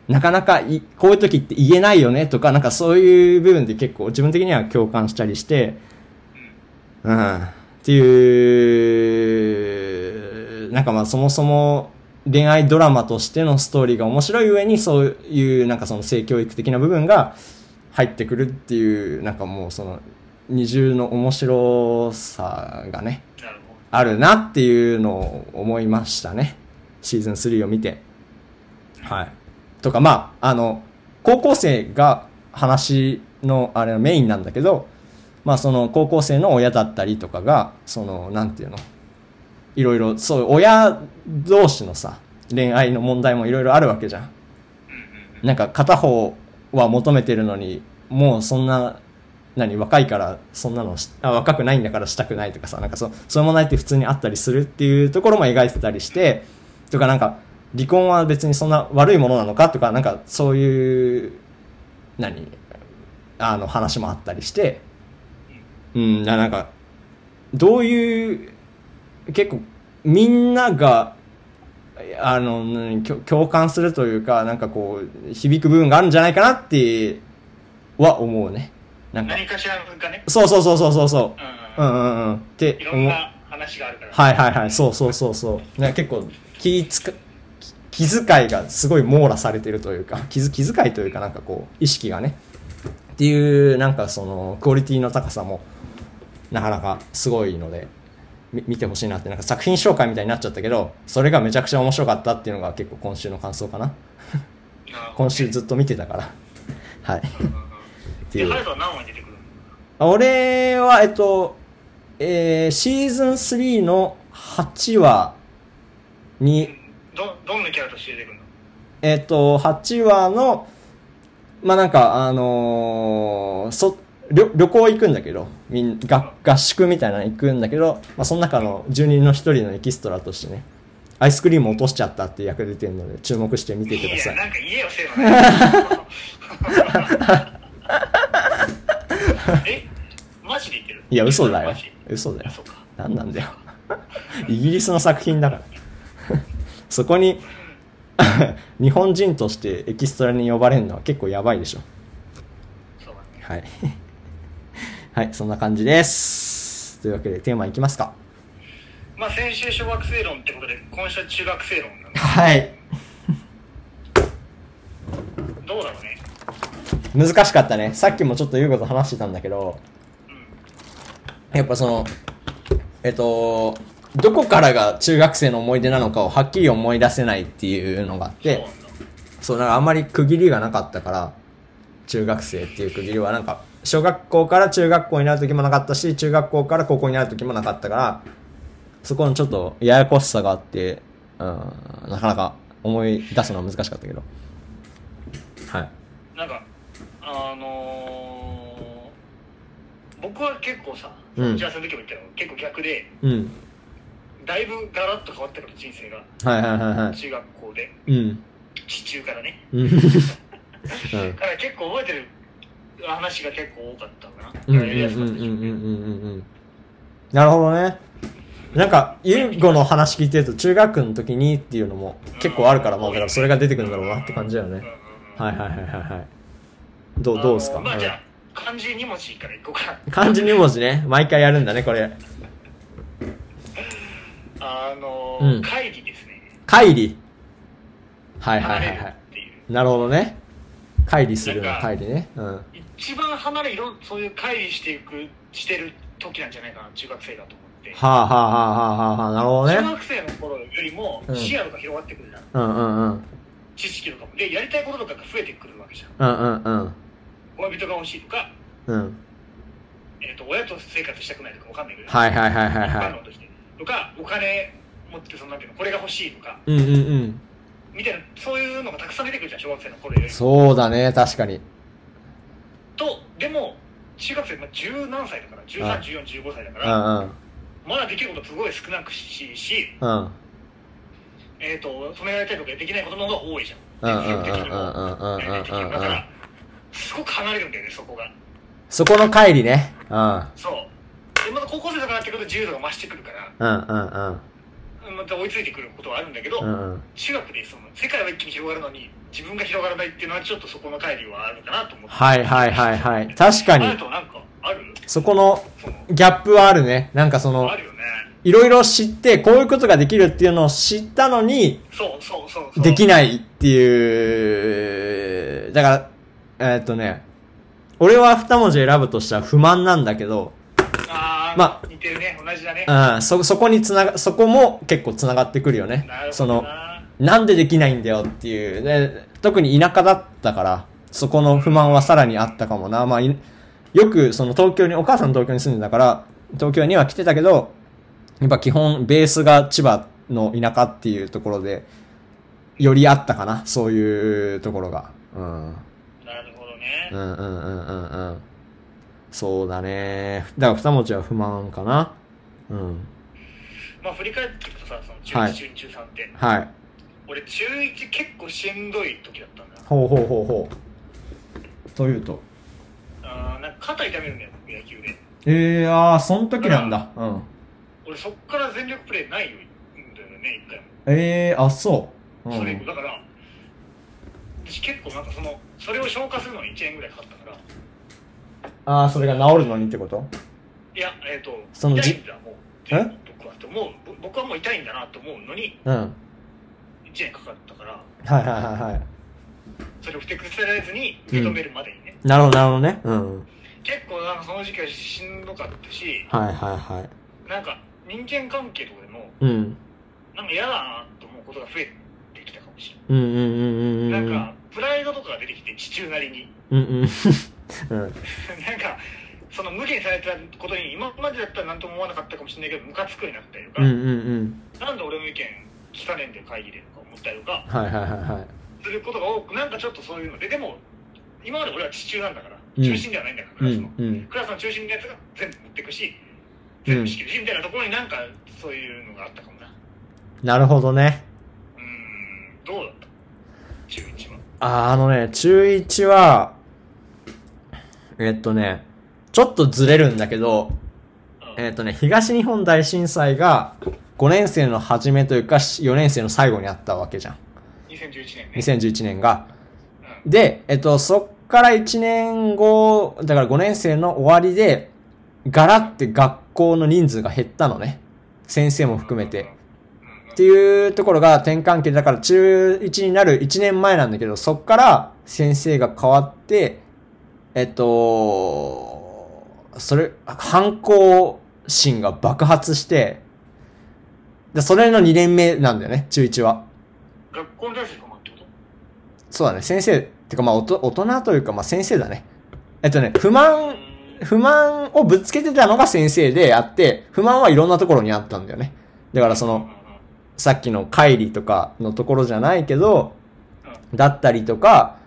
Speaker 1: なかなかいこういう時って言えないよねとか、なんかそういう部分で結構自分的には共感したりして、うん、っていう、なんかまあそもそも恋愛ドラマとしてのストーリーが面白い上にそういうなんかその性教育的な部分が入ってくるっていう、なんかもうその二重の面白さがね、
Speaker 2: なるほ
Speaker 1: あるなっていうのを思いましたね。シーズン3を見て。はい。とか、まあ、あの、高校生が話の、あれのメインなんだけど、まあ、その高校生の親だったりとかが、その、なんていうの、いろいろ、そう、親同士のさ、恋愛の問題もいろいろあるわけじゃん。なんか片方は求めてるのに、もうそんな、何、若いから、そんなのしあ、若くないんだからしたくないとかさ、なんかそう、そういう問題って普通にあったりするっていうところも描いてたりして、とかなんか、離婚は別にそんな悪いものなのかとか、なんかそういう、何、あの話もあったりして、うん、ななんか、どういう、結構、みんなが、あの、うん共共感するというか、なんかこう、響く部分があるんじゃないかなって、は思うね。なん
Speaker 2: ど。
Speaker 1: か、
Speaker 2: 何かしらの文化ね。
Speaker 1: そうそうそうそうそうそうう。
Speaker 2: ん
Speaker 1: う
Speaker 2: うん
Speaker 1: んうんうん。って
Speaker 2: いろ
Speaker 1: 思
Speaker 2: ん
Speaker 1: う。
Speaker 2: な話があるから。
Speaker 1: はいはいはい、そうそうそうそう。なんか結構気つか、気気遣いがすごい網羅されてるというか、気づ気遣いというかなんかこう、意識がね。っていう、なんかその、クオリティの高さも、なかなかすごいので、み見てほしいなって、なんか作品紹介みたいになっちゃったけど、それがめちゃくちゃ面白かったっていうのが結構今週の感想かな。
Speaker 2: なる
Speaker 1: 今
Speaker 2: ほど
Speaker 1: 週ずっと見てたから。はい。って
Speaker 2: で、
Speaker 1: いう
Speaker 2: ハルトは何話に出てくるの
Speaker 1: 俺は、えっと、えー、シーズン3の8話に、
Speaker 2: ど、どんなキャラとして出てくるの
Speaker 1: えっと、8話の、まあ、なんか、あのーそ、旅、旅行行くんだけど、みん、が、合宿みたいなの行くんだけど、まあ、その中の住人の一人のエキストラとしてね、アイスクリーム落としちゃったっていう役で出てるので、注目して見てくだ
Speaker 2: い
Speaker 1: さ
Speaker 2: や、
Speaker 1: い。
Speaker 2: なんか言えよ、せーの。えマジで言ってる
Speaker 1: いや、嘘だよ
Speaker 2: マジ。
Speaker 1: 嘘だよ
Speaker 2: あ、。そうか。
Speaker 1: なんなんだよ。 イギリスの作品だから。 そこに、 日本人としてエキストラに呼ばれるのは結構やばいでしょ。
Speaker 2: そうだね。
Speaker 1: はい。 はい、そんな感じです。というわけでテーマいきますか。
Speaker 2: まあ先週小学生論ってことで、今週は中学生論なの。
Speaker 1: はい。
Speaker 2: どうだろうね。
Speaker 1: 難しかったね。さっきもちょっと言うこと話してたんだけど、やっぱその、えっと、どこからが中学生の思い出なのかをはっきり思い出せないっていうのがあっ
Speaker 2: そう
Speaker 1: て
Speaker 2: なん、だ。
Speaker 1: そう、なんかあんまり区切りがなかったから、中学生っていう区切りはなんか、小学校から中学校になる時もなかったし、中学校から高校になる時もなかったから、そこのちょっとややこしさがあって、うん、なかなか思い出すのは難しかったけど。はい。
Speaker 2: なんか、あのー僕は結構さ、
Speaker 1: うん
Speaker 2: 打ち合わせの時も言ったけど、結構逆で、
Speaker 1: うん。
Speaker 2: だいぶガラッと変わったから人生が、
Speaker 1: はいはいはいはい。
Speaker 2: 中学校で、
Speaker 1: うん。
Speaker 2: 地中からね。
Speaker 1: うん。うん
Speaker 2: だから結構覚えてる話が結構多かったかな。
Speaker 1: うんうん
Speaker 2: やりやす
Speaker 1: う
Speaker 2: か
Speaker 1: ん
Speaker 2: っ
Speaker 1: う
Speaker 2: た
Speaker 1: ん
Speaker 2: し
Speaker 1: うんうんうん。なるほどね。なんか、ゆうごの話聞いてると、中学の時にっていうのも結構あるから、まあ、だからそれが出てくるんだろうなって感じだよね。はいはいはいはいはい。どう、どうです
Speaker 2: あ
Speaker 1: か
Speaker 2: のま
Speaker 1: は
Speaker 2: あ
Speaker 1: い
Speaker 2: じゃあ、漢字2文字からいこうか。
Speaker 1: 漢字2文字ね。毎回やるんだね、これ。
Speaker 2: あの
Speaker 1: うん
Speaker 2: ー、会議ですね。
Speaker 1: 乖離。はいはいは
Speaker 2: 離れ
Speaker 1: い
Speaker 2: る
Speaker 1: は
Speaker 2: っていう。
Speaker 1: い。なるほどね。乖離するの
Speaker 2: なんか
Speaker 1: 乖離ね。うん。
Speaker 2: 一番離れ、いろ、そういう会議していく、してる時なんじゃないかな、中学生だと思って。
Speaker 1: はあはあはあはあはあ、なるほど
Speaker 2: 中
Speaker 1: ね。
Speaker 2: 学生の頃よりも
Speaker 1: うん
Speaker 2: 視野とか広がってくるじゃん、
Speaker 1: うんうんうん。
Speaker 2: 知識とかもでやりたいこととかが増えてくるわけじゃん
Speaker 1: うんうんうん。
Speaker 2: 恋人が欲しいとか、
Speaker 1: うん。
Speaker 2: えー、と親と生活したくないとかわかんないけど、
Speaker 1: はいはいはいはい
Speaker 2: 一
Speaker 1: は
Speaker 2: 般
Speaker 1: い。
Speaker 2: 論としてとかお金持ってそのなんていうのこれが欲しいとか
Speaker 1: うんうんうん。
Speaker 2: みたいなそういうのがたくさん出てくるじゃん小学生の頃より
Speaker 1: そうだね、確かに。
Speaker 2: とでも中学生、まあ、10何歳だから
Speaker 1: はい
Speaker 2: 131415歳だか
Speaker 1: う
Speaker 2: ら
Speaker 1: んうん。
Speaker 2: まだできることすごい少なくしし、
Speaker 1: うん。
Speaker 2: えー、とそのやりたいことができないことの方が多いじゃ
Speaker 1: うんんうんうん
Speaker 2: 実力
Speaker 1: うん
Speaker 2: 的な
Speaker 1: うんうんうんうんうん
Speaker 2: やりたいことだからすごく離れるんだよねそこが
Speaker 1: そこの乖離ね。うん。
Speaker 2: そう。で、また高校生とかになってくると自由度が増してくるから、
Speaker 1: うんうんうん。
Speaker 2: また追いついてくることはあるんだけど、
Speaker 1: うんうん。
Speaker 2: 中学でその世界は一気に広がるのに、自分が広がらないっていうのはちょっとそこの乖離はあるかなと思って。
Speaker 1: はいはいはいはい。確かに
Speaker 2: あ。るとなんかある
Speaker 1: そこの
Speaker 2: その、
Speaker 1: ギャップはあるね。なんかその
Speaker 2: あ、るよね。
Speaker 1: いろいろ知って、こういうことができるっていうのを知ったのに、
Speaker 2: そうそうそうそう。
Speaker 1: できないっていう、だから、えーっとね、俺は二文字選ぶとしたら不満なんだけど、
Speaker 2: あー
Speaker 1: ま
Speaker 2: 似てるね。同じだね。
Speaker 1: うん、そ、そこにつなが、そこも結構つながってくるよね
Speaker 2: な。る
Speaker 1: そ
Speaker 2: ほど
Speaker 1: の、
Speaker 2: な。
Speaker 1: なんでできないんだよっていう、ね、特に田舎だったから、そこの不満はさらにあったかもな。まあ、いよくその東京に、お母さん東京に住んでたから、東京には来てたけど、やっぱ基本ベースが千葉の田舎っていうところで、よりあったかな、そういうところが。うん。
Speaker 2: なるほどね
Speaker 1: う。んうんうんうんうん。そうだね。だから二文字は不満かな。うん。
Speaker 2: まあ振り返っていくとさ、その中1、
Speaker 1: はい
Speaker 2: 中2、中3って、
Speaker 1: はい。
Speaker 2: 俺中1結構しんどい時だったんだ。
Speaker 1: ほうほうほうほう。というと。
Speaker 2: あーなんか肩痛めるんだよ、僕野球で。
Speaker 1: ええー、ああ、そん時なんだ。うん。
Speaker 2: 俺そっから全力プレーないよんだよね一回も、
Speaker 1: ええー、あ、そう。う
Speaker 2: それ以降
Speaker 1: ん。
Speaker 2: だから私結構なんかそのそれを消化するのに1年ぐらいかかったからい
Speaker 1: ああ、それが治るのにってこと
Speaker 2: やえっ、と
Speaker 1: その
Speaker 2: 痛
Speaker 1: じ
Speaker 2: いんだもう
Speaker 1: え
Speaker 2: 僕はと思うぼ僕はもう痛いんだなと思うのに
Speaker 1: うん。はい
Speaker 2: 1年かかったから
Speaker 1: はいはいはい。
Speaker 2: それをふてくされずに受け止めるまでにね、
Speaker 1: なるほどなるほどね。うん。
Speaker 2: 結構なんかその時期はしんどかったし
Speaker 1: はいはいはい。
Speaker 2: なんか人間関係とかでも
Speaker 1: うん。
Speaker 2: なんか嫌だなと思うことが増えてきたかもし
Speaker 1: うんうんうんうんうん。
Speaker 2: れない、なんかプライドとかが出てきて父中なりに
Speaker 1: うんうん。うん。
Speaker 2: なんか、その無限されたことに今までだったら何とも思わなかったかもしれないけど、ムカつくようになったりとか、
Speaker 1: うんうんうん。
Speaker 2: なんで俺の意見聞かねえんだよ、会議でとか思ったりとか、
Speaker 1: はいはいはいはい。
Speaker 2: することが多く、なんかちょっとそういうので、でも、今まで俺は地中なんだか
Speaker 1: う
Speaker 2: ら、
Speaker 1: ん
Speaker 2: 中心ではないんだから、
Speaker 1: う
Speaker 2: クラスの
Speaker 1: ん。うん。
Speaker 2: クラスの中心のやつが全部持ってくし、
Speaker 1: うん
Speaker 2: 全部仕切るし、みたいなところになんかそういうのがあったかもな。う
Speaker 1: なるほどね。
Speaker 2: ーん、どうだった中1は。
Speaker 1: あーあのね、中1は、えっとね、ちょっとずれるんだけど、
Speaker 2: うん
Speaker 1: えっ、とね、東日本大震災が5年生の初めというか4年生の最後にあったわけじゃん。
Speaker 2: 2011年ね。
Speaker 1: 2011年が。で、えっと、そっから1年後、だから5年生の終わりで、ガラって学校の人数が減ったのね。先生も含めて。っていうところが転換期でだから中1になる1年前なんだけど、そっから先生が変わって、えっと、それ、反抗心が爆発して、でそれの2年目なんだよね、中1は。
Speaker 2: 学校に対する不満ってこと
Speaker 1: そうだね、先生、てかまあ、おと大人というか、まあ先生だね。えっとね、不満、不満をぶつけてたのが先生であって、不満はいろんなところにあったんだよね。だからその、さっきの乖離とかのところじゃないけど、だったりとか、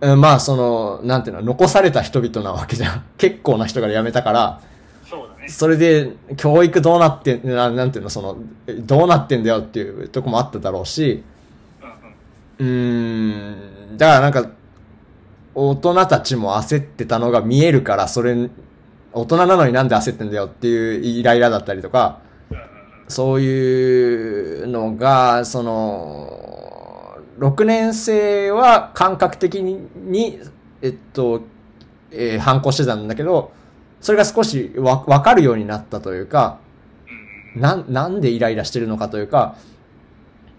Speaker 1: うん、まあその、なんていうの、残された人々なわけじゃん。 結構な人が辞めたから、
Speaker 2: そうだね。
Speaker 1: それで、教育どうなってん、ななんていうの、その、えどうなってんだよっていうとこもあっただろうし、
Speaker 2: うん
Speaker 1: う
Speaker 2: うん。
Speaker 1: ーん、だからなんか、大人たちも焦ってたのが見えるから、それ、大人なのになんで焦ってんだよっていうイライラだったりとか、そういうのが、その、6年生は感覚的にに、えっと、えー反抗してたんだけど、それが少しわ、わかるようになったというか、なん、なんでイライラしてるのかというか、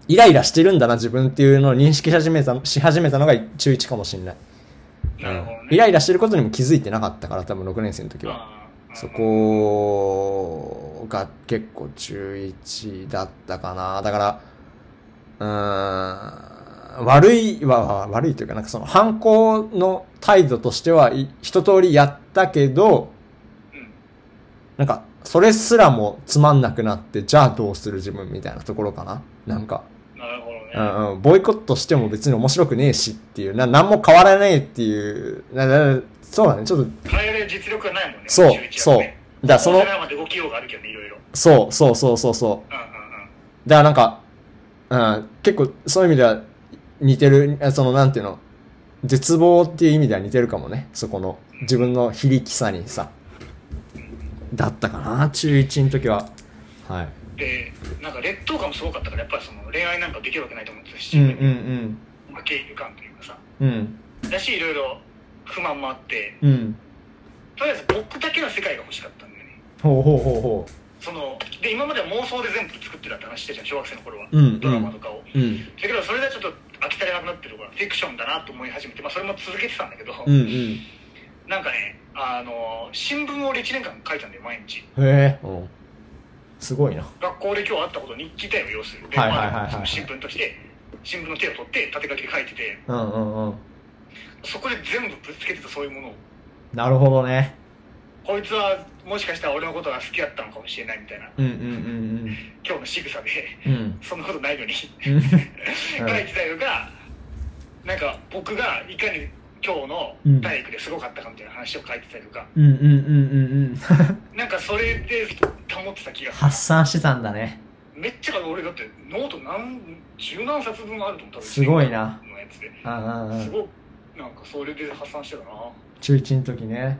Speaker 1: イライラしてるんだな、自分っていうのを認識し始めた、し始めたのが中1かもしれない。
Speaker 2: なるほどね。
Speaker 1: イライラしてることにも気づいてなかったから、多分6年生の時は。
Speaker 2: あー
Speaker 1: そこが結構中1だったかな。だから、うーん、悪いは、悪いというか、なんかその反抗の態度としてはい一通りやったけど、
Speaker 2: うん
Speaker 1: なんか、それすらもつまんなくなって、じゃあどうする自分みたいなところかな。なんか、
Speaker 2: なるほどね。
Speaker 1: うんうん、ボイコットしても別に面白くねえしっていう、な、なんも変わらねえっていう、ななそうだね、ちょっと、
Speaker 2: 変える実力がないもんね。
Speaker 1: そう
Speaker 2: 中、一
Speaker 1: そ
Speaker 2: は
Speaker 1: う。だか
Speaker 2: ね
Speaker 1: らその
Speaker 2: 大、人まで動きようがあるけどね、いろいろ。
Speaker 1: そう、そうそうそうそう。
Speaker 2: うんうんうん。
Speaker 1: だからなんか、うん、結構そういう意味では似てる、あそのなんていうの、絶望っていう意味では似てるかもね。そこの自分の非力さにさ。だったかな、中1の時は。はい。
Speaker 2: で、なんか劣等感もすごかったから、やっぱりその恋愛なんかできるわけないと思ってたし、
Speaker 1: うんうん
Speaker 2: まあ、経由感というかさ。
Speaker 1: うん。うん。
Speaker 2: だし、いろいろ不満もあって、
Speaker 1: うん。
Speaker 2: とりあえず僕だけの世界が欲しかったんだよね。
Speaker 1: ほうほうほうほ
Speaker 2: その、で、今までは妄想で全部作ってたって話してたじゃん、小学生の頃は。
Speaker 1: う。うんう
Speaker 2: ドラマと
Speaker 1: ん。
Speaker 2: かを。
Speaker 1: うん。
Speaker 2: だけどそれでちょっと飽き足りなくなってるからフィクションだなと思い始めて、まあ、それも続けてたんだけど、
Speaker 1: うんうん。
Speaker 2: なんかねあの新聞を俺1年間書いたんだよ毎日
Speaker 1: へえ。うん。すごいな。
Speaker 2: 学校で今日あったことを日記タイム要するで
Speaker 1: はいはいはいはいはい
Speaker 2: まあその新聞として新聞の手を取って縦書きで書いてて
Speaker 1: うんうんうん。
Speaker 2: そこで全部ぶつけてたそういうものを
Speaker 1: なるほどね。
Speaker 2: こいつはもしかしたら俺のことが好きだったのかもしれないみたいな
Speaker 1: うんうん
Speaker 2: 今日の仕草で
Speaker 1: うんうん。うん。
Speaker 2: そんなことないのに書
Speaker 1: うん
Speaker 2: いてたのがなんか僕がいかに今日の体育ですごかったかみたいな話を書いてたりとか、
Speaker 1: うんうんうんうんうん。
Speaker 2: なんかそれで保ってた気がする
Speaker 1: 発散してたんだね。
Speaker 2: めっちゃ俺だってノート何十何冊分あると思った
Speaker 1: すごいな
Speaker 2: のやつで
Speaker 1: うんうんう
Speaker 2: す
Speaker 1: ん。
Speaker 2: ごくなんかそれで発散してたな
Speaker 1: 中1の時ね。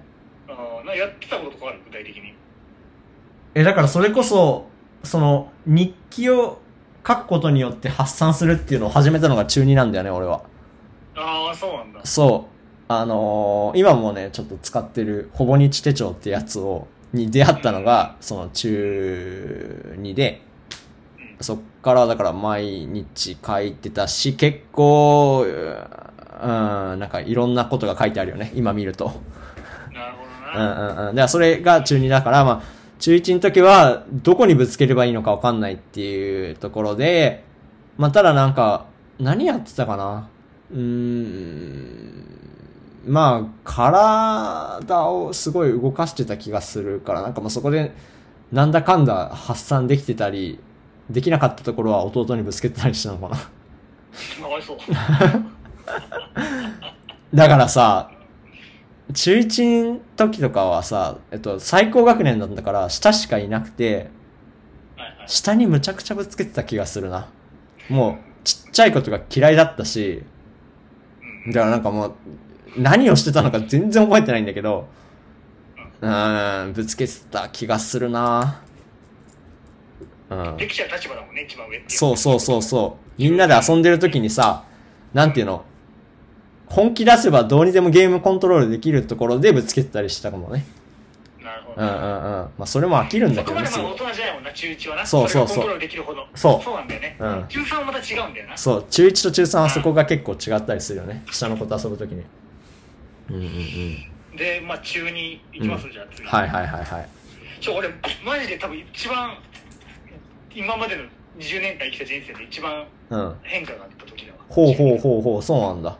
Speaker 2: あーなやってたこととかある具体的に
Speaker 1: え、だからそれこそ、その、日記を書くことによって発散するっていうのを始めたのが中2なんだよね、俺は。
Speaker 2: ああそうなんだ
Speaker 1: そう。あのー今もね、ちょっと使ってる、ほぼ日手帳ってやつを、に出会ったのが、その中2で、そっからだから毎日書いてたし、結構、うーうん、なんかいろんなことが書いてあるよね、今見ると。
Speaker 2: なるほど
Speaker 1: う
Speaker 2: な、
Speaker 1: んうんうん。だからそれが中2だから、まあ、中1の時は、どこにぶつければいいのかわかんないっていうところで、まあ、ただなんか、何やってたかなうーん。まあ、体をすごい動かしてた気がするから、なんかもうそこで、なんだかんだ発散できてたり、できなかったところは弟にぶつけてたりしたのかな。
Speaker 2: かわいそう
Speaker 1: だからさ、中1の時とかはさ、えっと、最高学年だったから、下しかいなくて、
Speaker 2: はいはい
Speaker 1: 下にむちゃくちゃぶつけてた気がするな。もう、ちっちゃいことが嫌いだったし、 だからなんかもう、何をしてたのか全然覚えてないんだけど、うん、ぶつけてた気がするなうん。
Speaker 2: できちゃう立場だもんね、一番上っていう。
Speaker 1: そうそうそうそう。みんなで遊んでる時にさ、なんていうの、本気出せばどうにでもゲームコントロールできるところでぶつけてたりしたかもね。
Speaker 2: なるほ
Speaker 1: うんうんうん。
Speaker 2: ど。
Speaker 1: まあそれも飽きるんだけ
Speaker 2: そこ
Speaker 1: ど
Speaker 2: ま
Speaker 1: ね、
Speaker 2: ですま
Speaker 1: ぐ
Speaker 2: あ大。人じゃないもんな、中1はな。
Speaker 1: そうそうそう
Speaker 2: れがコントロールできるほど。
Speaker 1: そう
Speaker 2: そうなんだよね。
Speaker 1: うん
Speaker 2: 中3はまた違うんだよな。
Speaker 1: そう、中1と中3はそこが結構違ったりするよね。下の子と遊ぶ時に。うんうんうん。
Speaker 2: で、まあ中2行きます、じゃあ次。
Speaker 1: はいはいはいはい。
Speaker 2: ちょ、俺、マジで多分一番、今までの20年間生きた人生で一番
Speaker 1: うん。
Speaker 2: 変化があった時だわ。
Speaker 1: ほうほうほうほう、そうなんだ。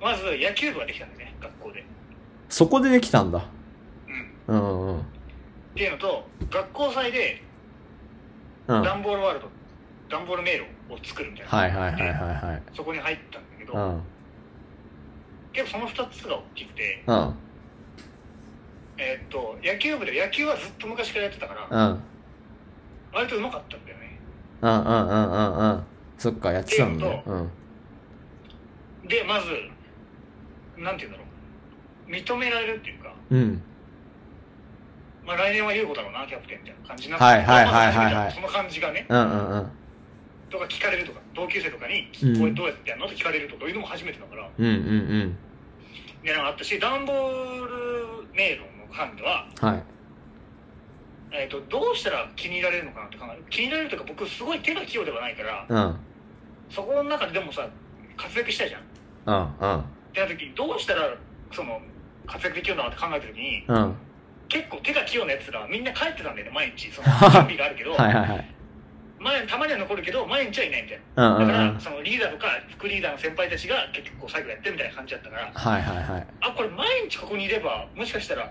Speaker 2: まず野球部ができたんだよね、学校で。
Speaker 1: そこでできたんだ。う
Speaker 2: うん。
Speaker 1: んうん。
Speaker 2: っていうのと、学校祭で
Speaker 1: うん。
Speaker 2: 段ボールワールド、段ボール迷路を作るみたいな。
Speaker 1: はいはいはいはいはい。
Speaker 2: そこに入ったんだけど、
Speaker 1: うん。
Speaker 2: 結構その2つが大きくて、
Speaker 1: うん。
Speaker 2: えーっと、野球部で、野球はずっと昔からやってたから、
Speaker 1: うん。
Speaker 2: 割とうまかったんだよね。
Speaker 1: うんうんうんうんうん。そっか、やってたんだね。うん。
Speaker 2: で、まず、なんて言うんだろう。認められるっていうか、
Speaker 1: うん。
Speaker 2: まあ来年は優子だろうな、キャプテンみたいな感じになって、
Speaker 1: はいはいはいはいはい
Speaker 2: その感じがね、
Speaker 1: うんうんうん。
Speaker 2: とか聞かれるとか、同級生とかに、
Speaker 1: うん
Speaker 2: これどうやってやるのって聞かれるとかいうのも初めてだから、
Speaker 1: うんうんうん。
Speaker 2: ね、なんかあったし、段ボール迷路の班では、
Speaker 1: はい。
Speaker 2: えー、とどうしたら気に入られるのかなって考える気に入られるというか僕すごい手が器用ではないから
Speaker 1: うん。うん
Speaker 2: そこの中ででもさ活躍したいじゃん
Speaker 1: う
Speaker 2: っ
Speaker 1: ん。
Speaker 2: てなった時にどうしたらその活躍できるのかって考えた時に
Speaker 1: うん。は
Speaker 2: 結構手が器用なやつらみんな帰ってたんだよね毎 日その準備があるけど
Speaker 1: いはいはい。
Speaker 2: 前たまには残るけど毎日はいないみたい
Speaker 1: うん
Speaker 2: な
Speaker 1: うんう
Speaker 2: だか
Speaker 1: ん。はい
Speaker 2: らそのリーダーとか副リーダーの先輩たちが結構最後やってるみたいな感じだったから
Speaker 1: はいはい。
Speaker 2: あこれ毎日ここにいればもしかしたら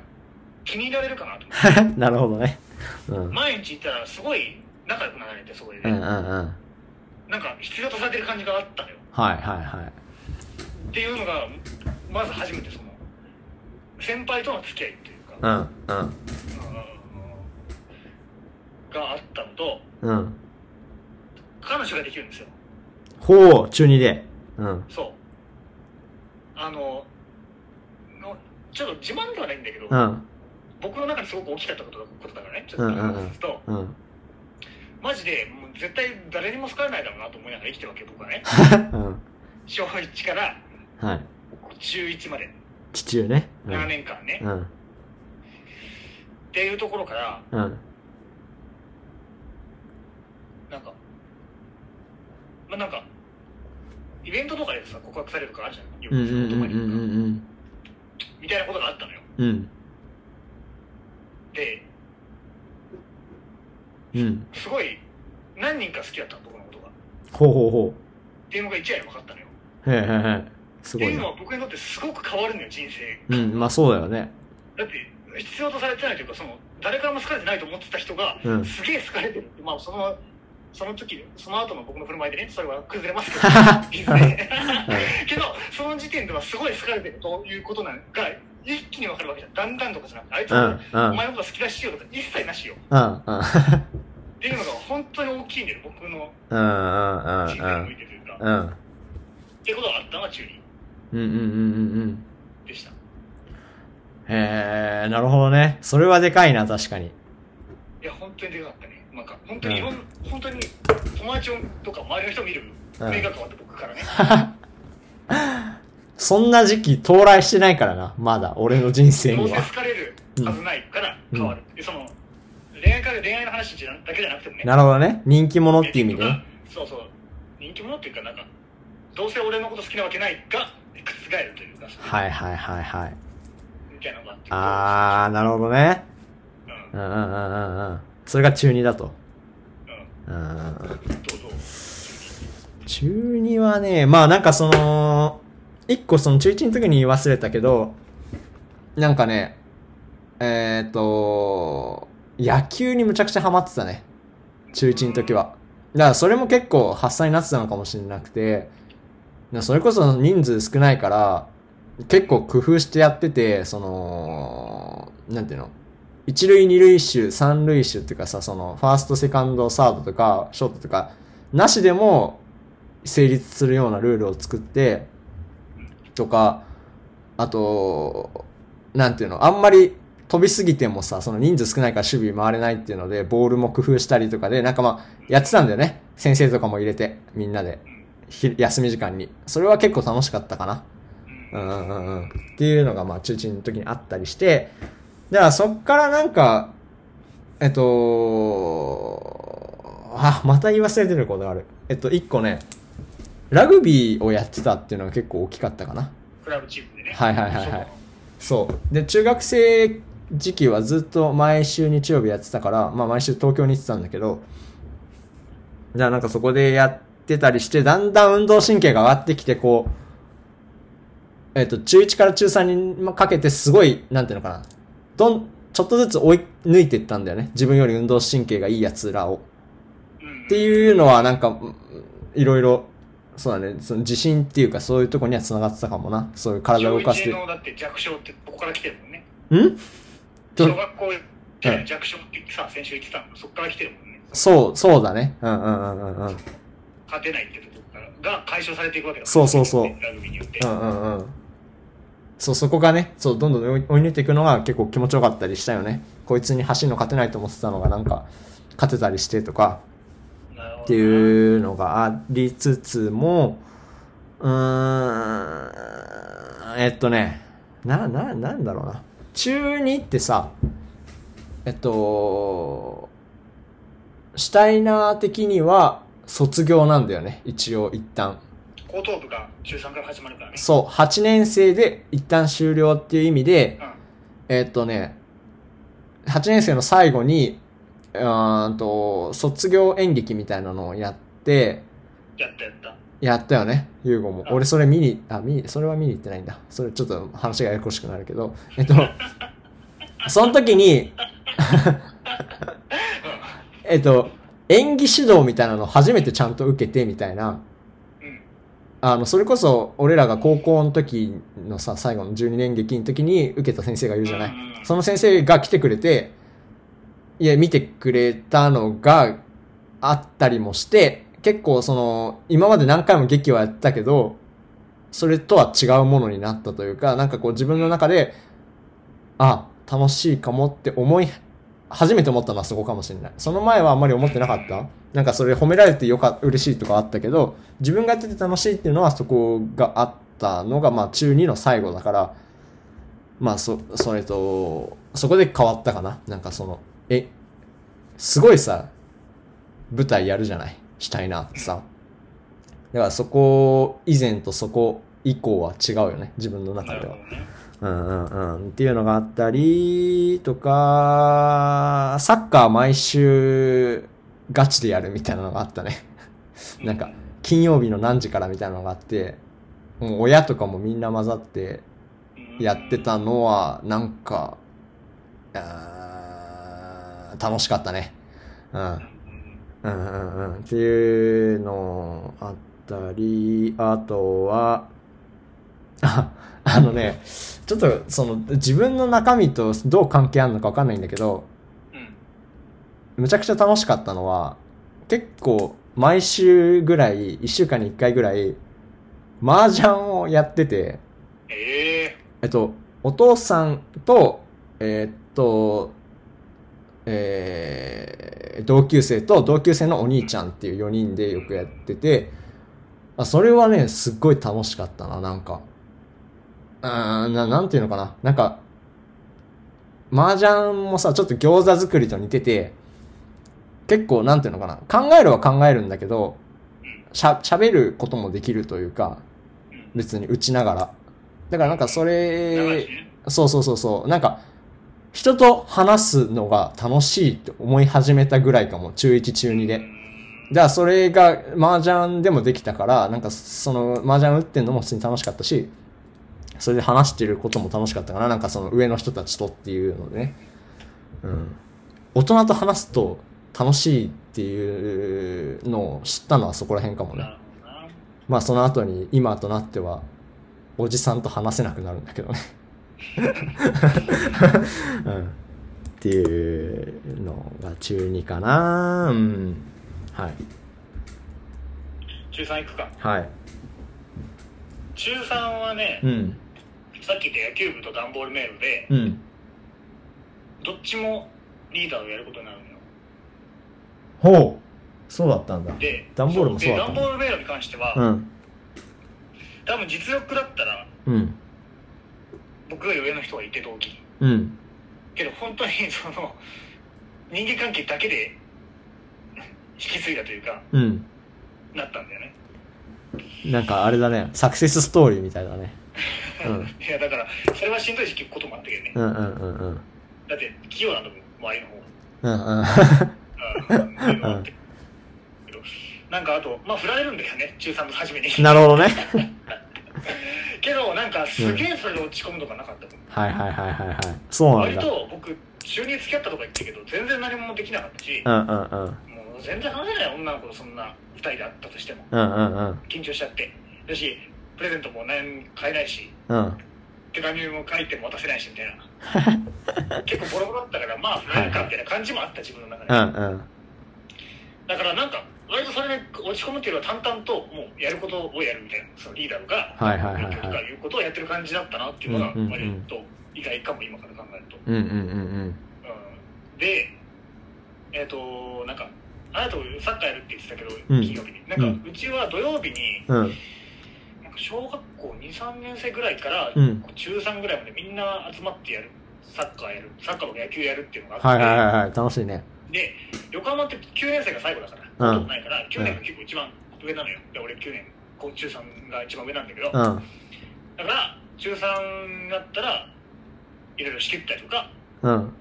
Speaker 2: 気に入られるかなと思っ て
Speaker 1: なるほどね。うん。
Speaker 2: 毎日いたらすごい仲良くなられてそこでね、
Speaker 1: うんうんうん。はい
Speaker 2: なんか必要とされてる感じがあったのよ
Speaker 1: はいはい。
Speaker 2: っていうのがまず初めてその先輩との付き合いっていう
Speaker 1: う
Speaker 2: か、
Speaker 1: んうん。
Speaker 2: うんがあったのと
Speaker 1: うん。
Speaker 2: 彼女ができるんですよ
Speaker 1: ほう、中2で。うん。
Speaker 2: そうあののちょっと自慢ではないんだけど、
Speaker 1: うん。
Speaker 2: 僕の中ですごく大きかったことことだからねちょっと
Speaker 1: うんうんうん
Speaker 2: 話すと、
Speaker 1: うん。
Speaker 2: マジでもう絶対誰にも好かれないだろうなと思いながら生きてるわけ僕はね
Speaker 1: うん。
Speaker 2: 小1から
Speaker 1: はい。
Speaker 2: 中1まで
Speaker 1: 父中ね。う
Speaker 2: 7
Speaker 1: ん。
Speaker 2: 年間ね、
Speaker 1: う
Speaker 2: っ
Speaker 1: ん。
Speaker 2: ていうところから
Speaker 1: うん。
Speaker 2: なんか、まあ、なんか、イベントとかでさ、告白されるとかあるじゃん。
Speaker 1: う
Speaker 2: よく
Speaker 1: ん
Speaker 2: 仕
Speaker 1: うん
Speaker 2: 事
Speaker 1: うん
Speaker 2: 場
Speaker 1: う
Speaker 2: に
Speaker 1: んう
Speaker 2: 行くか
Speaker 1: ん
Speaker 2: みたいなことがあったのよ。
Speaker 1: うん。うん。
Speaker 2: で、
Speaker 1: うん。
Speaker 2: すごい、何人か好きだったの僕のことが。っ
Speaker 1: ほうほうほ
Speaker 2: ていうのが一夜で分かったのよ。
Speaker 1: う。へえへえへえ。す
Speaker 2: って
Speaker 1: ご
Speaker 2: い
Speaker 1: いう
Speaker 2: の
Speaker 1: な
Speaker 2: は。僕にとってすごく変わるのよ、人生。
Speaker 1: うん。まあそうだよね。
Speaker 2: だって、必要とされてないというか、その、誰からも好かれてないと思ってた人が、
Speaker 1: うん
Speaker 2: すげえ好かれてるって、まあ、その、その時、その後の僕の振る舞いでね、それは崩れますけ ど、いずれけど、その時点ではすごい好かれてるということなんか、一気に分かるわけじゃん。だんだんとかじゃなくて、あいつ
Speaker 1: うん。うん
Speaker 2: は、。お前のこと好きらしいよとか一切なしよ。
Speaker 1: うん。うん。
Speaker 2: っていうのが本当に大きいんだよ、僕の
Speaker 1: うんうんうん
Speaker 2: 人生においてというか。っ
Speaker 1: うんうん
Speaker 2: てことがあったのは中二
Speaker 1: うんうんうんうん
Speaker 2: でした。い
Speaker 1: へえなるほどねそれはでかいな確かに
Speaker 2: や、本当にでかかったね。なんか、本当にいろん、本当に友達とか周りの人見る目が変わって 僕からね。
Speaker 1: そんな時期到来してないからなまだ俺の人生
Speaker 2: どう
Speaker 1: に
Speaker 2: せ
Speaker 1: は
Speaker 2: 好かれるはずないから変わる。でその、恋愛から恋愛の話じゃだけじゃなくてもね。
Speaker 1: なるほどね人気者っていう意味で
Speaker 2: と
Speaker 1: ね
Speaker 2: かそうそう。人気者っていうか、なんか、どうせ俺のこと好きなわけないが、覆るというか、
Speaker 1: はいはいはいはい
Speaker 2: みたいなのがあって。
Speaker 1: あーなるほどね
Speaker 2: うん。うん。
Speaker 1: うんうんうんうんうんそれが中2だとうんうんうん
Speaker 2: どうぞ。
Speaker 1: 中2はね、まあなんかその、一個その中1の時に言い忘れたけど、なんかね、えっ、と、野球にむちゃくちゃハマってたね。中1の時は。だからそれも結構発散になってたのかもしれなくて、なそれこそ人数少ないから、結構工夫してやってて、その、なんていうの一塁二塁手、三塁手っていうかさ、その、ファースト、セカンド、サードとか、ショートとか、なしでも成立するようなルールを作って、とか、あと、なんていうの、あんまり飛びすぎてもさ、その人数少ないから守備回れないっていうので、ボールも工夫したりとかで、なんかまあ、やってたんだよね。先生とかも入れて、みんなで、ひ休み時間に。それは結構楽しかったかな。うんうんうんうん。っていうのが、まあ、中1の時にあったりして、じゃあそっからなんか、えっと、あ、また言い忘れてることがある。えっと、一個ね、ラグビーをやってたっていうのが結構大きかったかな。
Speaker 2: クラブチームでね。
Speaker 1: はいはいはいはい
Speaker 2: そ
Speaker 1: そう。で、中学生時期はずっと毎週日曜日やってたから、まあ毎週東京に行ってたんだけど、じゃあなんかそこでやってたりして、だんだん運動神経が上がってきて、こう、えっ、と、中1から中3にかけてすごい、なんていうのかな、どん、ちょっとずつ追い抜いていったんだよね。自分より運動神経がいい奴らを。
Speaker 2: ううん
Speaker 1: っていうのはなんか、うんいろいろ、そうだね、その自信っていうかそういうとこには繋がってたかもな。そういう体を動かす
Speaker 2: 小
Speaker 1: て
Speaker 2: 一。のだって弱小ってここから来てるもんね。
Speaker 1: んど
Speaker 2: 小学校で弱小ってさ、先週言ってたの、そこから来てるもんね。
Speaker 1: そう、そうだね。うんうんうんうんうん。
Speaker 2: 勝てないってとこからが解消されていくわけだから
Speaker 1: そうそうそう
Speaker 2: ラグビーによって。
Speaker 1: うんうんうん。そう、そこがね、そう、どんどん追い追い抜いていくのが結構気持ちよかったりしたよね。こいつに走るの勝てないと思ってたのがなんか、勝てたりしてとか、
Speaker 2: なるほどな
Speaker 1: っていうのがありつつも、うーん、えっとね、な、な、なんだろうな。中2ってさ、えっと、シュタイナー的には卒業なんだよね。一応一旦。
Speaker 2: 後頭部が中3から始まるからね。
Speaker 1: そう、8年生で一旦終了っていう意味で
Speaker 2: う、ん。
Speaker 1: えーっとね、8年生の最後に、うーんと、卒業演劇みたいなのをやって、
Speaker 2: やったやった。
Speaker 1: やったよね、ゆうごも。
Speaker 2: うん
Speaker 1: 俺それ見に、あ、見に、それは見に行ってないんだ。それちょっと話がややこしくなるけど、えっと、その時に、 えっと、演技指導みたいなの初めてちゃんと受けてみたいな、
Speaker 2: うん。
Speaker 1: あの、それこそ、俺らが高校の時のさ、最後の12年劇の時に受けた先生がいるじゃない
Speaker 2: うんうんう。ん
Speaker 1: その先生が来てくれて、いや、見てくれたのがあったりもして、結構その、今まで何回も劇はやったけど、それとは違うものになったというか、なんかこう自分の中で、あ、楽しいかもって思い、初めて思ったのはそこかもしれない。その前はあんまり思ってなかった。なんかそれ褒められてよか、嬉しいとかあったけど、自分がやってて楽しいっていうのはそこがあったのが、まあ中2の最後だから、まあそ、それと、そこで変わったかな。なんかその、え、すごいさ、舞台やるじゃない。したいなってさ。だからそこ以前とそこ以降は違うよね。自分の中
Speaker 2: な
Speaker 1: で
Speaker 2: る
Speaker 1: は
Speaker 2: ほ。どね。
Speaker 1: うんうんうん。っていうのがあったりとか、サッカー毎週ガチでやるみたいなのがあったね。なんか、金曜日の何時からみたいなのがあって、もう親とかもみんな混ざって
Speaker 2: うん
Speaker 1: やってたのは、なんか、あー楽しかったね。うん。うんうんうん、っていうのあったり、あとは、 ああのね、ちょっとその自分の中身とどう関係あるのかわかんないんだけど、
Speaker 2: うん。
Speaker 1: むちゃくちゃ楽しかったのは、結構毎週ぐらい、1週間に1回ぐらい、麻雀をやってて、
Speaker 2: ええ
Speaker 1: えっと、お父さんと、えーっと、えー同級生と同級生のお兄ちゃんっていう4人でよくやってて、あそれはね、すっごい楽しかったな、なんか。うーん、ななんていうのかな。なんか、麻雀もさ、ちょっと餃子作りと似てて、結構、なんていうのかな。考えるは考えるんだけど、しゃ、喋ることもできるというか、別に打ちながら。だからなんかそ
Speaker 2: ー。長い
Speaker 1: れ
Speaker 2: し、ね。
Speaker 1: そうそうそうそう。なんか、人と話すのが楽しいって思い始めたぐらいかも。中1、中2で。じゃあそれが麻雀でもできたから、なんかその麻雀打ってんのも普通に楽しかったし、それで話してることも楽しかったかな。なんかその上の人たちとっていうのでね。うん。大人と話すと楽しいっていうのを知ったのはそこら辺かもね
Speaker 2: な。るほどな。
Speaker 1: まあその後に今となってはおじさんと話せなくなるんだけどね、 うん、っていうのが中2かなうんはい
Speaker 2: 中3行くか。
Speaker 1: はい
Speaker 2: 中3はね
Speaker 1: う、ん
Speaker 2: さっき言った野球部と段ボールメールで、
Speaker 1: うん
Speaker 2: どっちもリーダーをやることになるのよ。
Speaker 1: ほう。そうだったんだ。
Speaker 2: で、
Speaker 1: ダンボールもそうだ
Speaker 2: で
Speaker 1: っ
Speaker 2: ダ
Speaker 1: た
Speaker 2: ン
Speaker 1: ん
Speaker 2: ボ
Speaker 1: だ。
Speaker 2: ールベアに関しては、
Speaker 1: うん。
Speaker 2: 多分実力だったら、
Speaker 1: うん。
Speaker 2: 僕より上の人がいて同期に。
Speaker 1: うん。
Speaker 2: けど本当にその、 人間関係だけで 引き継いだというか、
Speaker 1: うん。
Speaker 2: なったんだよね。
Speaker 1: なんかあれだね。サクセスストーリーみたいだね。うん。
Speaker 2: いや、だから、それはしんどいし、こともあったけどね。
Speaker 1: うんうんうんうん。
Speaker 2: だって、器用なのも周りの方が。
Speaker 1: うんうん。
Speaker 2: うん っていうのがあってなんかあと、まあ振られるんだよね、中3の初めに。
Speaker 1: なるほどね。
Speaker 2: けど、なんかすげえそれで落ち込むとかなかったもん。
Speaker 1: はいはいはいはいはい。そうなん
Speaker 2: 割
Speaker 1: だ。
Speaker 2: と僕、中に付き合ったとか言ったけど、全然何もできなかったし、
Speaker 1: うんうんうん。
Speaker 2: もう全然話せない女の子とそんな2人で会ったとしても、
Speaker 1: うんうんうん。
Speaker 2: 緊張しちゃって。だし、プレゼントも何も買えないし、
Speaker 1: うん。
Speaker 2: 手紙も書いても渡せないしみた いな。結構ボロボロだったから、まあ振られるかみたいな感じもあった、自分の中で
Speaker 1: う。んうん。
Speaker 2: だからなんか、割とそれで落ち込むっていうよりは淡々と、もうやることをやるみたいな、そのリーダーが、
Speaker 1: はいはいはい
Speaker 2: 勉強とか
Speaker 1: はい。
Speaker 2: いうことをやってる感じだったなっていうのが
Speaker 1: うんうんうん
Speaker 2: 割と意外かも今から考えると、
Speaker 1: うんうんうん
Speaker 2: うんでえっ、となんかあなたサッカーやるって言ってたけど、
Speaker 1: うん
Speaker 2: 金曜日になんか、うちは土曜日に
Speaker 1: うん。うん。
Speaker 2: なんか小学校23年生ぐらいから
Speaker 1: うん
Speaker 2: 中3ぐらいまでみんな集まってやるサッカーやるサッカーとか野球やるっていうのがあって、
Speaker 1: はいはいはいはい。楽しいね。
Speaker 2: で横浜って9年生が最後だから、
Speaker 1: うん
Speaker 2: ほとんどないから9年が結構一番上なのよで俺9年こう中3が一番上なんだけど、
Speaker 1: うん。うん
Speaker 2: だから中3になったらいろいろ仕切ったりとか
Speaker 1: うん。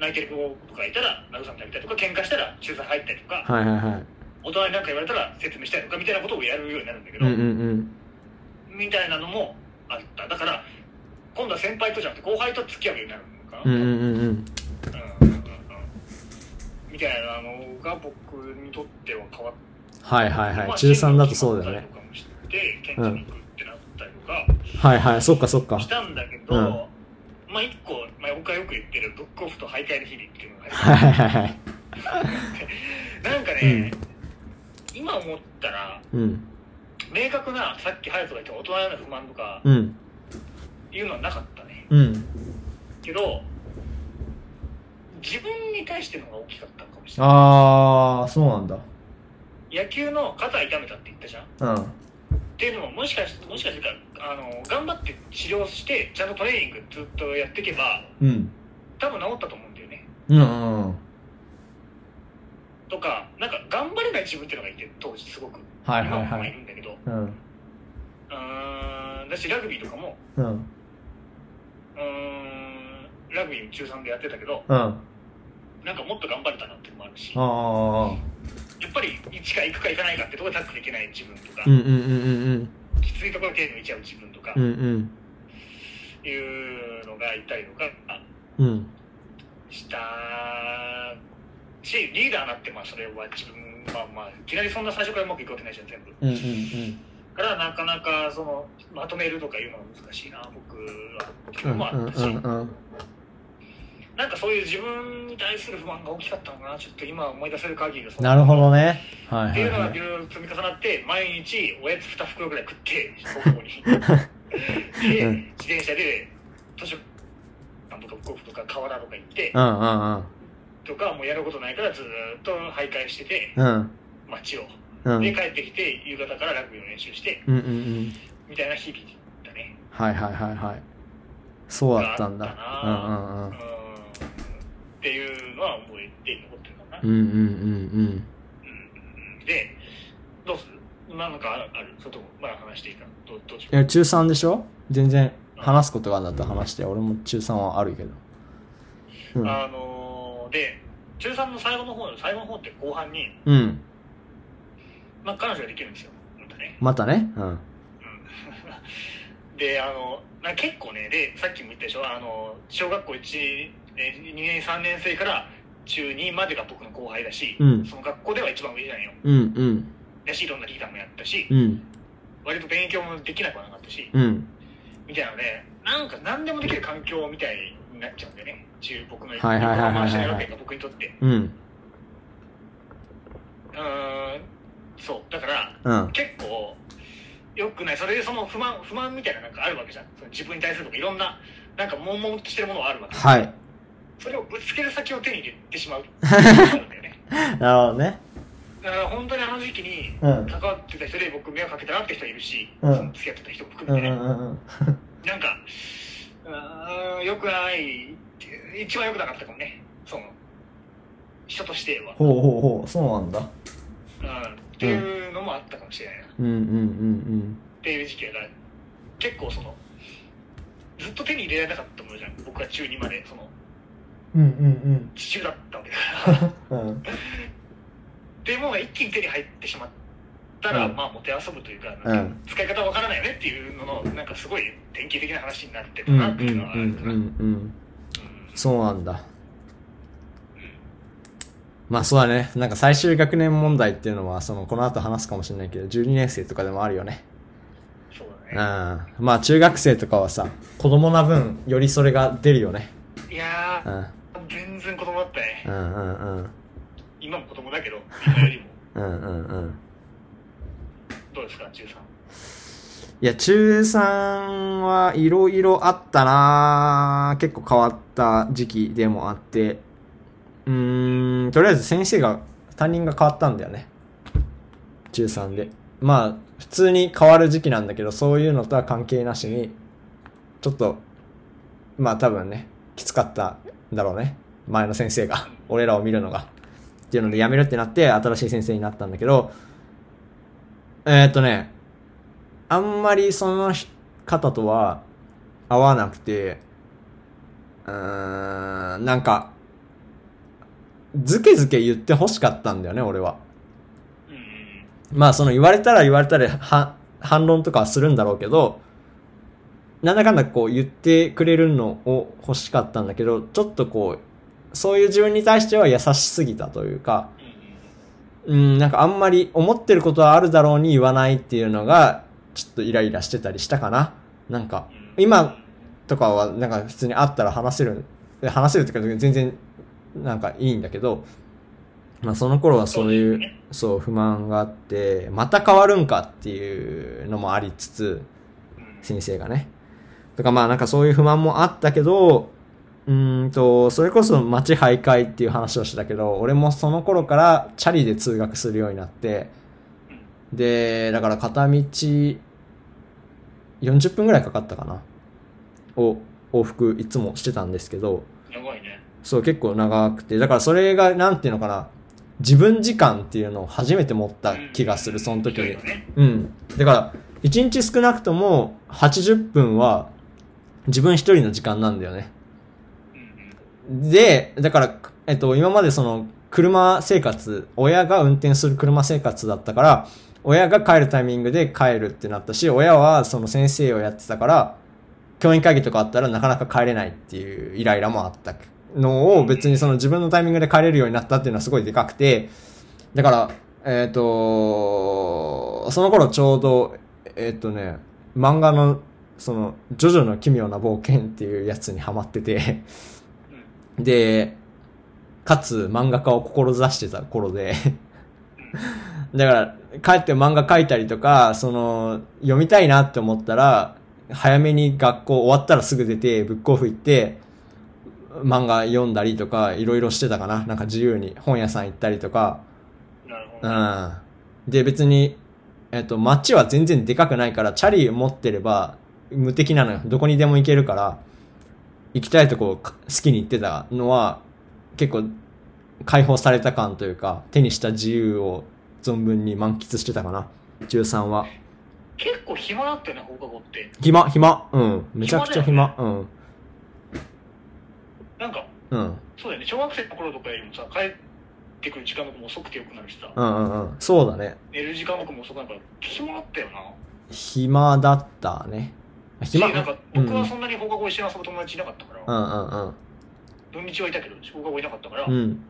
Speaker 2: 泣いてる子がいたら慰めてあげたりとか喧嘩したら中3入ったりとか
Speaker 1: はいはいはい。
Speaker 2: 大人に何か言われたら説明したりとかみたいなことをやるようになるんだけ
Speaker 1: う
Speaker 2: ど、
Speaker 1: んうん
Speaker 2: みたいなのもあっただから今度は先輩とじゃなくて後輩と付き合うようになるのかな、
Speaker 1: うん。うんうんうんうん。
Speaker 2: うんうんうんうんみたいなのが僕にとっては変わっ
Speaker 1: はいはい
Speaker 2: ま
Speaker 1: は
Speaker 2: あ
Speaker 1: い。中3だとそうだよ
Speaker 2: 進路
Speaker 1: ね。
Speaker 2: 決まったりとかもして県庁に行くってなったりとか、
Speaker 1: はいはい。そっかそっか
Speaker 2: し。たんだけど、
Speaker 1: うん
Speaker 2: まあ一個、まあ、僕がよく言ってるブックオフと徘徊の日々っていうのが
Speaker 1: はい
Speaker 2: あ
Speaker 1: はいはいはい。
Speaker 2: るなんかね、今思ったら
Speaker 1: うん。
Speaker 2: 明確なさっき隼人が言った大人への不満とか
Speaker 1: うん。
Speaker 2: いうのはなかったね
Speaker 1: うん。
Speaker 2: けど自分に対しての方が大きかったのかもしれな
Speaker 1: あー、そうなんだ。
Speaker 2: い野球の肩痛めたって言ったじゃんっ
Speaker 1: うん。
Speaker 2: ていうのももしかしてもしかしてかあの頑張って治療してちゃんとトレーニングずっとやっていけば
Speaker 1: うん。
Speaker 2: 多分治ったと思うんだよね
Speaker 1: うんうんうん。
Speaker 2: とかなんか頑張れない自分っていうのがいて当時すごく
Speaker 1: はい
Speaker 2: 今
Speaker 1: はい
Speaker 2: も
Speaker 1: はいい。
Speaker 2: るんだけど、
Speaker 1: うん。
Speaker 2: うーん、だしラグビーとかも、
Speaker 1: うん。
Speaker 2: うーん、ラグビーも中3でやってたけど、
Speaker 1: うん。あ
Speaker 2: なんかもっと頑張れたなっていうのもあるし、や
Speaker 1: あ。
Speaker 2: っぱり1か行くか行かないかってところでタックできない自分とか、
Speaker 1: うんうんうんうん
Speaker 2: きついところ手抜いちゃう自分とか
Speaker 1: うん。うん
Speaker 2: いうのがいたりとか
Speaker 1: うん。うん。
Speaker 2: したし、リーダーになって、まあそれは自分、まあまあ、いきなりそんな最初からうまくいくわけないじゃん、全部。
Speaker 1: うんうんうん。
Speaker 2: だからなかなかそのまとめるとかいうのは難しいな、僕は。っていう
Speaker 1: う
Speaker 2: の
Speaker 1: ん
Speaker 2: もあったし。
Speaker 1: うんうんうん。
Speaker 2: なんかそういう自分に対する不満が大きかったのかな、ちょっと今思い出せる限りがそう
Speaker 1: なるほど。ね。はい
Speaker 2: っ
Speaker 1: は
Speaker 2: てい
Speaker 1: いう
Speaker 2: の
Speaker 1: は
Speaker 2: がい
Speaker 1: い。
Speaker 2: ろいろ積み重なって、毎日おやつ2袋ぐらい食って、高 校に。で、
Speaker 1: うん
Speaker 2: 自転車で図書館とか福岡とか河原とか行って、
Speaker 1: うんうんうん。
Speaker 2: とかもうやることないからずーっと徘徊してて、
Speaker 1: うん。
Speaker 2: 街を。
Speaker 1: うん。うん
Speaker 2: で、帰ってきて、夕方からラグビーの練習して、
Speaker 1: うんうん。
Speaker 2: みたいな日々だね。
Speaker 1: はいはいはいはい。そうだったんだ。
Speaker 2: があっ
Speaker 1: うんうんうん
Speaker 2: う。ーん。っていうのは思い出に残ってるかな。
Speaker 1: うんうんうん
Speaker 2: うんで、どうするなんかあるあるそれともまだ話していいかどどうしよ
Speaker 1: うん。え、中3でしょ全然話すことがあるんだったら話して、俺も中3はあるけど。う
Speaker 2: う、
Speaker 1: ん。
Speaker 2: あのーで、中3の最後の方、最後の方って後半に、
Speaker 1: うん。
Speaker 2: まあ、彼女ができるんですよ。またね。
Speaker 1: またね。うん。
Speaker 2: うん、で、あの、な結構ね、で、さっきも言ったでしょ、あの、小学校1、えー2年、3年生から中2までが僕の後輩だし、
Speaker 1: うん
Speaker 2: その学校では一番上じゃんよ。
Speaker 1: うんうん。
Speaker 2: だし、いろんなリーダーもやったし、
Speaker 1: うん。
Speaker 2: 割と勉強もできなくはなかったし、
Speaker 1: うん。
Speaker 2: みたいなね、なんか何でもできる環境みたいになっちゃうんだよね。中僕
Speaker 1: は
Speaker 2: の
Speaker 1: いはいはいはいはい
Speaker 2: 横浜市内学園が僕にとって。
Speaker 1: うん。
Speaker 2: うーん、そう。だから、
Speaker 1: うん。
Speaker 2: 結構、良くない。それでその不満、不満みたいななんかあるわけじゃん。その自分に対するとかいろんな、なんか悶々としてるものはあるわけ。
Speaker 1: はい。
Speaker 2: それをぶつける先を手に入れて しまう。なんだよね。
Speaker 1: なるほどね。
Speaker 2: だから本当にあの時期に
Speaker 1: うん
Speaker 2: 関わってた人で僕迷惑かけたなって人いるし、
Speaker 1: うん
Speaker 2: その付き合ってた人も
Speaker 1: う
Speaker 2: 含
Speaker 1: ん
Speaker 2: め
Speaker 1: う
Speaker 2: てね、
Speaker 1: んうんうん。
Speaker 2: なんかうーん良くないっていう一番良くなかったかもねその人としては、
Speaker 1: ほうほうほう、そうなんだ。
Speaker 2: うん、っていうのもあったかもしれないなっ
Speaker 1: うんうんうん
Speaker 2: ていう時期だから結構そのずっと手に入れられなかったものじゃん僕が中2までその
Speaker 1: うん。うんうん
Speaker 2: 地中だったわけだから
Speaker 1: うん。うん。
Speaker 2: でも一気に手に入ってしまったら、
Speaker 1: うん
Speaker 2: まあもてあそぶというか
Speaker 1: う
Speaker 2: なんか
Speaker 1: ん
Speaker 2: 使い方わからないよねっていうののなんかすごい典型的な話になってた
Speaker 1: うんうん
Speaker 2: なっていうのはあ
Speaker 1: う
Speaker 2: るかな、うん
Speaker 1: んうん。そうなんだ。まあそうだね。なんか最終学年問題っていうのは、その、この後話すかもしれないけど、12年生とかでもあるよね。
Speaker 2: そう
Speaker 1: うん。
Speaker 2: だね
Speaker 1: まあ中学生とかはさ、子供な分、よりそれが出るよね。
Speaker 2: いや
Speaker 1: う
Speaker 2: ー
Speaker 1: ん。
Speaker 2: 全然子供だったね
Speaker 1: うんうんうん。
Speaker 2: 今も子供だけど今よりも
Speaker 1: うんうんうん。
Speaker 2: どうですか中さん
Speaker 1: いや、中3はいろいろあったなぁ結構変わった時期でもあって。うーん、とりあえず先生が、担任が変わったんだよね。中3で。まあ、普通に変わる時期なんだけど、そういうのとは関係なしに、ちょっと、まあ多分ね、きつかったんだろうね。前の先生が、 俺らを見るのが。っていうので辞めるってなって、新しい先生になったんだけど、えー、っとね、あんまりその方とは合わなくて、うーん、なんか、ずけずけ言って欲しかったんだよね、俺は。
Speaker 2: うんうん
Speaker 1: まあその言われたら言われたらは反論とかはするんだろうけど、なんだかんだこう言ってくれるのを欲しかったんだけど、ちょっとこう、そういう自分に対しては優しすぎたというか、うん、なんかあんまり思ってることはあるだろうに言わないっていうのが、ちょっとイライラしてたりしたかな。なんか、今とかはなんか普通に会ったら話せる、話せるっていうか全然なんかいいんだけど、まあその頃はそうい
Speaker 2: そう
Speaker 1: う
Speaker 2: ですね、
Speaker 1: そう、不満があって、また変わるんかっていうのもありつつ、先生がね。とかまあなんかそういう不満もあったけど、うーんと、それこそ街徘徊っていう話をしてたけど、俺もその頃からチャリで通学するようになって、で、だから片道40分ぐらいかかったかな。を往復いつもしてたんですけど、
Speaker 2: やばいね
Speaker 1: そう結構長くて、だからそれがなんていうのかな、自分時間っていうのを初めて持った気がする、その時に
Speaker 2: うん。ね
Speaker 1: うん。だから、一日少なくとも80分は自分一人の時間なんだよね。
Speaker 2: うんうん
Speaker 1: で、だから、えっと、今までその、車生活、親が運転する車生活だったから、親が帰るタイミングで帰るってなったし、親はその先生をやってたから、教員会議とかあったらなかなか帰れないっていうイライラもあったのを別にその自分のタイミングで帰れるようになったっていうのはすごいでかくて、だから、えっ、と、その頃ちょうど、えっ、とね、漫画の、その、ジョジョの奇妙な冒険っていうやつにハマってて、で、かつ漫画家を志してた頃で、 だから、帰って漫画描いたりとか、その、読みたいなって思ったら、早めに学校終わったらすぐ出て、ブックオフ行って、漫画読んだりとか、いろいろしてたかな。なんか自由に本屋さん行ったりとか、
Speaker 2: なるほ
Speaker 1: う
Speaker 2: ど
Speaker 1: ん。で、別に、えっと、街は全然でかくないから、チャリ持ってれば無敵なのよ。どこにでも行けるから、行きたいとこか好きに行ってたのは、結構解放された感というか、手にした自由を存分に満喫してたかな。13は。
Speaker 2: 結構暇だったよね放課後って
Speaker 1: 暇、暇。うん。めちゃくちゃ暇。うん。
Speaker 2: なんか
Speaker 1: うん。
Speaker 2: そうだよね小学生の頃とかよりもさ帰ってくる時間とかも遅くてよくなるしさ
Speaker 1: うんうんうん。そうだね。
Speaker 2: 寝る時間とかも遅くなるから暇だったよな
Speaker 1: 暇だったね。暇
Speaker 2: しなんか
Speaker 1: うん
Speaker 2: 僕はそんなに放課後一緒に遊ぶ友達いなかったか
Speaker 1: う
Speaker 2: ら
Speaker 1: んうんうん。
Speaker 2: 土日はいたけど放課後いなかったから
Speaker 1: うん。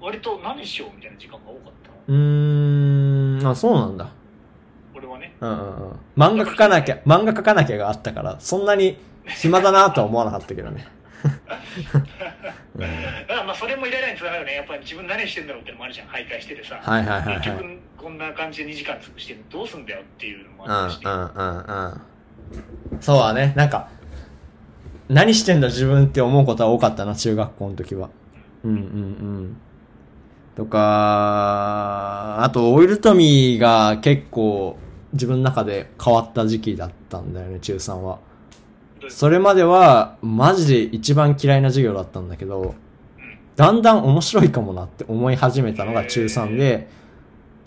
Speaker 2: 割と何しようみたいな時間が多かった
Speaker 1: うーん。あ、そうなんだ。
Speaker 2: 俺はね
Speaker 1: うんうんうん漫画描かなきゃ、漫画描かなきゃがあったから、そんなに暇だなとは思わなかったけどね。うん
Speaker 2: だから まあそれもイライラにつながるねやっぱり自分何してんだろうってのもあるじゃん徘徊しててさ
Speaker 1: はいはいはい
Speaker 2: 結
Speaker 1: はい。
Speaker 2: 局こんな感じで2時間潰してどうすんだよっていうのもあるし、
Speaker 1: うんうんうんうん。そうだね。なんか、何してんだ自分って思うことは多かったな、中学校の時は。うんうんうん。とか、あと、オイルトミーが結構自分の中で変わった時期だったんだよね、中3は。それまでは、マジで一番嫌いな授業だったんだけど、だんだん面白いかもなって思い始めたのが中3で、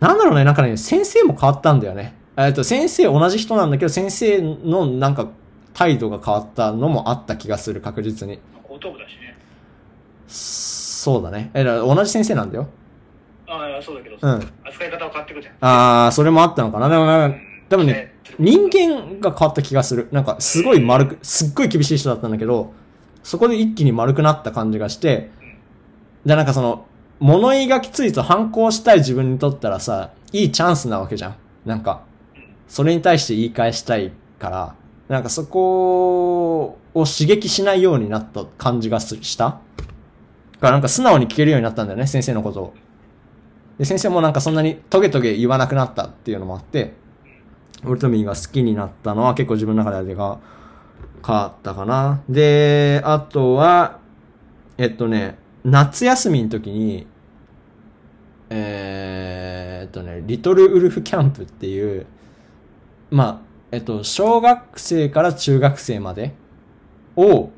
Speaker 1: なんだろうね、なんかね、先生も変わったんだよね。えっと、先生同じ人なんだけど、先生のなんか態度が変わったのもあった気がする、確実に。
Speaker 2: 後頭部だしね。
Speaker 1: そうだね。え、だから同じ先生なんだよ。
Speaker 2: ああ、そうだけど、
Speaker 1: うん
Speaker 2: 扱い方を変わってくじゃん。
Speaker 1: あー、それもあったのかな。でもなんか、でもね、人間が変わった気がする。なんか、すごい丸く、すっごい厳しい人だったんだけど、そこで一気に丸くなった感じがして、で、なんかその、物言いがきついと反抗したい自分にとったらさ、いいチャンスなわけじゃん。なんか、それに対して言い返したいから、なんかそこを刺激しないようになった感じがすした。だからなんか素直に聞けるようになったんだよね、先生のことを。で、先生もなんかそんなにトゲトゲ言わなくなったっていうのもあって、オルトミーが好きになったのは結構自分の中でが変わったかな。で、あとは、えっとね、夏休みの時に、えー、っとね、リトルウルフキャンプっていう、まあ、えっと、小学生から中学生までを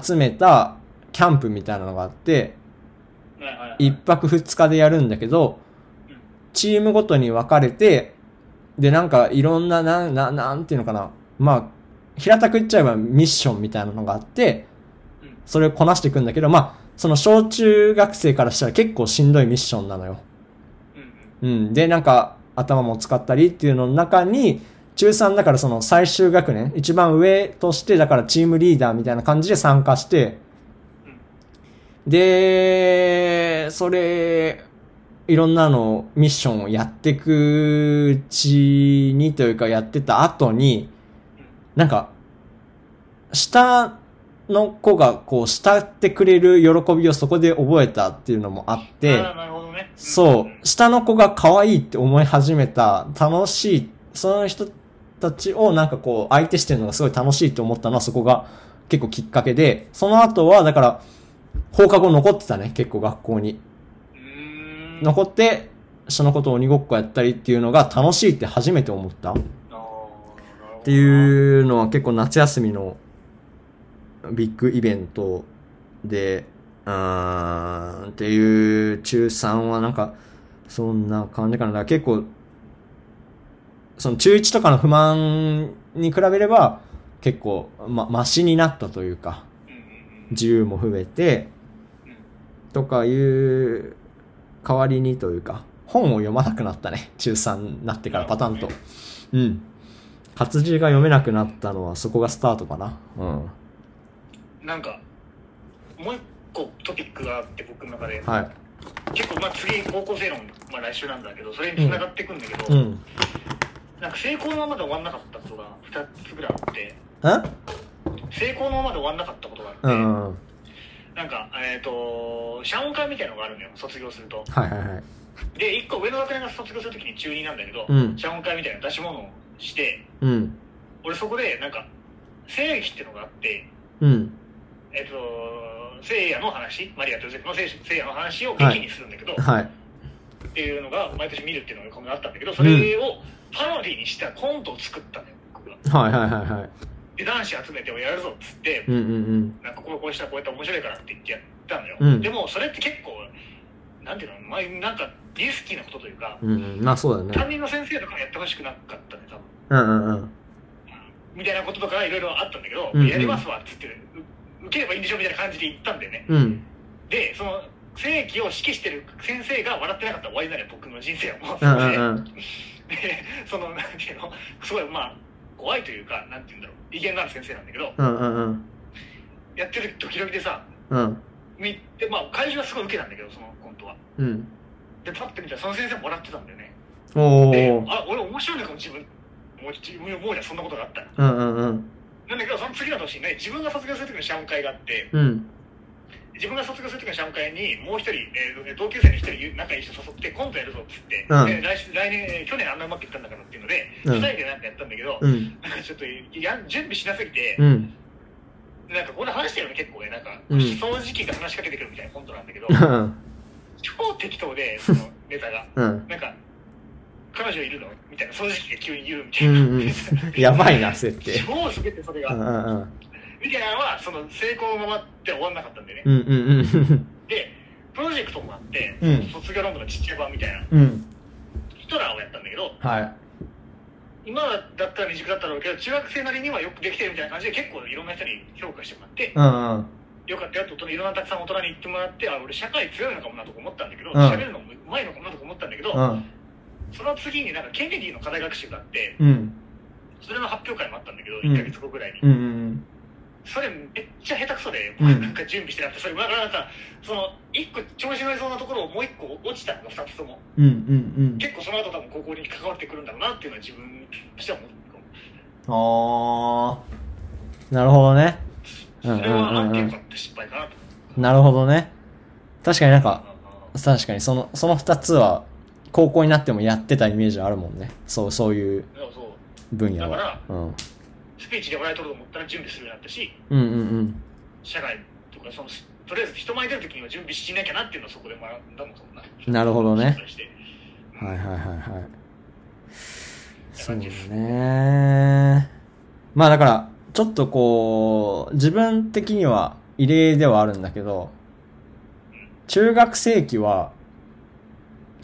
Speaker 1: 集めたキャンプみたいなのがあって、
Speaker 2: はいはいはい
Speaker 1: 一泊二日でやるんだけど、チームごとに分かれて、で、なんかいろんな、なん、なん、なんていうのかな。まあ、平たく言っちゃえばミッションみたいなのがあって
Speaker 2: うん、
Speaker 1: それをこなしていくんだけど、まあ、その小中学生からしたら結構しんどいミッションなのよ。
Speaker 2: うん
Speaker 1: うん。で、なんか、頭も使ったりっていうのの中に、中3だからその最終学年、一番上として、だからチームリーダーみたいな感じで参加して、で、それ、いろんなの、ミッションをやっていくうちにというかやってた後に、なんか、下の子がこう慕ってくれる喜びをそこで覚えたっていうのもあっ
Speaker 2: うん。
Speaker 1: て、
Speaker 2: ああ、なるほどね。
Speaker 1: そう、下の子が可愛いって思い始めた、楽しい、その人たちをなんかこう、相手してるのがすごい楽しいって思ったのはそこが結構きっかけで、その後は、だから、放課後残ってたね、結構学校に。
Speaker 2: うん。うーん。あ
Speaker 1: 残って、下の子と鬼ごっこやったりっていうのが楽しいって初めて思った。
Speaker 2: あなるほど
Speaker 1: っていうのは結構夏休みのビッグイベントで、うーん、っていう中3はなんか、そんな感じかな。だから結構、その中1とかの不満に比べれば、結構、ま、マシになったというか、
Speaker 2: うんうん
Speaker 1: 自由も増えて、とかいう代わりにというか、本を読まなくなったね。中3になってからパタンと。うん。活字が読めなくなったのはそこがスタートかな。うん。
Speaker 2: うんなんか、もう一個トピックがあって、僕の中で。
Speaker 1: はい。
Speaker 2: 結構、まあ、次、高校生論、まあ、来週なんだけど、それに繋がってくんだけど、
Speaker 1: うん。ん
Speaker 2: なんか成功のままで終わんなかったことが2つぐらいあって、成功のままで終わんなかったことがあって、
Speaker 1: うん。はい
Speaker 2: なんか、えっ、と、謝恩会みたいなのがあるのよ、卒業すると。
Speaker 1: はいはい。
Speaker 2: で、1個上の学年が卒業するときに中2なんだけど、
Speaker 1: うん
Speaker 2: 謝恩会みたいな出し物をして、
Speaker 1: うん。
Speaker 2: 俺そこで、なんか、聖域ってのがあって、
Speaker 1: うん。
Speaker 2: えっ、と、聖夜の話、マリアとヨセフの聖聖夜の話を劇にするんだけど、
Speaker 1: はい。
Speaker 2: っていうのが毎年見るっていうのが今後あったんだけど、それをパロディにしたコントを作ったのよ、僕が。
Speaker 1: はいはいはいはい。
Speaker 2: で、男子集めてをやるぞっつって、
Speaker 1: うんうん
Speaker 2: なんかこうこうしたらこうやったら面白いからって言ってやったのよ、
Speaker 1: うん
Speaker 2: でもそれって結構なんていうの、まあ、なんかリスキーなことというか、
Speaker 1: うん。うんうん。まあそうだね。
Speaker 2: 担任の先生とかやってほしくなかったね多
Speaker 1: う
Speaker 2: 分
Speaker 1: んうんうん。
Speaker 2: みたいなこととかいろいろあったんだけど、
Speaker 1: うんうん
Speaker 2: やりますわっつってう受ければいいんでしょみたいな感じで言ったんだよね
Speaker 1: うん。
Speaker 2: でその正規を指揮してる先生が笑ってなかったら終わりになるよ僕の人生はもう、
Speaker 1: うんうんうん。
Speaker 2: でそのなんていうのすごいまあ怖いというかなんていうんだろう威厳がある先生なんだけど
Speaker 1: うんうんうん。
Speaker 2: やってる時々でさ
Speaker 1: うん。
Speaker 2: 見てまあ会場はすごい受けたんだけどそのコントは
Speaker 1: うん。
Speaker 2: でパッて見たらその先生も笑ってたんだよね
Speaker 1: お
Speaker 2: で
Speaker 1: ー。
Speaker 2: あ俺面白いのかも自分もう自分思うじゃんそんなことがあったら
Speaker 1: うんうんうん。
Speaker 2: なんだけどその次の年にね自分が卒業する時の謝恩会があって
Speaker 1: うん。
Speaker 2: 自分が卒業する時の謝恩会にもう一人、えー同級生の一人仲いい人誘ってコントやるぞっつって、
Speaker 1: うん
Speaker 2: で来し来年えー去年あんなうまくいったんだからっていうので、
Speaker 1: うん
Speaker 2: 二人でなんかやったんだけど、
Speaker 1: うん。
Speaker 2: なんかちょっとや準備しなすぎて、
Speaker 1: うん。
Speaker 2: でなんかこれ話したよね、結構ね、なんか、
Speaker 1: うん
Speaker 2: 掃除機が話しかけてくるみたいなコントなんだ けど、
Speaker 1: うん。
Speaker 2: 超適当で、そのネタが。
Speaker 1: うん。
Speaker 2: なんか、彼女いるのみたいな、掃除機が急に言うみた
Speaker 1: う
Speaker 2: い
Speaker 1: ん
Speaker 2: な。
Speaker 1: うん。やばいな、設定。
Speaker 2: 超すげてそれ
Speaker 1: うんう
Speaker 2: が。
Speaker 1: んうん。
Speaker 2: みたいなのは、その成功のままって終わんなかったんでね。
Speaker 1: うんうんうん。
Speaker 2: で、プロジェクトもあって、
Speaker 1: うん
Speaker 2: 卒業論文のちっちゃい版みたいな、
Speaker 1: うん。
Speaker 2: ヒトラーをやったんだけど、
Speaker 1: はい。
Speaker 2: 今だったら未熟だったろうけど、中学生なりにはよくできてるみたいな感じで、結構いろんな人に評価してもらって、
Speaker 1: うんうん。
Speaker 2: よかったよって大人、いろんなたくさん大人に言ってもらって、あ、俺社会強いのかもなとか思ったんだけど、
Speaker 1: うん
Speaker 2: 喋、るのもうまいのかもなとか思ったんだけど、
Speaker 1: うん。
Speaker 2: その次になんかケネディの課題学習があって、
Speaker 1: うん。
Speaker 2: それの発表会もあったんだけど、
Speaker 1: うん
Speaker 2: 1ヶ月後ぐらいに。
Speaker 1: うんうん。
Speaker 2: それめっちゃ下手くそで、
Speaker 1: うん
Speaker 2: なんか準備してなくて、それ、だからなんか、その、一個調子乗りそうなところをもう一個落ちたの、二つとも。
Speaker 1: うんうん
Speaker 2: 結構その後多分高校に関わってくるんだろうなっていうのは自分としては思ってるか
Speaker 1: うん。
Speaker 2: も
Speaker 1: あー。なるほどね。うん
Speaker 2: それ
Speaker 1: うん
Speaker 2: は
Speaker 1: う
Speaker 2: あ
Speaker 1: ん
Speaker 2: っ
Speaker 1: う
Speaker 2: てよか
Speaker 1: ん。
Speaker 2: った失敗かなと。
Speaker 1: なるほどね。確かになんか、確かにその、その二つは、高校になってもやってたイメージあるもんね。そう、そういう
Speaker 2: だからそう、
Speaker 1: 分野は
Speaker 2: だから。
Speaker 1: うん。
Speaker 2: スピーチで笑い取ると思ったら準備するようになったし、
Speaker 1: うんうん
Speaker 2: 社外とか、その、とりあえず人前に出るときには準備しなきゃなっていうのをそこで学んだのかもな。
Speaker 1: うん。なるほどね。
Speaker 2: 失敗して
Speaker 1: はいはいはいはい。そう
Speaker 2: 感じです
Speaker 1: ね。まあだから、ちょっとこう、自分的には異例ではあるんだけど、中学生期は、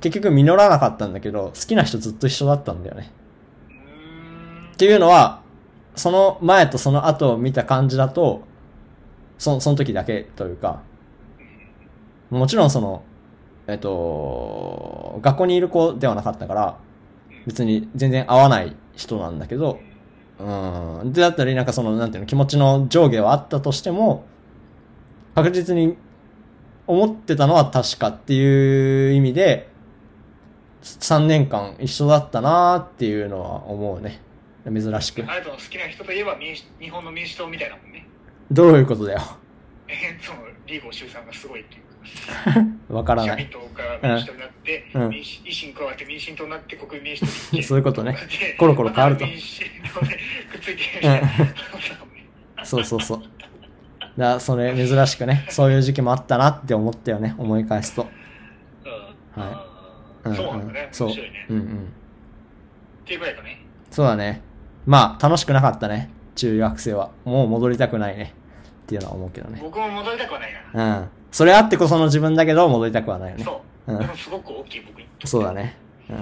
Speaker 1: 結局実らなかったんだけど、好きな人ずっと一緒だったんだよね。
Speaker 2: うーん
Speaker 1: っていうのは、その前とその後を見た感じだと、そその時だけというか、もちろんその、えっと、学校にいる子ではなかったから、別に全然合わない人なんだけど、うん。で、だったり、なんかその、なんていうの、気持ちの上下はあったとしても、確実に思ってたのは確かっていう意味で、3年間一緒だったなーっていうのは思うね。珍しく。
Speaker 2: あなたの好きな人といえば民主日本の民主党みたいなもんね。
Speaker 1: どういうことだよ。
Speaker 2: えーそのリーゴ周さんがすごいっていうか、
Speaker 1: わから
Speaker 2: 社
Speaker 1: な
Speaker 2: 民
Speaker 1: い。
Speaker 2: 党から民主党になって、
Speaker 1: うん
Speaker 2: 民主維新加わって民進党になって国民民主党に行って
Speaker 1: そういうことね
Speaker 2: なって
Speaker 1: コロコロ変わると
Speaker 2: また民進党でくっついてるみたいな。
Speaker 1: そうそうそう。だそれ珍しくね、そういう時期もあったなって思ったよね、思い返すと。
Speaker 2: うん
Speaker 1: はい
Speaker 2: うん
Speaker 1: ん
Speaker 2: そうなんだね。
Speaker 1: そう。
Speaker 2: 面
Speaker 1: う
Speaker 2: 白いね。
Speaker 1: んうん。
Speaker 2: っていうぐらいかね。
Speaker 1: そうだね。まあ、楽しくなかったね。中学生は。もう戻りたくないね。っていうのは思うけどね。
Speaker 2: 僕も戻りたくはないな。
Speaker 1: うん。それあってこその自分だけど、戻りたくはないよね。
Speaker 2: そう。
Speaker 1: うん
Speaker 2: でもすごく大きい僕にとって
Speaker 1: そうだね。うん。っ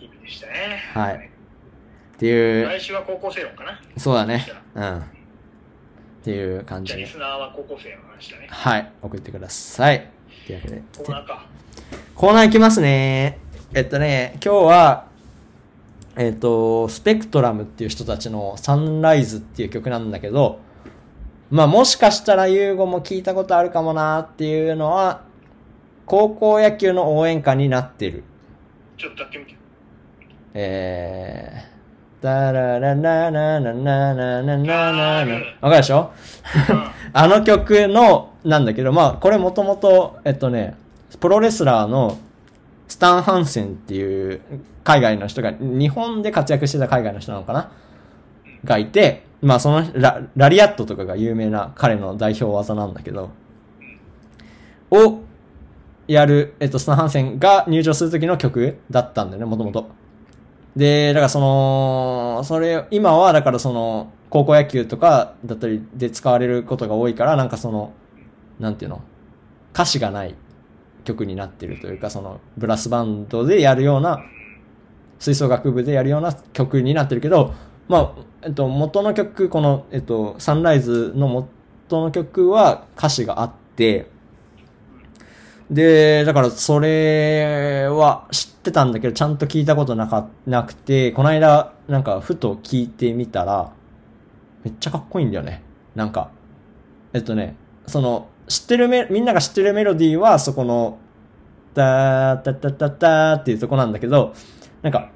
Speaker 2: いい日でしたね。
Speaker 1: はいていう、
Speaker 2: 来週は高校生論かな。
Speaker 1: そうだね。うん。っていう感じ
Speaker 2: じゃあリ
Speaker 1: で。
Speaker 2: スナーは高校生の話だね。
Speaker 1: はい。送ってください。というわけで。
Speaker 2: コーナーか。
Speaker 1: コーナーいきますね。えっとね、今日は、えっと、スペクトラムっていう人たちのサンライズっていう曲なんだけど、まあもしかしたらユーゴも聞いたことあるかもなっていうのは、高校野球の応援歌になってる。
Speaker 2: ちょっと歌ってみ て。
Speaker 1: えー、ダララララララララララわかるでしょ
Speaker 2: う
Speaker 1: あの曲の、なんだけど、まあ、これもともと、えっとね、プロレスラーのスタン・ハンセンっていう海外の人が、日本で活躍してた海外の人なのかながいて、まあ、そのラ、ラリアットとかが有名な彼の代表技なんだけど、をやる、えっと、スタン・ハンセンが入場する時の曲だったんだよね、もともと。で、だからその、それ、今はだからその、高校野球とかだったりで使われることが多いから、なんかその、なんていうの、歌詞がない曲になってるというか、その、ブラスバンドでやるような、吹奏楽部でやるような曲になってるけど、まあ、えっと、元の曲、この、えっと、サンライズの元の曲は歌詞があって、で、だからそれは知ってたんだけど、ちゃんと聞いたことなか、なくて、この間、なんかふと聞いてみたら、めっちゃかっこいいんだよね。なんか、えっとね、その、知ってるメ、みんなが知ってるメロディーは、そこの、たーたたたたーっていうとこなんだけど、なんか、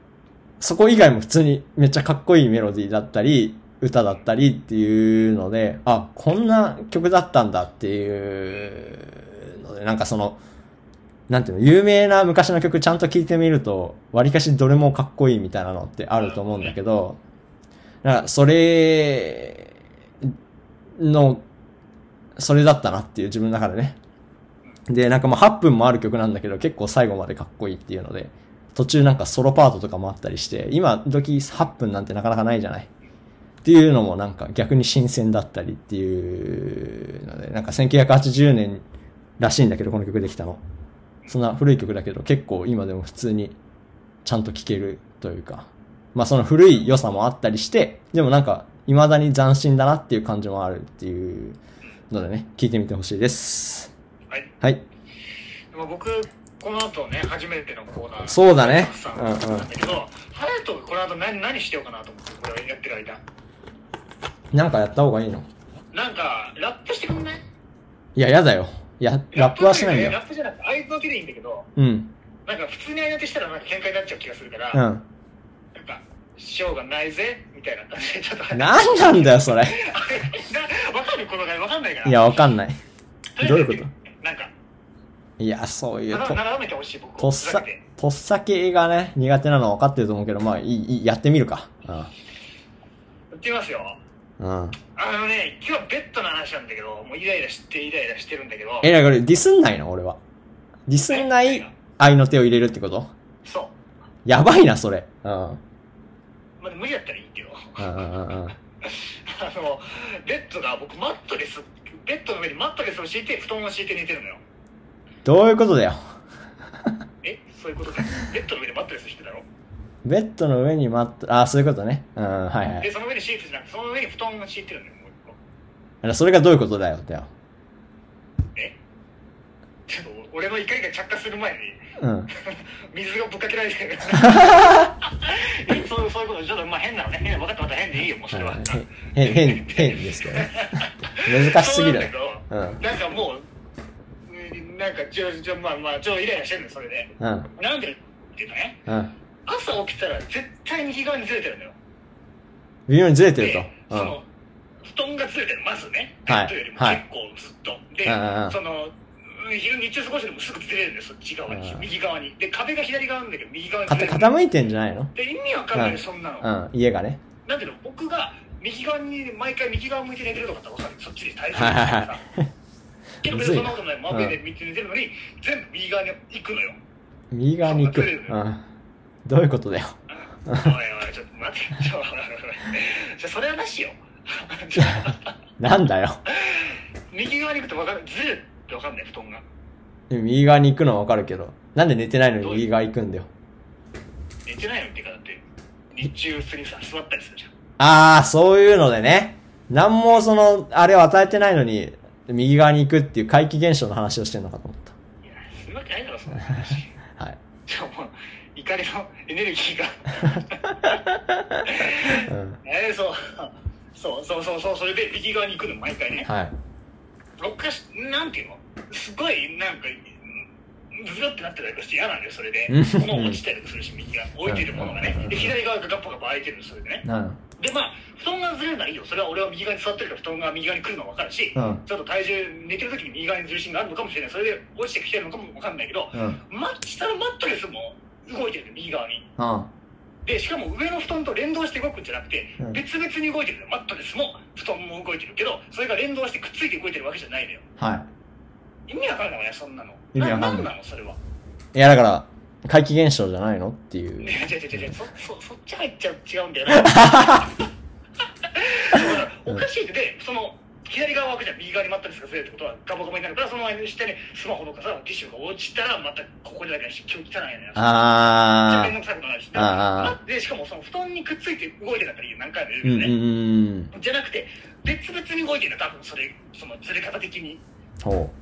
Speaker 1: そこ以外も普通にめっちゃかっこいいメロディーだったり、歌だったりっていうので、あ、こんな曲だったんだっていうので、なんかその、なんていうの、有名な昔の曲ちゃんと聴いてみると、割かしどれもかっこいいみたいなのってあると思うんだけど、なんかそれの、それだったなっていう自分の中でね。で、なんかまあ8分もある曲なんだけど、結構最後までかっこいいっていうので、途中なんかソロパートとかもあったりして、今時8分なんてなかなかないじゃない。っていうのもなんか逆に新鮮だったりっていうので、なんか1980年らしいんだけど、この曲できたの。そんな古い曲だけど、結構今でも普通にちゃんと聴けるというか、まあその古い良さもあったりして、でもなんか未だに斬新だなっていう感じもあるっていうのでね、聴いてみてほしいです。
Speaker 2: はい。
Speaker 1: はい。
Speaker 2: まあ、僕、この後ね、初めてのコーナー。
Speaker 1: そうだね
Speaker 2: たくさんなんだけど、ハヤトがこの後何何しようかなと思って、これをやってる間。
Speaker 1: なんかやった方がいいの
Speaker 2: なんか、ラップしてくんない
Speaker 1: いや、やだよ。や、ラップはしないんだ
Speaker 2: ラ
Speaker 1: よ。
Speaker 2: ップじゃなくて、相づけでいいんだけど、
Speaker 1: うん。
Speaker 2: なんか普通に相づけしたらなんか喧嘩になっちゃう気がするから、
Speaker 1: う
Speaker 2: なん
Speaker 1: ん。
Speaker 2: か、しようがないぜ、みたいな感じで、ちょっと。
Speaker 1: なんなんだよ、それ。
Speaker 2: わかるこの回わかんないから。
Speaker 1: いや、わかんない。
Speaker 2: とり
Speaker 1: ど
Speaker 2: あ
Speaker 1: うい
Speaker 2: え
Speaker 1: う
Speaker 2: ず
Speaker 1: こ
Speaker 2: やってみる、なんか、
Speaker 1: といや、そういう、
Speaker 2: な
Speaker 1: と、
Speaker 2: 斜めてほしい、僕を。
Speaker 1: とっ
Speaker 2: ふざ
Speaker 1: さ
Speaker 2: けて、
Speaker 1: とっさ系がね、苦手なのは分かってると思うけど、まあ、いい、いい、やってみるか。
Speaker 2: やってみますよ。
Speaker 1: うん。うん。
Speaker 2: あのね、今日はベッドの話なんだけど、もうイライラしてイライラしてるんだけど、
Speaker 1: え、だからディスんないの俺は。ディスんない愛の手を入れるってこと
Speaker 2: そう。
Speaker 1: やばいな、それ。うん。うん
Speaker 2: まあ、無理だったらいいけど、
Speaker 1: うんうんうん。
Speaker 2: あの、ベッドが僕マットレス、ベッドの上にマットレスを敷いて、布団を敷いて寝てるのよ。
Speaker 1: どういうことだよ。
Speaker 2: えそういうこ とか。ベッドの上でマットレス敷いてたろ
Speaker 1: ベッドの上に待った、あ、そういうことね。うん、はいは
Speaker 2: で、
Speaker 1: い。
Speaker 2: その上にシーツじゃなくて、その上に布団を敷いてるのよ、もう一個。
Speaker 1: あそれがどういうことだよ、だよ。
Speaker 2: えちょっと俺の怒りが着火する前に、
Speaker 1: うん。
Speaker 2: 水がぶっかけられ てるえそうそういうことちょっとまあ変なのね変な分かった分かった変でいいよもうそれは
Speaker 1: はいへへ変、変ですけどね。難しすぎるね。
Speaker 2: そう
Speaker 1: う
Speaker 2: なん
Speaker 1: ん
Speaker 2: だけどなんかもううんなんかちょちょまあまあちょイライラしてるのそれで
Speaker 1: うん。
Speaker 2: なんでっていうかね
Speaker 1: うん。
Speaker 2: 朝起きたら絶対に日側にずれてるのよ
Speaker 1: 微妙にずれてる
Speaker 2: で
Speaker 1: と。う
Speaker 2: そ
Speaker 1: ん。
Speaker 2: の布団がずれてるまずねベ
Speaker 1: はい
Speaker 2: ッドよりも
Speaker 1: はい
Speaker 2: 結構ずっと、で、
Speaker 1: うんうん
Speaker 2: そのうん昼日中過ごしてもすぐずれるんですそっち側に、
Speaker 1: うん
Speaker 2: 右側にで壁が左側なんだけど右側に
Speaker 1: か
Speaker 2: ず
Speaker 1: た
Speaker 2: れてる
Speaker 1: 傾いてんじゃないの
Speaker 2: で意味わかんない、
Speaker 1: うん
Speaker 2: そんなの、
Speaker 1: うん。家がね。
Speaker 2: なんていうの僕が右側に毎回右側向いて寝てるとかだったら分かるそっちに対する
Speaker 1: はいはいはい
Speaker 2: けど
Speaker 1: む
Speaker 2: 別
Speaker 1: ずいな
Speaker 2: にそ
Speaker 1: ん
Speaker 2: なことない真上で見て寝てるのに、全部右側に行く のよ
Speaker 1: 右側に行く。
Speaker 2: そうずれる
Speaker 1: う
Speaker 2: よ
Speaker 1: ん。どういうことだよ。
Speaker 2: おいおいちょっと待って ちょじゃあそれはなしよ じゃあ
Speaker 1: なんだよ。
Speaker 2: 右側に行くと分かるずれるって分かんない布団が
Speaker 1: 右側に行くのはわかるけど。なんで寝てないのに右側行くんだよ。
Speaker 2: 寝てないのっていうかだって日中普通にさ座ったりするじゃん
Speaker 1: あー、そういうのでね。なんもその、あれを与えてないのに、右側に行くっていう怪奇現象の話をしてるのかと思っ
Speaker 2: いやするわけないだろそんな話
Speaker 1: た。はい。
Speaker 2: じゃあもう怒りのエネルギーが
Speaker 1: うん。
Speaker 2: えー、そう。そうそうそうそう、それで右側に行くの、毎回ね。
Speaker 1: はい。
Speaker 2: 僕がし、なんていうのすごい、なんか、うんずるってなってたりとかして嫌なんだよ、それで
Speaker 1: うん。
Speaker 2: 物落ちたりとかするし、右側、置いてるものが
Speaker 1: うんうんうん
Speaker 2: ね
Speaker 1: う。ん
Speaker 2: で、左側がガッパガッパ空いてるの、それでね。
Speaker 1: うん。
Speaker 2: で、まあ、布団がずれるならいいよ。それは俺は右側に座ってるから、布団が右側に来るのはわかるし、
Speaker 1: うん
Speaker 2: ちょっと体重、寝てる時に右側に重心があるのかもしれない。それで落ちてきてるのかもわかんないけど、
Speaker 1: うん。
Speaker 2: ま、下のマットレスも動いてるの、右側に。
Speaker 1: うん。
Speaker 2: で、しかも上の布団と連動して動くんじゃなくて
Speaker 1: うん、
Speaker 2: 別々に動いてるのよ。マットレスも布団も動いてるけど、それが連動してくっついて動いてるわけじゃないのよ。
Speaker 1: はい。
Speaker 2: 意味わかんないわね、そんなの。
Speaker 1: 意味わかんない
Speaker 2: ななんなの、それは。
Speaker 1: いや、だから、怪奇現象じゃないのってい。
Speaker 2: いうや、違う違う違う、そ、そ、そっち入っちゃう、違うんだよ な。そうだおかしいって、で、その、左側枠じゃん右側にマットレスがずれるってことはガバガバになるからその前に下にスマホとかさティッシュが落ちたらまたここでだけだし今日汚いのよ
Speaker 1: あ
Speaker 2: 面
Speaker 1: ー。
Speaker 2: 倒くさいことになるし
Speaker 1: あ
Speaker 2: でしかもその布団にくっついて動いてたからいいよ何回も言う
Speaker 1: うん
Speaker 2: けど
Speaker 1: うん
Speaker 2: ね、
Speaker 1: うん。
Speaker 2: じゃなくて、別々に動いてるんだ、多分それ、そのずれ方的に。
Speaker 1: ほ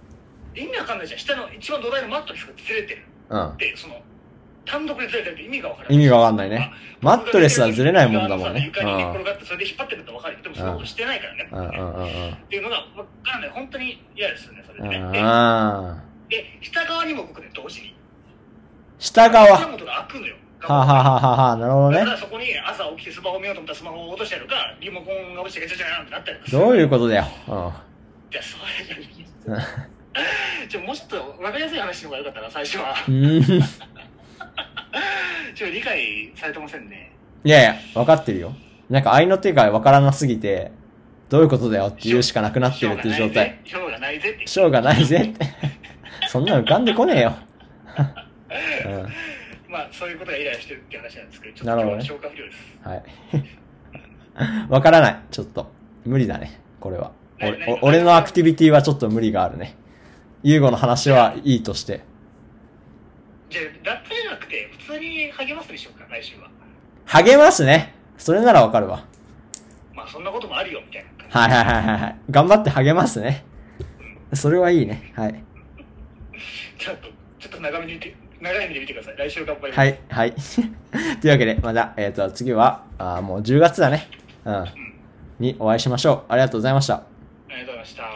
Speaker 2: 意味わかんないじゃん。下の一番土台のマットレスがずれてる。
Speaker 1: う。うん。
Speaker 2: で、その、単独でずれてるって意味がわからない。
Speaker 1: 意味がわかんないね。マットレスはずれないもんだもんね。
Speaker 2: 床に寝っ転がって、それで引っ張ってるのわかるけど、でもそんなことしてないからね。
Speaker 1: うん。うんうんうんうん。
Speaker 2: っていうのがわかんない。本当に嫌ですよね、それでね。
Speaker 1: あー。
Speaker 2: で、で下側にも動くね、同時に。
Speaker 1: 下
Speaker 2: 手
Speaker 1: 側。
Speaker 2: 元が開くのよ。
Speaker 1: はあ、はあはあはあ、なるほど
Speaker 2: だ
Speaker 1: ね
Speaker 2: か。らそこに朝起きてスマホ見ようと思ったらスマホを落としたりとか、リモコンが落ちてガチャガチャなんてなったりとかする
Speaker 1: どういうことだよ。うん。
Speaker 2: いや、それじゃいい。じゃあもうちょっと分かりやすい話の方が良かったな、最初は。
Speaker 1: うーん。
Speaker 2: ちょっと理解されてませんね。
Speaker 1: いやいや、わかってるよ。なんか愛の手がわからなすぎて、どういうことだよって言うしかなくなってるっていう状態。
Speaker 2: しょうがないぜ。
Speaker 1: ショーがないぜって。そんなの浮かんでこねえよ。う
Speaker 2: まあ、そういうことがイライラしてるっていう話なんですけど、ちょっ
Speaker 1: な
Speaker 2: と
Speaker 1: る
Speaker 2: 今
Speaker 1: ほ
Speaker 2: 日
Speaker 1: ど
Speaker 2: は
Speaker 1: ね
Speaker 2: 消化不良です。
Speaker 1: ん。はい。 わからない。ちょっと。無理だね。これは。おお俺のアクティビティはちょっと無理があるね。ユーゴの話はいいとして。
Speaker 2: じゃあ、ラップじゃなくて、普通に励ますでしょうか、来週は。
Speaker 1: 励ますね。それならわかるわ。
Speaker 2: まあ、そんなこともあるよ、みたいな感じ。
Speaker 1: はいはいはいはいはい。頑張って励ますね。それはいいね。はい。
Speaker 2: ちょっと、ちょっと長めに見て、長い目で見てください。来週頑張ります。
Speaker 1: はい、はい。 というわけで、また、えっ、と、次は、あーもう10月だね。うん。にお会いしましょう。ありがとうございました。
Speaker 2: ありがとうございました。